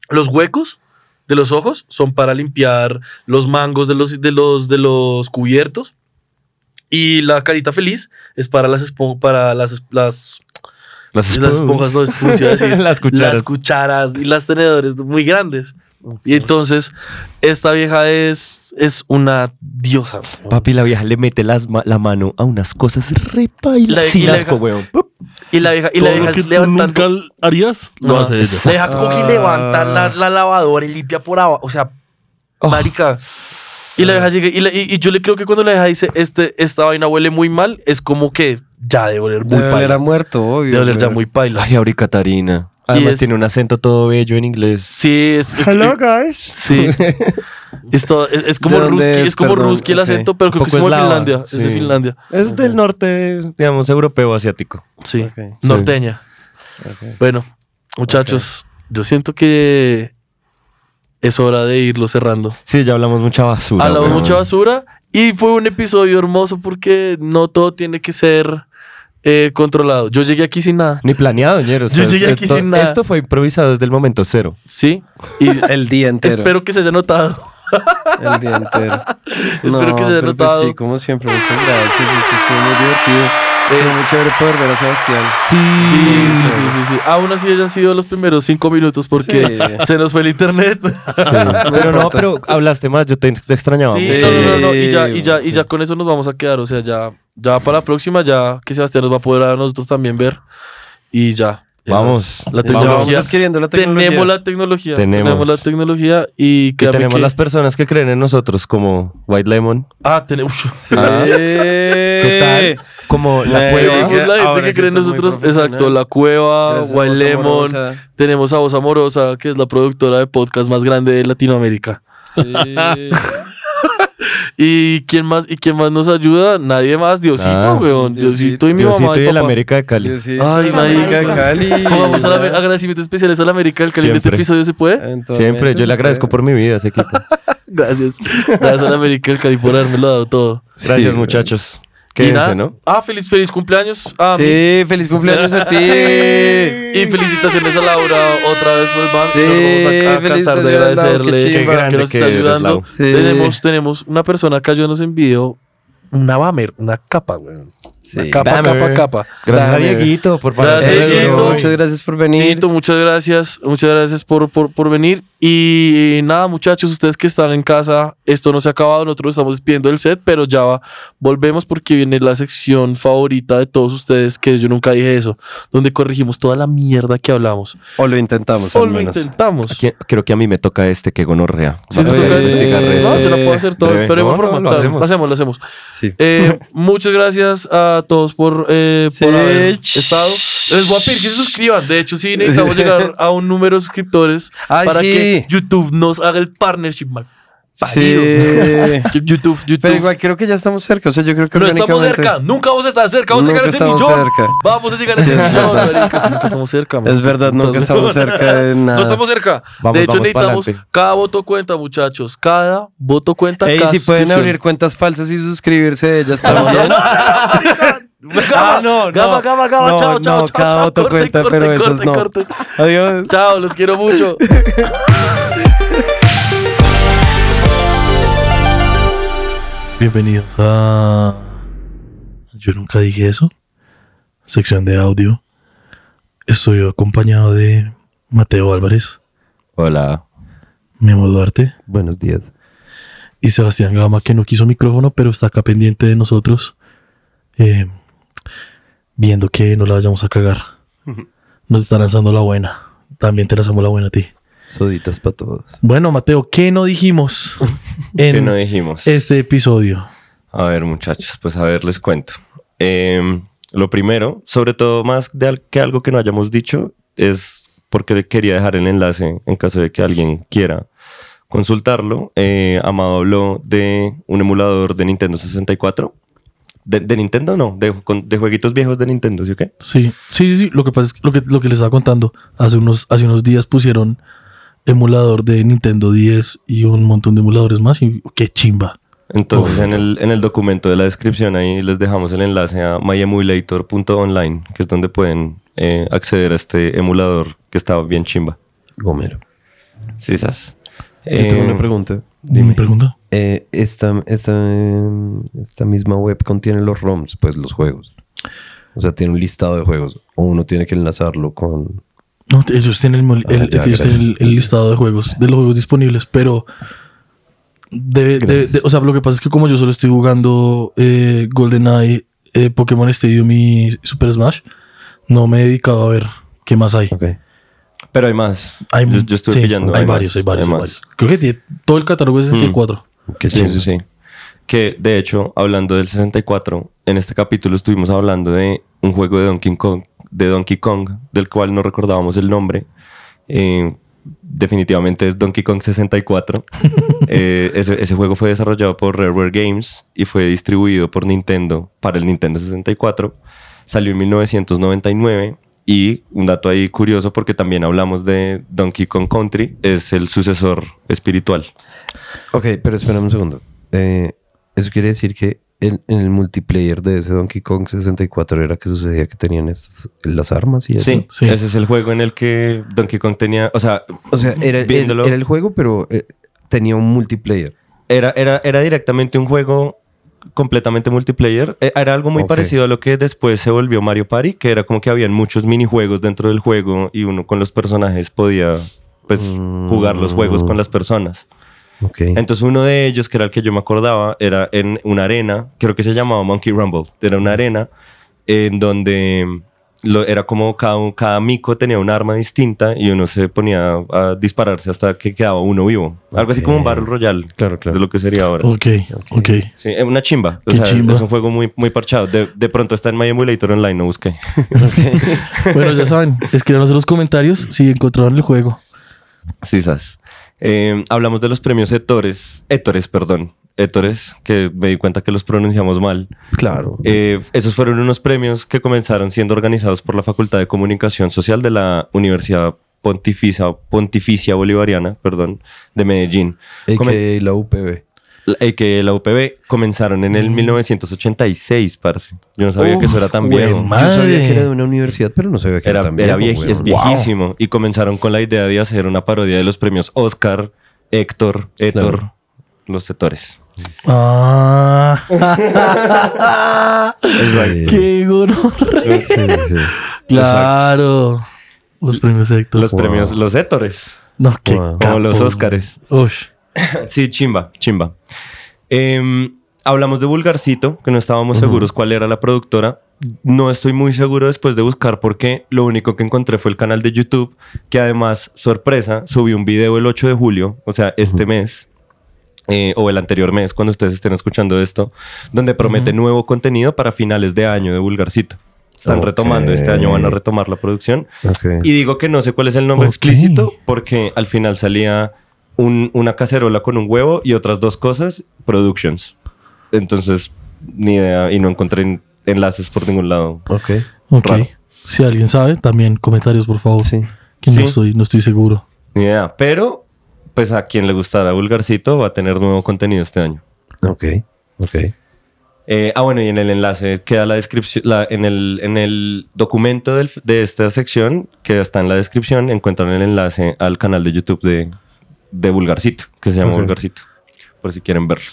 los huecos de los ojos son para limpiar los mangos de los, de los, de los cubiertos y la carita feliz es para las, espon- para las, es- las Las, las esponjas no spoons, iba a <laughs> decir. Las cucharas. Las cucharas y las tenedores muy grandes. Y entonces, esta vieja es, es una diosa. weón. Papi, la vieja le mete las ma- la mano a unas cosas re La- pailas. y Sin la asco, deja- weón. Y la vieja, y la Todo vieja lo que es tú levantando. nunca harías, lo No, hace ella. La vieja coge y levanta la, la lavadora y limpia por abajo. O sea, Oh. marica. Y la vieja llega. Y, la- y- y yo le creo que cuando la vieja dice, este, esta vaina huele muy mal, es como que ya debe oler muy Debe oler a paila. muerto, obvio. Debe oler ya weón. muy paila. Ay, Auri Catarina. Además es- tiene un acento todo bello en inglés. Sí, es. guys. Sí. Esto es, es como ¿De dónde Ruski, es, es? como Perdón, Ruski el ok. acento, pero creo que es Poco como de eslava, Finlandia. Es de sí. Finlandia. Es del norte, digamos, europeo asiático. Sí. Ok. Norteña. Bueno, muchachos, yo siento que es hora de irlo cerrando. Sí, ya hablamos mucha basura. Hablamos weón. mucha basura y fue un episodio hermoso porque no todo tiene que ser eh, controlado. Yo llegué aquí sin nada. Ni planeado, ñero. o Yo sea, llegué aquí esto- sin nada. Esto fue improvisado desde el <laughs> momento cero. Sí. Y eh, El día <laughs> entero. espero que se haya notado. El día entero. <laughs> Espero que se haya pero pues notado. sí, como siempre, muchas gracias. Esto estuvo muy divertido. Eh, Estuvo muy chévere poder ver a Sebastián. Sí, Sí, sí, sí, sí, sí. Aún así hayan sido los primeros cinco minutos porque <laughs> Sí. se nos fue el internet. Pero no, pero hablaste más, yo te, te extrañaba. <laughs> Sí, mucho. no, no, no, no, Y ya, y ya, y ya con eso nos vamos a quedar. O sea, ya, ya para la próxima, ya que Sebastián nos va a poder a nosotros también ver. Y ya. Vamos. La Vamos. Vamos tecnología. adquiriendo la tecnología. Tenemos la tecnología. Tenemos. Tenemos. la tecnología. Y, Y créame tenemos que- las personas que creen en nosotros, como White Lemon. Ah, tenemos. <laughs> gracias, gracias. Total. Como la Eh, cueva. Tenemos la gente Ahora que sí cree en estás muy nosotros. profesional. Exacto, La Cueva, Gracias a Wild Voz Lemon. Amorosa. Tenemos a Voz Amorosa, que es la productora de podcast más grande de Latinoamérica. <laughs> ¿Y quién más? ¿Y quién más nos ayuda? Nadie más, Diosito, Ah, weón. Diosito, y mi Diosito mamá y, y el papá. América de Cali. Ay, marica, Cali. Pongamos a la- agradecimientos especiales a la América del Cali en este Siempre. episodio, ¿se puede? En todo Siempre, momento yo se le agradezco puede. por mi vida a ese equipo. Gracias. Gracias a la América del Cali por haberme dado todo. Gracias, Sí, muchachos. Y nada. Quédense, ¿no? Ah, feliz, feliz cumpleaños a mí. Sí, feliz cumpleaños a ti. <laughs> Y felicitaciones a Laura otra vez por el ban. Sí, no nos vamos a cansar de felicitaciones, Lau, agradecerle qué que, chimba. Qué nos grande está que eres, ayudando. Lau. Sí. Tenemos, tenemos una persona que yo nos envió una bamer, una capa, weón. Sí. Capa, Dame. capa, capa. Gracias a Dame. Dieguito por Gracias, pasar el Dieguito. rol. Muchas gracias por venir. Nito, muchas gracias, muchas gracias por, por, por venir. Y eh, nada, muchachos, ustedes que están en casa, esto no se ha acabado, nosotros estamos despidiendo el set, pero ya va- volvemos porque viene la sección favorita de todos ustedes, que yo nunca dije eso, donde corregimos toda la mierda que hablamos. O lo intentamos, O al lo menos. intentamos. Aquí- Creo que a mí me toca este que gonorrea. Sí, te Vale, toca vale, este. investigar resto. No, yo la puedo hacer todo, Breve. pero No, hemos no, lo formatado. hacemos. Lo hacemos, lo hacemos. Sí. Eh, muchas gracias a todos por, eh, por Sí. haber estado. Les voy a pedir que se suscriban. De hecho, <laughs> sí, necesitamos llegar a un número de suscriptores Ay, para sí. que YouTube nos haga el partnership, mal. Sí. YouTube, YouTube. <laughs> Pero igual creo que ya estamos cerca. O sea, yo creo que no estamos orgánicamente- cerca. Nunca vamos a estar cerca. Vamos Nunca a llegar a ese estamos millón. cerca. Vamos a llegar a Sí, ese es millón. verdad. maricas, Nunca estamos cerca, man. Es verdad, nunca Entonces- estamos cerca de nada. <laughs> No estamos cerca. Vamos, de hecho, vamos necesitamos pa'lante. cada voto cuenta, muchachos. Cada voto cuenta. Ey, cada si pueden suscripción. abrir cuentas falsas y suscribirse, ya está <laughs> bien. Gama, gama, gama, gama, Ah, no, chao, chao, no, chao, cada chao, otro corte, cuenta, corte, pero esos corte, no. corte. Adiós. Chao, los quiero mucho. Bienvenidos a Yo nunca dije eso. Sección de audio. Estoy acompañado de Mateo Álvarez, Hola. Memo Duarte Buenos días. y Sebastián Gama, que no quiso micrófono, pero está acá pendiente de nosotros, eh, viendo que no la vayamos a cagar. Nos está lanzando la buena. También te lanzamos la buena a ti. Soditas para todos. Bueno, Mateo, ¿qué no <laughs> dijimos en ¿Qué no dijimos? este episodio? A ver, muchachos, pues a ver, les cuento. Em, Eh, lo primero, sobre todo más de al- que algo que no hayamos dicho, es porque le quería dejar el enlace en caso de que alguien quiera consultarlo. Eh, Amado habló de un emulador de Nintendo 64. ¿De, de Nintendo no? De, con- de jueguitos viejos de Nintendo, ¿sí o qué? Sí, sí, sí, sí. Lo que pasa es que lo que, lo que les estaba contando, hace unos, hace unos días pusieron emulador de Nintendo 10 y un montón de emuladores más y qué chimba. Entonces, en el, en el documento de la descripción ahí les dejamos el enlace a myemulator.online, que es donde pueden eh, acceder a este emulador que está bien chimba. Gomero. Sí, sas. Yo tengo Eh, una pregunta. ¿Me pregunta? Eh, esta, esta, eh, esta misma web contiene los ROMs, pues los juegos. O sea, tiene un listado de juegos. O uno tiene que enlazarlo con... No, t- ellos tienen, el, mol- Ah, el- ellos ya, tienen el- gracias. el listado de juegos, de los juegos disponibles, pero de, de- Gracias. de- o sea, lo que pasa es que como yo solo estoy jugando eh, GoldenEye, eh, Pokémon Stadium y Super Smash, no me he dedicado a ver qué más hay. Ok. Pero hay más. Hay, yo, yo estuve sí, pillando. Hay, más, varios, hay varios, hay más. varios. Creo que tiene todo el catálogo Hmm. es 64. Qué Sí, chévere. sí, sí. Que de hecho, hablando del 64, en este capítulo estuvimos hablando de un juego de Donkey Kong, de Donkey Kong del cual no recordábamos el nombre. Eh, definitivamente es Donkey Kong 64. Eh, ese, ese juego fue desarrollado por Rareware Games y fue distribuido por Nintendo para el Nintendo 64. Salió en 1999. Y un dato ahí curioso, porque también hablamos de Donkey Kong Country, es el sucesor espiritual. Ok, pero espérame un segundo. Eh, eso quiere decir que el- en el multiplayer de ese Donkey Kong 64 era que sucedía que tenían estas- las armas y eso. Sí, Sí. ese es el juego en el que Donkey Kong tenía, o sea, O sea, era, el- Viéndolo. era el juego, pero eh, tenía un multiplayer. era, era, era directamente un juego completamente multiplayer. Eh, Era algo muy Ok. parecido a lo que después se volvió Mario Party, que era como que habían muchos minijuegos dentro del juego y uno con los personajes podía pues jugar los juegos con las personas. Ok. Entonces uno de ellos, que era el que yo me acordaba, era en una arena, creo que se llamaba Monkey Rumble, era una arena en donde lo- era como cada, un- cada mico tenía un arma distinta y uno se ponía a dispararse hasta que quedaba uno vivo. Algo así como un Battle Royale, Claro, claro. de lo que sería ahora. Ok, ok. Sí, es una chimba. O Qué sea, chimba. Es un juego muy, muy parchado. De, de pronto está en My Emulator Online, no busqué. Bueno, ya <laughs> saben, escríbanos en los comentarios si encontraron el juego. Sí, sas. Eh, hablamos de los premios Héctores, Héctores, perdón. Héctores, que me di cuenta que los pronunciamos mal. Claro. Eh, esos fueron unos premios que comenzaron siendo organizados por la Facultad de Comunicación Social de la Universidad Pontificia, Pontificia Bolivariana, perdón, de Medellín. Comen- AKA la UPB. la- eh, que la UPB comenzaron en el 1986, parce. Yo no sabía que eso era tan Uf, güey, viejo. ma- Yo sabía Madre. que era de una universidad, pero no sabía que era, pues, Era, tan era viejo, vieji- es weón. viejísimo. Y comenzaron con la idea de hacer una parodia de los premios Oscar, Héctor, Héctor, Claro. los Héctores. <laughs> Ah. Sí. <laughs> ¡Qué gonorrea! Sí, sí, sí. Claro. Los premios Héctor. Los premios, los Héctores. No, qué Wow. Como los capos. Óscares. Ush. <laughs> Sí, chimba, chimba. Em, hablamos de Vulgarcito, que no estábamos seguros cuál era la productora. No estoy muy seguro después de buscar porque lo único que encontré fue el canal de YouTube, que además, sorpresa, subí un video el 8 de julio, o sea, este mes, eh, o el anterior mes, cuando ustedes estén escuchando esto, donde promete nuevo contenido para finales de año de Vulgarcito. Están Ok. retomando, este año van a retomar la producción. Ok. Y digo que no sé cuál es el nombre Ok. explícito porque al final salía un- una cacerola con un huevo y otras dos cosas, Productions. Entonces, ni idea y no encontré en- enlaces por ningún lado. Ok. Ok. Raro. Si alguien sabe, también comentarios, por favor. Sí. Que Sí. no estoy, no estoy seguro. Ni idea. Pero, pues a quien le gustara Vulgarcito va a tener nuevo contenido este año. Ok. Ok. Eh, ah, bueno, y en el enlace queda la descripción, la- en, el, en el documento del- de esta sección que está en la descripción, encuentran el enlace al canal de YouTube de, de Vulgarcito, que se llama Vulgarcito, por si quieren verlo.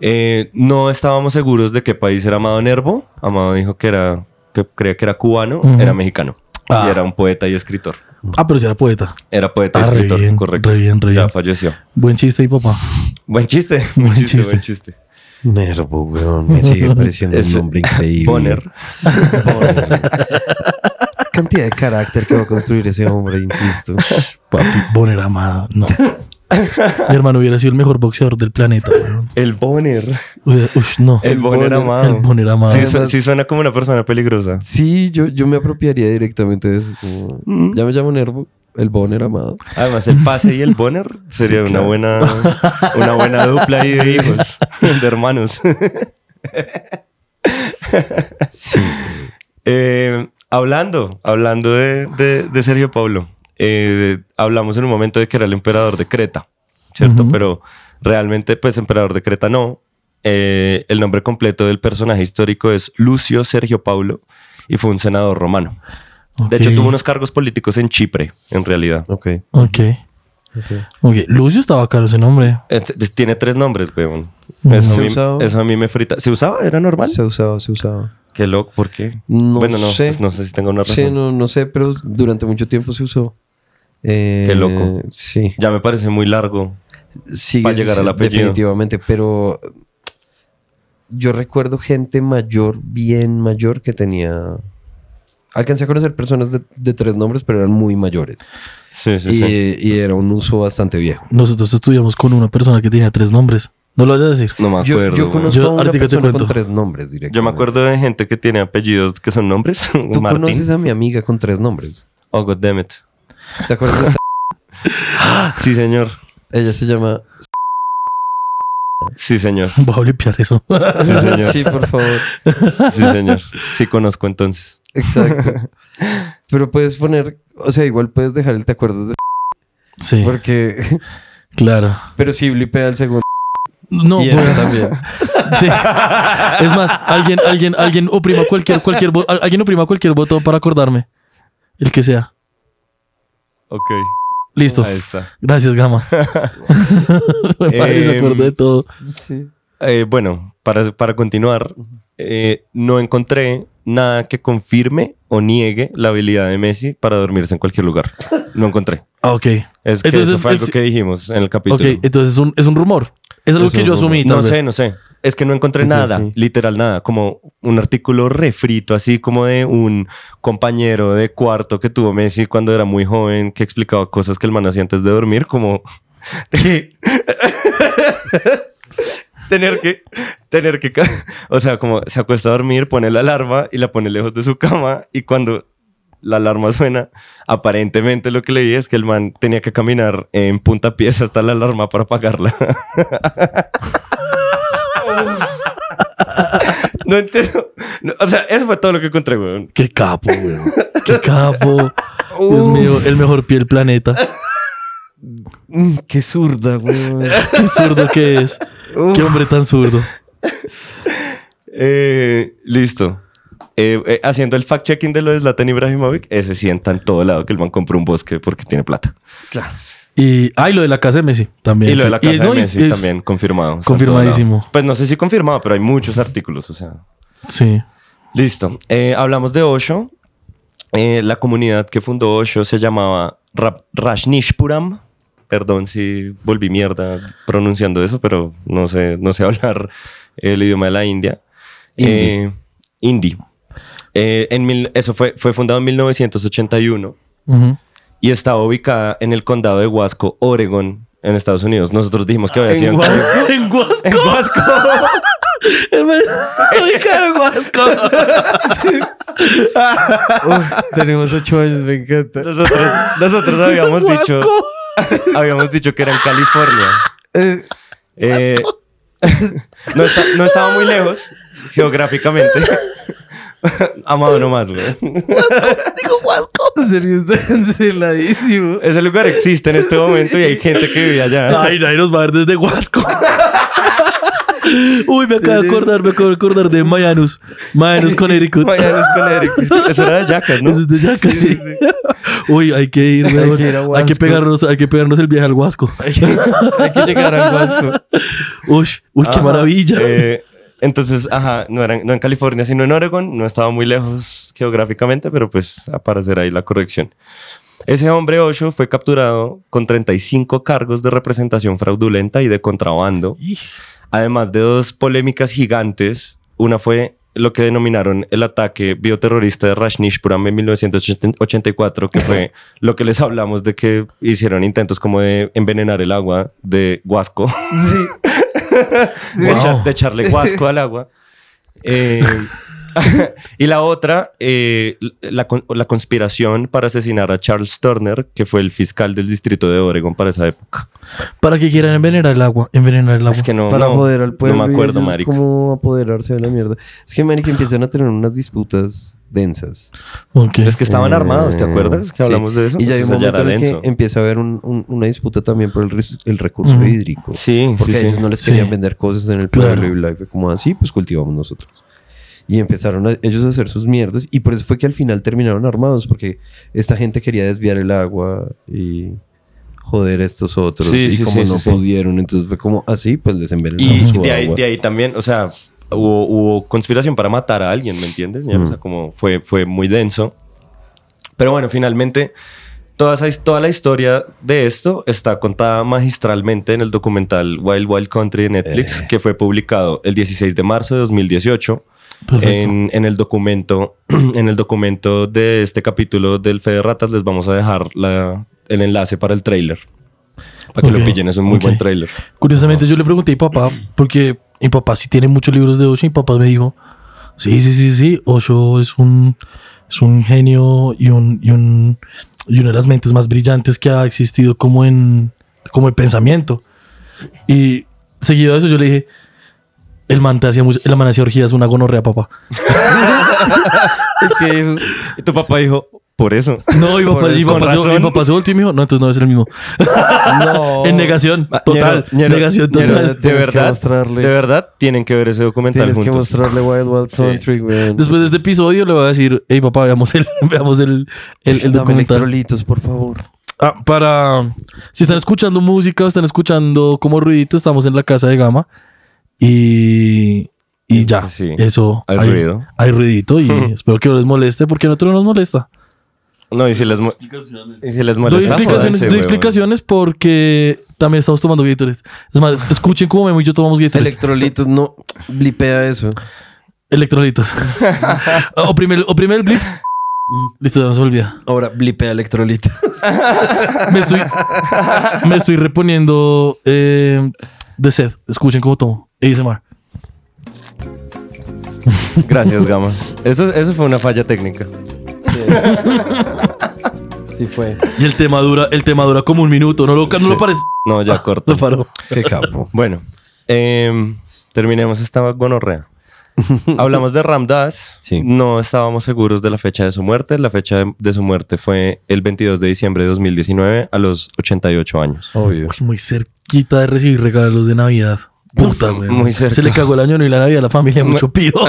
Eh, no estábamos seguros de qué país era Amado Nervo. Amado dijo que era, que creía que era cubano, Ujú. era mexicano. Ah. Y era un poeta y escritor. Ah, pero si era poeta. Era poeta y Ah, re escritor, bien, correcto. re bien, re ya bien. falleció. Buen chiste ahí, papá. Buen chiste, Buen buen chiste, chiste. buen chiste. Nervo, weón. Me <laughs> sigue pareciendo un Es- nombre increíble. Bonner. <laughs> Bonner. Cantidad de carácter que va a construir ese hombre, insisto. Papi, Bonner amado. No. Mi hermano hubiera sido el mejor boxeador del planeta, weón. El Bonner. Hubiera- Uf, no. El Bonner amado. El Bonner amado. Sí, su- sí suena como una persona peligrosa. Sí, yo, yo me apropiaría directamente de eso. como, Mm. Ya me llamo Nervo, el Bonner amado. Además, el pase y el Bonner sería una, <laughs> claro. buena, una buena dupla ahí de hijos, <laughs> de hermanos. Eh, hablando, hablando de, de- de Sergio Pablo, eh, hablamos en un momento de que era el emperador de Creta, ¿cierto? Ujú. Pero realmente, pues, emperador de Creta no. Eh, el nombre completo del personaje histórico es Lucio Sergio Paulo y fue un senador romano. De hecho, Ok, tuvo unos cargos políticos en Chipre, en realidad. Ok. Ok. Ok. Lucio estaba caro ese nombre. Este- este- tiene tres nombres, weón. Ujú. Eso, a ¿Se mí, usaba? eso a mí me frita. ¿Se usaba? ¿Era normal? Se usaba, se usaba. Qué loco, ¿por qué? No bueno, no, sé. pues no sé si tengo una razón. Sí, no, no sé, pero durante mucho tiempo se usó. Eh, Qué loco. Sí. Ya me parece muy largo. Sí, Para llegar al apellido. Definitivamente, pero yo recuerdo gente mayor, bien mayor, que tenía... Alcancé a conocer personas de, de tres nombres, pero eran muy mayores. Sí, sí, y, sí. y era un uso bastante viejo. Nosotros estudiamos con una persona que tenía tres nombres. No lo vas a decir. No me Yo- acuerdo. Yo, weón. conozco Yo a una ahorita te persona cuento. con tres nombres directamente. Yo me acuerdo de gente que tiene apellidos que son nombres. <laughs> Tú Martín. conoces a mi amiga con tres nombres. Oh, God damn it. ¿Te acuerdas de <laughs> esa? Sí, señor. Ella se llama... Sí, señor. <laughs> Voy a limpiar eso. <laughs> Sí, señor. Sí, por favor. Sí, señor. Sí, conozco entonces. Exacto. <laughs> Pero puedes poner, o sea, igual puedes dejar el te acuerdas de Sí, porque <laughs> claro. pero si blipea el segundo No, y bueno, ella también. <laughs> sí. Es más, alguien, alguien, alguien oprima cualquier, cualquier, bo- al- alguien oprima cualquier botón para acordarme. El que sea. Ok. Listo. Ahí está. Gracias, Gama. <laughs> Mi padre se Em, acordó de todo. Sí. Eh, bueno, para, para continuar, eh, no encontré nada que confirme o niegue la habilidad de Messi para dormirse en cualquier lugar. No encontré. Ah, ok. Es que Entonces, eso fue algo es- que dijimos en el capítulo. Ok, entonces es un, es un rumor. Es algo Es que un yo rumor. asumí. tal No vez. sé, no sé. Es que no encontré Eso nada, sí. literal nada. Como un artículo refrito, así como de un compañero de cuarto que tuvo Messi cuando era muy joven, que explicaba cosas que el man hacía antes de dormir, como <laughs> que- <laughs> tener que, tener que, ca- o sea, como se acuesta a dormir, pone la alarma y la pone lejos de su cama y cuando la alarma suena, aparentemente lo que leí es que el man tenía que caminar en puntapiés hasta la alarma para apagarla. <laughs> No entiendo. No, o sea, eso fue todo lo que encontré, weón. Qué capo, weón. Qué capo. Dios mío, el mejor pie del planeta. Mm, qué zurda, güey. Qué zurdo que es. Qué hombre tan zurdo. Eh, listo. Eh, eh, haciendo el fact-checking de lo de Zlatan Ibrahimovic, ese sienta en todo lado que el man compró un bosque porque tiene plata. Y, ay, lo de la casa de Messi también. y lo de la sí. casa no, de es- Messi es- también, confirmado. está en todo confirmadísimo. lado. Pues no sé si confirmado, pero hay muchos artículos, o sea. Sí. Listo. Eh, hablamos de Osho. Eh, la comunidad que fundó Osho se llamaba Ra- Rajnishpuram. Perdón si volví mierda pronunciando eso, pero no sé, no sé <laughs> hablar el idioma de la India. Hindi. Eh, hindi. Eh, en mil- eso fue, fue fundado en 1981 Ujú. y estaba ubicada en el condado de Huasco, Oregon, en Estados Unidos. Nosotros dijimos que había sido En en Cali- Guasco. En Guasco. En <laughs> Guasco. en <laughs> Guasco. Tenemos ocho años, me encanta. Nosotros, <laughs> nosotros habíamos dicho, habíamos dicho que era en California. Eh, <laughs> no, está- no estaba muy lejos geográficamente. Amado nomás, güey. En serio, está canceladísimo. Ese lugar existe en este momento y hay gente que vive allá. Ay, nadie nos va a ver desde Huasco. Uy, me acabo de acordar, me acabo de acordar de Mayanus. Mayanus Connecticut. Mayanos, Connecticut. Eso era de Yacas, ¿no? Eso es de Yaca, sí. <laughs> Uy, hay que ir, weón. Hay que que, ir a Huasco. pegarnos, hay que pegarnos el viaje al Huasco. Hay que llegar al Vasco. Uy, uy, qué Ajá. maravilla. Eh, entonces, ajá, no, era, en- no en California, sino en Oregon. No estaba muy lejos geográficamente, pero pues para hacer ahí la corrección. Ese hombre Osho fue capturado con 35 cargos de representación fraudulenta y de contrabando, Ij, además de dos polémicas gigantes. Una fue lo que denominaron el ataque bioterrorista de Rashnishpuram en 1984, <laughs> que fue lo que les hablamos de que hicieron intentos como de envenenar el agua de Huasco, Sí. de, echar- de echarle Huasco al agua. Eh, <laughs> y la otra, eh, la, con- la conspiración para asesinar a Charles Turner, que fue el fiscal del distrito de Oregon para esa época. Para que quieran envenenar el agua. Envenenar el agua. Es que no, para no, joder al no pueblo. me y acuerdo, ellos marica. Cómo apoderarse de la mierda. Es que, marica, empiezan a tener unas disputas densas. Ok. Es que estaban Eh, armados, ¿te acuerdas? sí. Que hablamos de eso. Y ya hay un Entonces, momento era en el denso. que empieza a haber un- un- una disputa también por el, res- el recurso Ujú. hídrico. Sí, Porque sí, a sí. ellos no les querían Sí. vender cosas en el Claro. pueblo y bla, y fue como así, pues cultivamos nosotros. Y empezaron a- ellos a hacer sus mierdas y por eso fue que al final terminaron armados porque esta gente quería desviar el agua y joder a estos otros Sí, y sí, como sí, no sí, sí. pudieron, entonces fue como así, pues les Y envenenaron su de ahí, agua. de ahí también, o sea, hubo, hubo conspiración para matar a alguien, ¿me entiendes? Ya, O Mm. sea, como fue, fue muy denso. Pero bueno, finalmente, toda, esa, his- toda la historia de esto está contada magistralmente en el documental Wild Wild Country de Eh. Netflix, que fue publicado el 16 de marzo de 2018. Perfecto. En, en el documento, <clears throat> en el documento de este capítulo del Fede Ratas, les vamos a dejar la- el enlace para el tráiler. Para que Ok. lo pillen, es un muy Ok. buen tráiler. Curiosamente, yo le pregunté a mi papá, porque mi papá sí tiene muchos libros de Osho, y mi papá me dijo, sí, sí, sí, sí, Osho es un, es un genio y, un, y, un, y una de las mentes más brillantes que ha existido como en, como en pensamiento. Y seguido de eso yo le dije, el man te hacía mucho- el man hacía orgías, una gonorrea, papá. Y <laughs> tu papá dijo, por eso. No, mi papá, Por mi eso. papá, Con se, mi razón. papá se volteó y me dijo, no, entonces no es el mismo. No. <laughs> En negación, Ah, total, Ñero, Ñero, negación Ñero, total. de Tienes que verdad, mostrarle. de verdad, tienen que ver ese documental Tienes que juntos. mostrarle Wild Wild Country, weón. Después de este episodio le voy a decir, hey papá, veamos el, <laughs> veamos el, el, el Dame documental. electrolitos, por favor. Ah, para, si están escuchando música o están escuchando como ruidito, estamos en la casa de Gama y, y ya. Eh, Sí, eso. hay ruido. Hay ruidito <laughs> y espero que no les moleste porque a nosotros no nos molesta. No, y si les, mo- y si les doy molesta. pues, explicaciones, jódanse, doy weón. explicaciones porque también estamos tomando Gatorade. Es más, escuchen cómo Memo y yo tomamos Pues, Gatorade. Electrolitos, no. Blipea eso. <laughs> Electrolitos. o primer, o primer blip. Mm. Listo, no se me olvida. Ahora, blipea electrolitos. <laughs> Me estoy, me estoy reponiendo eh, de sed. Escuchen cómo tomo. ASMR. Gracias, <laughs> Gama. Eso, eso fue una falla técnica. Sí fue. Y el tema dura, el tema dura como un minuto. No lo, no lo parece. No, ya corto. Ah, Lo paró. Qué capo. Bueno, em, terminemos <laughs> esta gonorrea. Hablamos de Ramdas. Sí. No estábamos seguros de la fecha de su muerte. La fecha de, de su muerte fue el 22 de diciembre de 2019 a los 88 años. Obvio. Uy, muy cerquita de recibir regalos de Navidad. Puta, güey. Muy cerca. Se le cagó el año y la Navidad a la familia. Mucho <laughs> piro.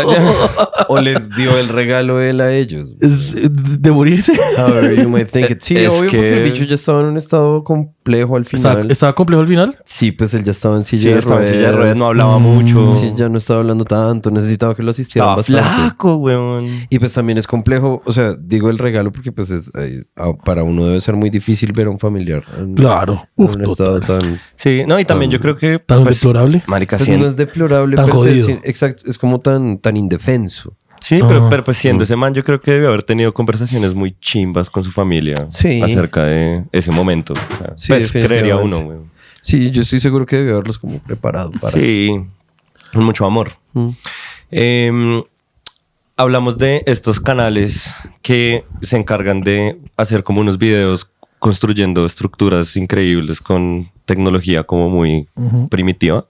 O les dio el regalo él a ellos. Es- es- de morirse. However you might think it. Sí, Es obvio, porque que- el bicho ya estaba en un estado complejo al Estaba, final. estaba complejo al final. Sí, pues él ya estaba en silla Sí, de estaba en silla de ruedas, no hablaba Mm. mucho. Sí, ya no estaba hablando tanto. Necesitaba que lo asistieran Estaba bastante. flaco, weón. Y pues también es complejo, o sea, digo el regalo porque pues es, eh, a- para uno debe ser muy difícil ver a un familiar en, Claro. en Uf, un estado tan... Sí, no, y también yo creo que. Tan pues, deplorable. Marica, Pues siendo- no es deplorable, Tan pero es, jodido. exacto, es como tan, tan indefenso. Sí, pero, Ajá. pero pues siendo ese man, yo creo que debió haber tenido conversaciones muy chimbas con su familia Sí. acerca de ese momento. o sea, Sí, pues creería uno, definitivamente. weón. Sí, yo estoy seguro que debió haberlos como preparado para... Sí, con mucho amor. Eh, hablamos de estos canales que se encargan de hacer como unos videos construyendo estructuras increíbles con tecnología como muy primitiva.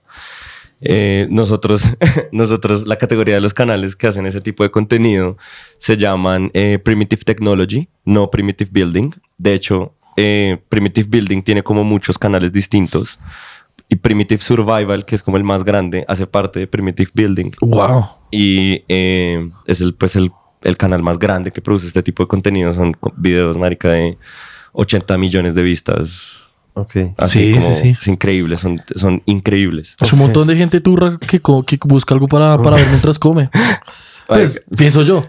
Eh, nosotros, <laughs> nosotros, la categoría de los canales que hacen ese tipo de contenido se llaman eh, Primitive Technology, no Primitive Building. De hecho, eh, Primitive Building tiene como muchos canales distintos. Y Primitive Survival, que es como el más grande, hace parte de Primitive Building. Wow. Y eh, es el, pues el, el canal más grande que produce este tipo de contenido. Son co- videos, marica, de 80 millones de vistas. Ok. Así Sí, como- sí, sí. Es increíble, son, son increíbles. Es un montón de gente turra que, co- que busca algo para, para ver mientras come. Pues, pienso yo.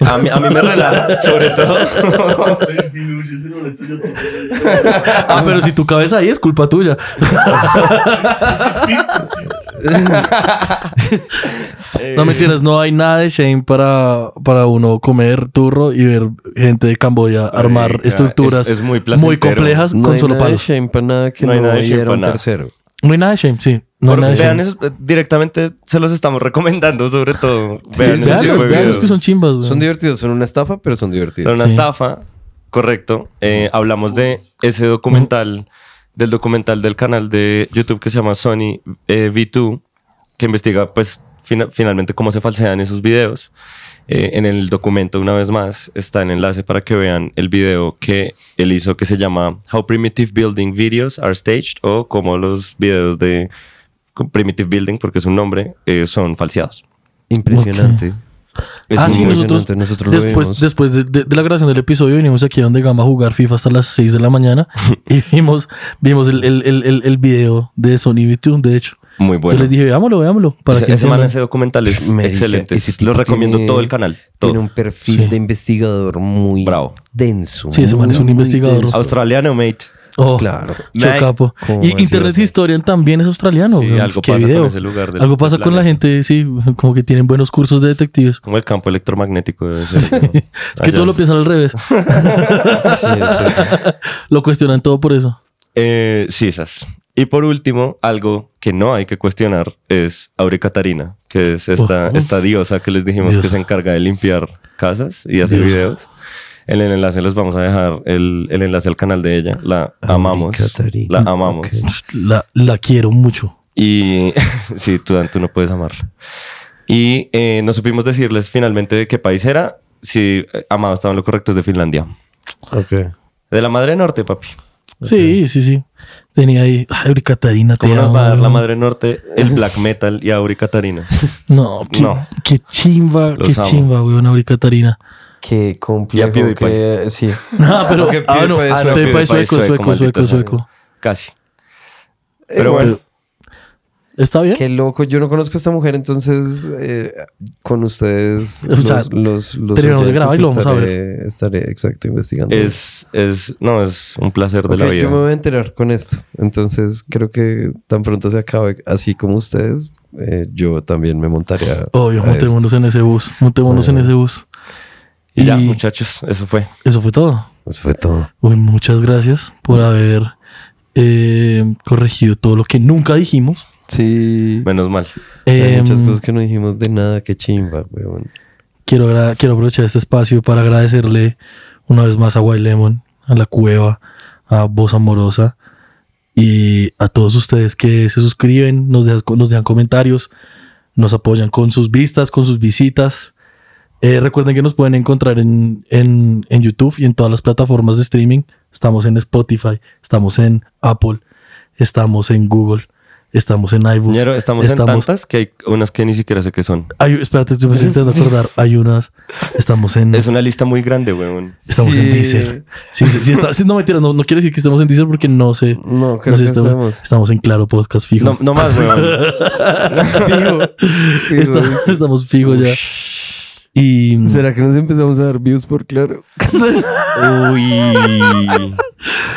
A mí, a mí me relaja, sobre todo. Ah, pero si tu cabeza ahí es culpa tuya. Eh. No mentiras, no hay nada de shame para, para uno comer turro y ver gente de Camboya armar Marica, estructuras es- es muy placentero. complejas No con hay solo nada de palos. shame para nada que No no, hay no nada de shame viera pa' un nada. tercero. No hay nada de shame, sí. No hay Por- nada de vean shame. esos, eh, directamente se los estamos <laughs> recomendando, sobre todo. Sí, Vean esos sí, vean tipos de Veanlos, veanlos videos. que son chimbas, güey. Son divertidos, son una estafa, pero son Son divertidos. una Sí. estafa, correcto. Eh, hablamos de ese documental, del documental del canal de YouTube que se llama Sony eh, V2, que investiga pues fina- finalmente cómo se falsean esos videos. Eh, en el documento, una vez más, está el enlace para que vean el video que él hizo que se llama How Primitive Building Videos Are Staged o cómo los videos de Primitive Building, porque es un nombre, eh, son falseados. Impresionante. Es ah, un- sí, muy nosotros, emocionante, nosotros lo después, vimos. después de, de- de la grabación del episodio vinimos aquí donde Gama a jugar FIFA hasta las 6 de la <laughs> mañana y vimos, vimos el, el, el, el- el video de Sony VTube, de hecho. muy bueno. Yo les dije, veámoslo, veámoslo. Para ese, que ese man entiendan. hace documentales <laughs> Marica, excelentes. ese tipo Los recomiendo tiene- todo el canal. Tiene Todo. un perfil Sí. de investigador muy Bravo. denso. Sí, ese man es un muy investigador. denso. Australiano, mate. Oh, <laughs> Claro. Chocapo. ¿Cómo Y así, Internet o sea? Historian también es australiano. Sí, güey. algo Qué pasa con video. ese lugar del- Algo pasa del con la planeta. gente, sí, como que tienen buenos cursos de detectives. <laughs> Como el campo electromagnético. debe ser, <laughs> ¿no? Es que Allá. todo lo piensan al <laughs> revés. <laughs> Sí, sí, sí. lo cuestionan todo por eso. Eh, sí, esas. Y por último, algo que no hay que cuestionar es Aure Catarina, que es esta, Uf. esta diosa que les dijimos que Diosa. se encarga de limpiar casas y hacer Diosa. videos. En el enlace les vamos a dejar el, el enlace al canal de ella. La Aure amamos. Catarina. La amamos. Ok. La, la quiero mucho. Y <laughs> sí, tú, Dan, tú no puedes amarla. Y eh, no supimos decirles finalmente de qué país era. Si eh, Amado estaba en lo correcto, es de Finlandia. Ok. De la madre norte, papi. Sí, sí, sí. Tenía ahí. Ay, Auri Catarina, te ¿Cómo nos amo, va a dar la weón. madre norte <laughs> el black metal y Auri Catarina? No, qué, No. qué chimba, Los qué amo. chimba, weón, Auri <laughs> Catarina. Qué complejo. PewDiePie. que- sí. No, pero. Que Ah, PewDiePie no, es ah, sueco, no, PewDiePie PewDiePie es sueco, es sueco, sueco, sueco, maldita sea. sueco. Casi. Eh, Pero bueno, ¿Está bien? Qué loco. Yo no conozco a esta mujer, entonces eh, con ustedes O sea, los, los, los terminamos de oyentes, grabar y lo vamos a estaré- Estaré exacto investigando. es, es, no, es un placer de Ok, la yo Pues me vida. voy a enterar con esto. Entonces creo que tan pronto se acabe, así como ustedes, eh, yo también me montaré. a- Obvio, a Pues, montémonos esto. en ese bus. Montémonos en ese bus. Y ya, Y- muchachos, eso fue. Eso fue todo. Eso fue todo. Uy, muchas gracias por haber eh, corregido todo lo que nunca dijimos. Sí. Menos mal. hay Pues, Em, muchas cosas que no dijimos de nada, qué chimba, weón. quiero, agra- quiero aprovechar este espacio para agradecerle una vez más a White Lemon, a La Cueva, a Voz Amorosa y a todos ustedes que se suscriben, nos dejan, nos dejan comentarios, nos apoyan con sus vistas, con sus visitas. Eh, recuerden que nos pueden encontrar en, en- en YouTube y en todas las plataformas de streaming. Estamos en Spotify, estamos en Apple, estamos en Google, estamos en iVoox. Ñero, estamos, en tantas que hay unas que ni siquiera sé qué son. Hay- espérate, estoy intentando acordar. Hay unas. Estamos en. <laughs> Es una lista muy grande, weón. Estamos en Sí. Deezer. Sí, sí, sí, está- sí, no mentiras, no, no quiero decir que estemos en Deezer porque no sé. No, creo No sé, que estamos, estamos. estamos en Claro Podcast fijo. No, no más, weón. <laughs> fijo, Está- dice. <laughs> estamos fijos ya. Y ¿Será que nos empezamos a dar views por claro? Uy.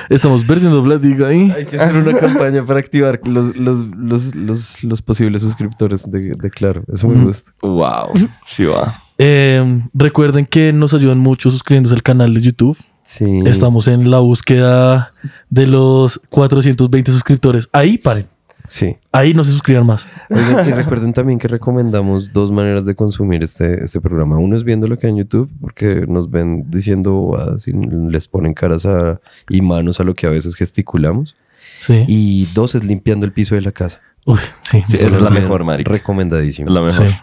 estamos perdiendo plática ahí. Hay que hacer <laughs> una campaña para activar los, los, los, los, los posibles suscriptores de, de Claro. Eso me Mm. gusta. Wow. Sí va. Eh, recuerden que nos ayudan mucho suscribiéndose al canal de YouTube. Sí. Estamos en la búsqueda de los 420 suscriptores. Ahí paren. Sí. Ahí no se suscriban más. Oigan, y recuerden también que recomendamos dos maneras de consumir este, este programa. Uno es viendo lo que hay en YouTube, porque nos ven diciendo bobadas y les ponen caras a- y manos a lo que a veces gesticulamos. Sí. Y dos es limpiando el piso de la casa. Uy, sí. Sí, esa es la También mejor, marica. Recomendadísimo. Es la mejor. Sí.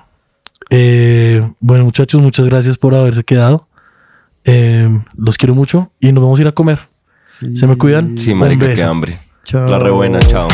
Eh, bueno, muchachos, muchas gracias por haberse quedado. Eh, los quiero mucho y nos vamos a ir a comer. Se me cuidan. Sí, Un marica, qué beso. hambre. Chao. La rebuena, chao.